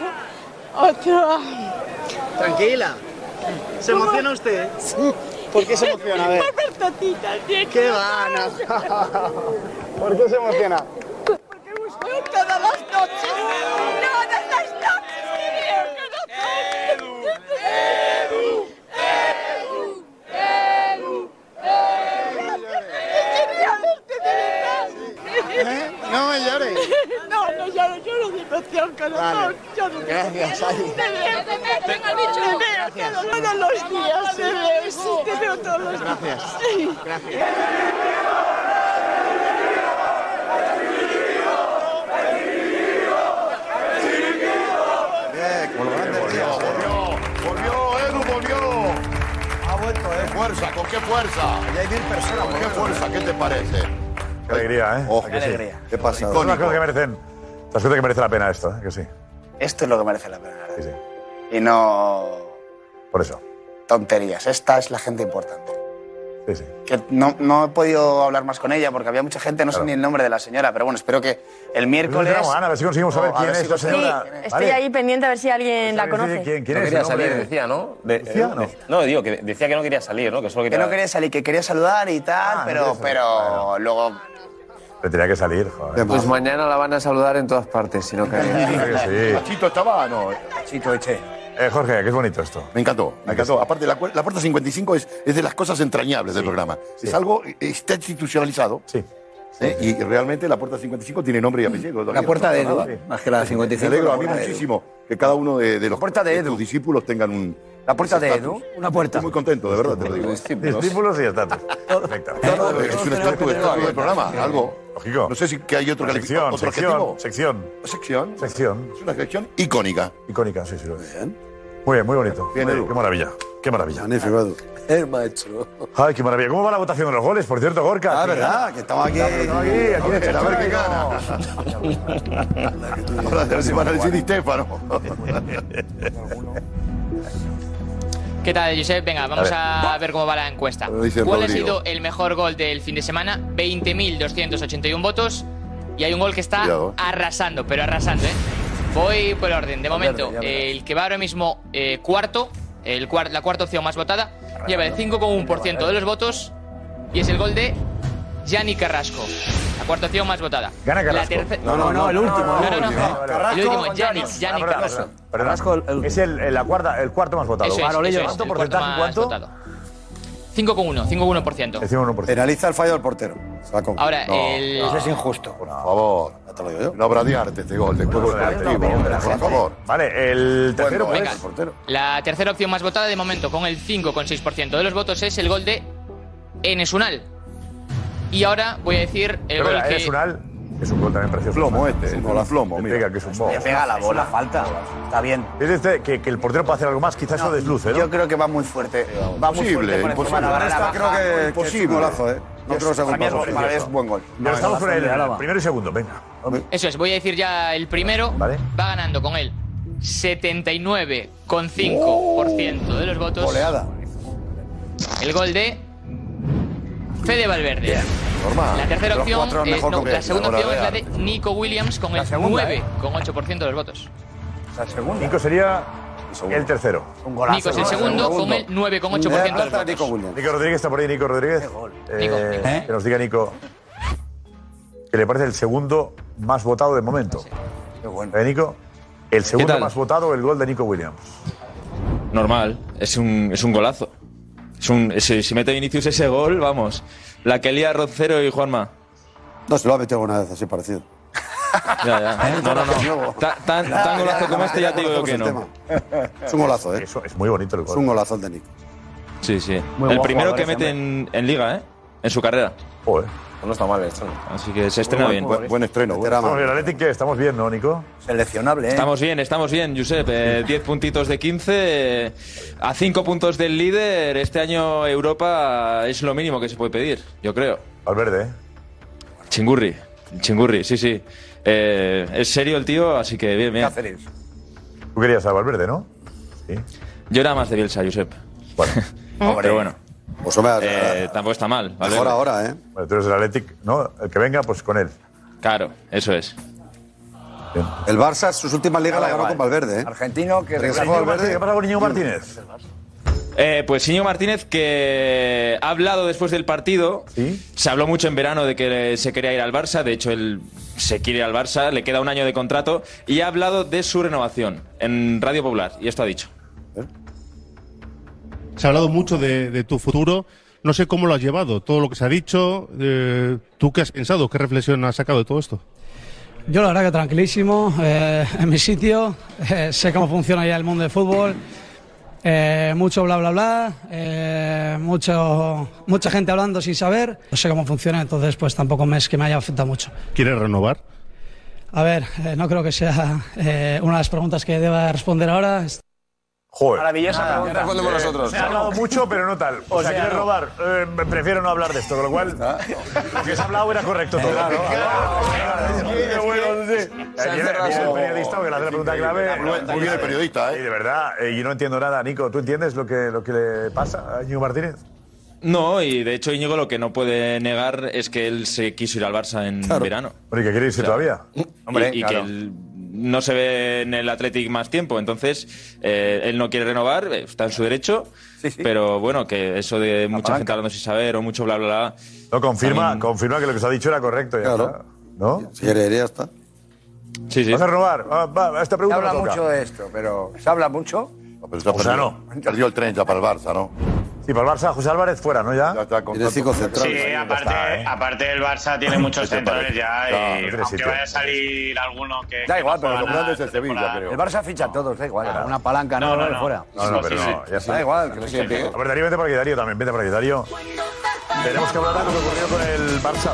Otro... ay, Tranquila. ¿Se emociona usted? ¿Por qué se emociona? A ver. Por Bertotita. ¿Qué va, *laughs* ¿Por qué se emociona? Yo todas las noches. *laughs* Todas las noches. querido corazón. ¿Eh? explosión, corazón. Vale. Yo no Gracias, Ari. Te veo, te veo, te Venga, veo bicho. Gracias. todos los días, te veo, sí, te veo todos los días. Gracias. Sí. Gracias. Volvió, Edu, volvió. Ha vuelto, ¿eh? fuerza, ¿con qué fuerza? Ya hay mil personas. ¿Con qué fuerza? ¿Qué te parece? Qué alegría, ¿eh? Ojo, ¿A que sí? Qué pasado. Son las cosas que merecen. Las cosas que merece la pena esto, ¿eh? Que sí. Esto es lo que merece la pena. la verdad. Sí, Y no Por eso. tonterías. Esta es la gente importante. Sí, sí. Que no, no he podido hablar más con ella porque había mucha gente, no sé ni el nombre de la señora, pero bueno, espero que el miércoles. Pues esperamos, Ana, a ver si conseguimos saber a quién ver es si esta conseguimos- señora. Estoy Vale. Pues ahí pendiente a ver si alguien la conoce. no quién es, quería el nombre? salir, decía, ¿no? De- ¿Decía? eh, No. de- no, digo, que decía que no quería salir, ¿no? Que solo Que quería... Ah, no quería salir, que quería saludar y tal, pero, pero luego. Pero tenía que salir, joder. Pues mañana la van a saludar en todas partes, si no Claro que sí. *laughs* ¿Chito estaba no? Chito Eche. Eh, Jorge, que es bonito esto. Me encantó, me encantó. Aparte, la, cu- la puerta 55 es, es de las cosas entrañables del programa. Es algo, eh, está institucionalizado. ¿Eh? Sí. Mm. Y realmente la puerta 55 tiene nombre y apellido. todavía, puerta no de pasa Edu, nada. más que la Sí, sí. 55, Me alegro a la mí puerta de Edu. muchísimo que cada uno de, de los puerta de tus discípulos tengan un. La puerta de Edu, una puerta. Estoy muy contento, de verdad, te lo digo. Discípulos y *laughs* estatus. Perfecto. No, no, es un estatus estatus del programa, algo. Lógico. No sé si que hay otro calificado, Sección, otro sección, adjetivo. sección. Sección. Sección. Es una sección icónica. Icónica, sí, sí. lo es. Muy bien, muy bonito. Bien, Muy- Edu. Qué maravilla. Qué maravilla. Magnífico, Edu. El maestro. Ay, qué maravilla. ¿Cómo va la votación de los goles, por cierto, Gorka? Ah, verdad, que estamos aquí. Estamos aquí, aquí en el A ver qué estadio. Ahora a ver si van a decir Estefano. *laughs* ¿Qué tal, Josep? Venga, vamos A a ver, cómo va la encuesta. Lo dice ¿Cuál Rodrigo. ha sido el mejor gol del fin de semana? 20.281 votos. Y hay un gol que está Cuidado, eh. arrasando, pero arrasando, ¿eh? Voy por orden. De Ya verás, momento, ya verás. el que va ahora mismo eh, cuarto, el cuar- la cuarta opción más votada, lleva el 5,1% de los votos. Y es el gol de Gianni Carrasco. La cuarta opción más votada. Gana La Carrasco. terce- No, No, no, no. Carrasco El último, con Gianni, Giannis. Gianni Ah, perdón, Carrasco. perdón, perdón. Es el, el- la cuarta, el cuarto más votado. Eso es, Manolillo, eso es, ¿Cuánto el cuarto porcentaje? más ¿Cuánto? votado. 5,1, 5,1%. Penaliza el fallo del portero. Se la compro. Ahora, el- Eso es injusto. Por favor. No obra de arte este gol, después del colectivo. Por favor. Vale, el tercero, Bueno, pues. venga. La tercera opción más votada de momento, con el 5,6% de los votos, es el gol de Enesunal. Y ahora voy a decir el Es gol verdad, que... eres un al. Es un gol también precioso. Plomo este, el gol a plomo, Le mira. Pega, que es un gol. Le pega a la bola. Es una falta. Está bien. Es este, que, que el portero puede hacer algo más, quizás eso desluce, ¿no? Yo creo que va muy fuerte. Va muy fuerte. Imposible, por encima de la imposible. barrera Esta baja. creo que- que Imposible. es un golazo, ¿eh? No creo que sea Para mí culpable. es gol, Para mí sí, es buen gol. Pero estamos por en el primero y segundo, venga. Eso es, voy a decir ya el primero. Va ganando con él 79,5% de los votos. Oleada. El gol de Fede Valverde. Normal. La tercera Los opción, cuatro es eh, mejor no, que la segunda la opción es oleada. la de Nico Williams con el segunda, 9,8% de los votos. La segunda. Nico sería el tercero. Un golazo. Nico es el ¿no? segundo con el 9,8% Me da de los plata votos. Nico Williams. Nico Rodríguez está por ahí, Nico Rodríguez. Eh, Que nos diga Nico que le parece el segundo más votado de momento. Qué bueno. Nico? El segundo tal? más votado, el gol de Nico Williams. Normal, es un, es un golazo. Es un, si, si mete Vinicius ese gol, vamos. La que lía Rocero y Juanma. No, se lo ha metido alguna vez así parecido. Ya, *laughs* ya. No, no, no. Ta- Tan, tan golazo como este ya te digo yo que no. Es un golazo, ¿eh? Eso es muy bonito el gol. Es un golazo el de Nico. Sí, sí. Muy el guapo, primero jugador que mete ese en, en liga, ¿eh? En su carrera. Pues Joder. No está mal el estreno. Así que se estrena bien. estreno. Estamos bien, Athletic, ¿qué? Estamos bien, ¿no, Nico? ¿eh? ¿eh? Seleccionable, Estamos bien, estamos bien, Josep. Eh, 10 puntitos de 15. eh, a 5 puntos del líder. Este año Europa es lo mínimo que se puede pedir, yo creo. Al verde, ¿eh? Chingurri. Chingurri, sí, sí. Eh, es serio el tío, así que bien, bien. Tú querías a Valverde, ¿no? Yo era más de Bielsa, Josep. Bueno, *laughs* pero bueno. Eh, tampoco está mal. Valverde. ahora, ¿eh? Bueno, tú eres el Athletic, ¿no? El que venga, pues con él. Claro, eso es. El Barça, sus últimas ligas la ganó con Valverde, ¿eh? Argentino que Regresó Valverde. ¿Qué pasa con Niño Martínez? Eh, pues Iñigo Martínez, que ha hablado después del partido. Se habló mucho en verano de que se quería ir al Barça. De hecho, él se quiere ir al Barça. Le queda un año de contrato. Y ha hablado de su renovación en Radio Popular. Y esto ha dicho. Se ha hablado mucho de, de tu futuro. No sé cómo lo has llevado, todo lo que se ha dicho. eh, ¿Tú qué has pensado? ¿Qué reflexión has sacado de todo esto? Yo la verdad que tranquilísimo, eh, en mi sitio, eh, sé cómo funciona ya el mundo del fútbol, eh, mucho bla bla bla, eh, mucho, mucha gente hablando sin saber, no sé cómo funciona, entonces pues tampoco me es que me haya afectado mucho. ¿Quieres renovar? A ver, eh, no creo que sea eh, una de las preguntas que deba responder ahora. Joder. Maravillosa Nada. pregunta. Ya respondemos Eh, nosotros. Se ha hablado mucho, pero no tal. O, O sea, sea, quieres no. robar. Eh, prefiero no hablar de esto, con lo cual. Lo que se ha hablado era correcto todo. Claro, Qué bueno, sí. Se ha Viene- cerrado. viene el periodista, porque le hace la pregunta clave. Muy bien el periodista, Y de verdad, eh, yo no entiendo nada, Nico. ¿Tú entiendes lo que, lo que le pasa a Íñigo Martínez? No, y de hecho Íñigo lo que no puede negar es que él se quiso ir al Barça en verano. Bueno, ¿y que quiere irse O sea, todavía? Hombre, y, y claro. que él no se ve en el Athletic más tiempo, entonces eh, él no quiere renovar, eh, está en su derecho, pero bueno, que eso de mucha gente hablando sin saber o mucho bla bla bla. No, confirma, confirma que lo que se ha dicho era correcto. Ya está. ¿No? Si querería, está. Sí, sí. Vas a robar. Ah, va, esta Se pregunta habla no toca. mucho de esto, pero ¿se habla mucho? Pero se ha O sea, perdido- Perdió el tren ya para el Barça, ¿no? Sí, para el Barça, José Álvarez fuera, ¿no? Ya. Sí, aparte, aparte el Barça *laughs* tiene muchos Este centrales ya Claro, no y tiene aunque sitio. vaya a salir alguno que... Da que igual, no pero juega lo nada grande es el esta Sevilla, temporada. creo. El Barça ficha a todos, da igual. Una palanca, No, no, no, no, no. fuera. No, no, pero no. Ya está. Da igual, que lo sigue pie. A ver, Darío, vente para aquí, Darío, también. Vente para aquí, Darío. Tenemos que hablar de lo que ocurrió con el Barça.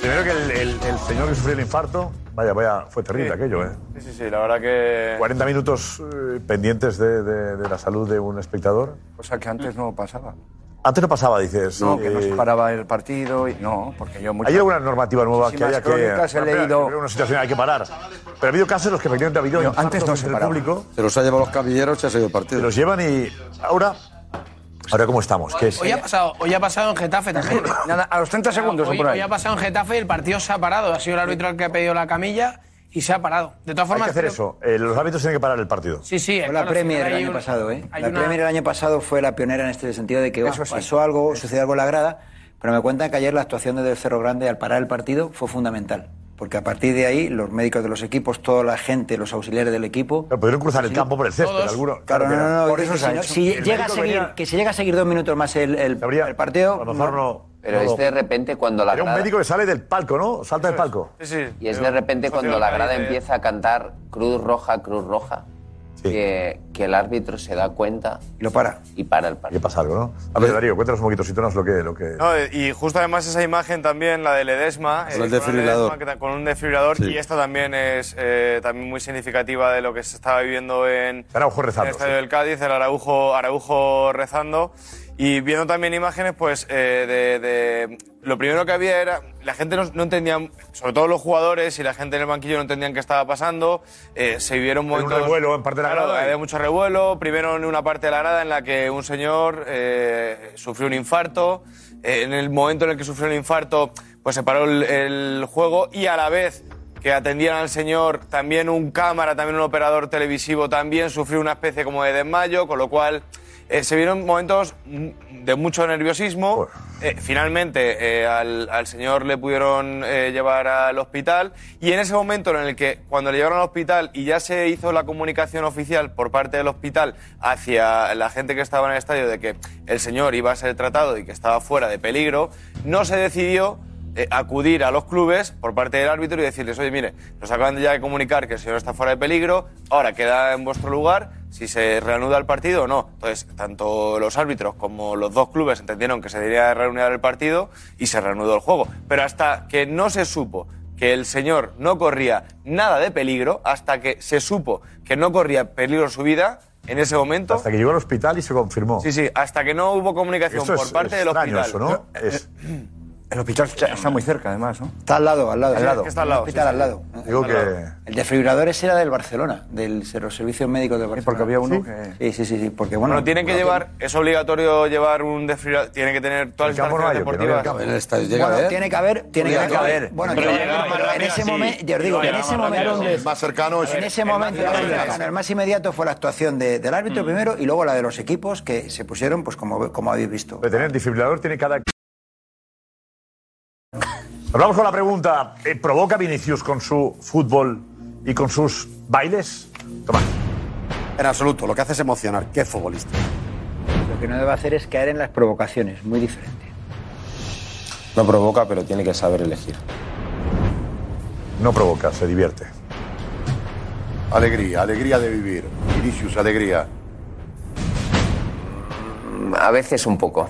Primero que el, el- el señor que sufrió el infarto. Vaya, vaya, fue terrible aquello, ¿eh? Sí, sí, sí, la verdad que. 40 minutos eh, pendientes de, de- de la salud de un espectador. Cosa que antes no pasaba. Antes no pasaba, dices. No, que no se eh, paraba el partido y no, porque yo mucho. ¿Hay alguna normativa nueva que muchísimas haya que.? crónicas he Espera, leído- espera, una situación hay que parar. Pero ha habido casos en los que efectivamente ha habido. antes no infartos se del paraba. público. Se los ha llevado los camilleros, se ha seguido el partido. Se los llevan y. Ahora. Ahora, ¿cómo estamos? ¿Qué es? Hoy ha pasado, hoy ha pasado en Getafe también. *coughs* Nada, a los 30 segundos, Hoy, por ahí. hoy ha pasado en Getafe y el partido se ha parado. Ha sido el árbitro el que ha pedido la camilla y se ha parado. De todas Hay formas, que hacer creo- eso. Eh, los árbitros tienen que parar el partido. Sí, sí. Fue claro, la Premier siempre el hay año un- pasado, ¿eh? hay La una- Premier el año pasado fue la pionera en este sentido de que oh, Eso sí. pasó algo, sucedió algo en la grada, pero me cuentan que ayer la actuación de Cerro Grande al parar el partido fue fundamental. Porque a partir de ahí, los médicos de los equipos, toda la gente, los auxiliares del equipo. Pero pudieron cruzar el Sí. campo por el césped, Todos. alguno. Claro, no, que no, era. no, porque si no- Si El llega a médico seguir, venía- que se llega a seguir dos minutos más el, el- el partido. a lo mejor no- Pero no es lo- de repente cuando la Era un grada- médico que sale del palco, ¿no? Salta del palco. Y es de repente cuando la grada empieza a cantar Cruz Roja, Cruz Roja, que, que el árbitro se da cuenta Lo para. y para el partido. Hay que pasa algo, ¿no? A ver, Darío, cuéntanos un poquito, si tú no es lo que. Lo que... No, y justo además esa imagen también, la de Ledesma, Con el eh, con el desfibrilador. Ledesma que ta- con un desfibrilador, Sí. y esta también es eh, también muy significativa de lo que se estaba viviendo en, Araujo en rezando, el Estadio sí. del Cádiz, el Araujo, Araujo rezando, y viendo también imágenes, pues, eh, de, de- Lo primero que había era... La gente no, no entendía, sobre todo los jugadores y la gente en el banquillo no entendían qué estaba pasando, eh, se vivieron Hay un momentos... revuelo en parte de la Claro, grada. había mucho revuelo. Primero en una parte de la grada en la que un señor eh, sufrió un infarto. Eh, en el momento en el que sufrió el infarto, pues se paró el, el juego y a la vez que atendían al señor, también un cámara, también un operador televisivo, también sufrió una especie como de desmayo, con lo cual eh, se vieron momentos mm, de mucho nerviosismo. Eh, finalmente eh, al, al señor le pudieron eh, llevar al hospital y en ese momento en el que cuando le llevaron al hospital y ya se hizo la comunicación oficial por parte del hospital hacia la gente que estaba en el estadio de que el señor iba a ser tratado y que estaba fuera de peligro, no se decidió eh, acudir a los clubes por parte del árbitro y decirles, oye, mire, nos acaban de ya de comunicar que el señor está fuera de peligro, ahora queda en vuestro lugar si se reanuda el partido o no. Entonces, tanto los árbitros como los dos clubes entendieron que se debía reanudar el partido y se reanudó el juego. Pero hasta que no se supo que el señor no corría nada de peligro, hasta que se supo que no corría peligro su vida, en ese momento... Hasta que llegó al hospital y se confirmó. Sí, sí, hasta que no hubo comunicación Esto es por parte del extraño hospital. Eh, eso, ¿no? Es- El hospital está está muy cerca, además, ¿no? Está al lado, al lado. Al lado. Está al lado, El hospital sí, sí. al lado. Digo que- El desfibrilador ese era del Barcelona, del de los servicios médicos del Barcelona. porque había uno que. Sí, sí, sí, sí, porque bueno. Bueno, tienen que bueno, llevar, es obligatorio llevar un desfibrilador, tiene que tener todas las instalaciones deportivas. Bueno, tiene que haber, tiene que Tiene que haber. haber. Bueno, Pero tiene que llegaba haber, más pero en rápido, ese sí. momento, yo os digo, que en Llegaba ese más momento, rápido, sí. más cercano es- en ese el más momento, el más, cercano es- cercano, el más inmediato fue la actuación de- del árbitro primero y luego la de los equipos que se pusieron, pues como, como habéis visto. De tener desfibrilador tiene cada. Nos vamos con la pregunta. ¿eh, ¿Provoca Vinicius con su fútbol y con sus bailes? Toma. En absoluto, lo que hace es emocionar. Qué *laughs* futbolista. Lo que no debe hacer es caer en las provocaciones, muy diferente. No provoca, pero tiene que saber elegir. No provoca, se divierte. Alegría, alegría de vivir. Vinicius, alegría. Mm, A veces un poco.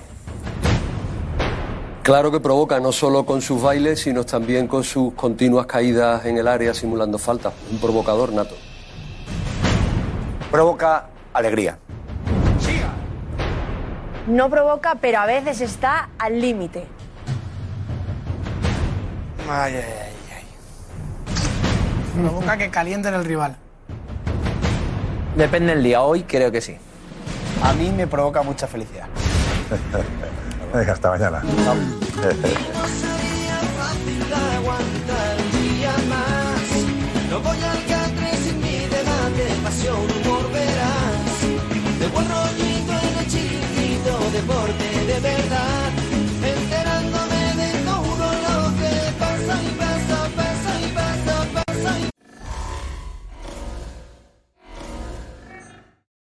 Claro que provoca, no solo con sus bailes, sino también con sus continuas caídas en el área simulando falta. Un provocador nato. Provoca alegría. No provoca, pero a veces está al límite. Ay, ay, ay, ay. Provoca que calienten el rival. Depende del día. Hoy creo que sí. A mí me provoca mucha felicidad. *laughs* Venga, hasta mañana. No voy al catre sin mi debate, pasión, humor, verás. De buen rollito en el chiquito, deporte de verdad.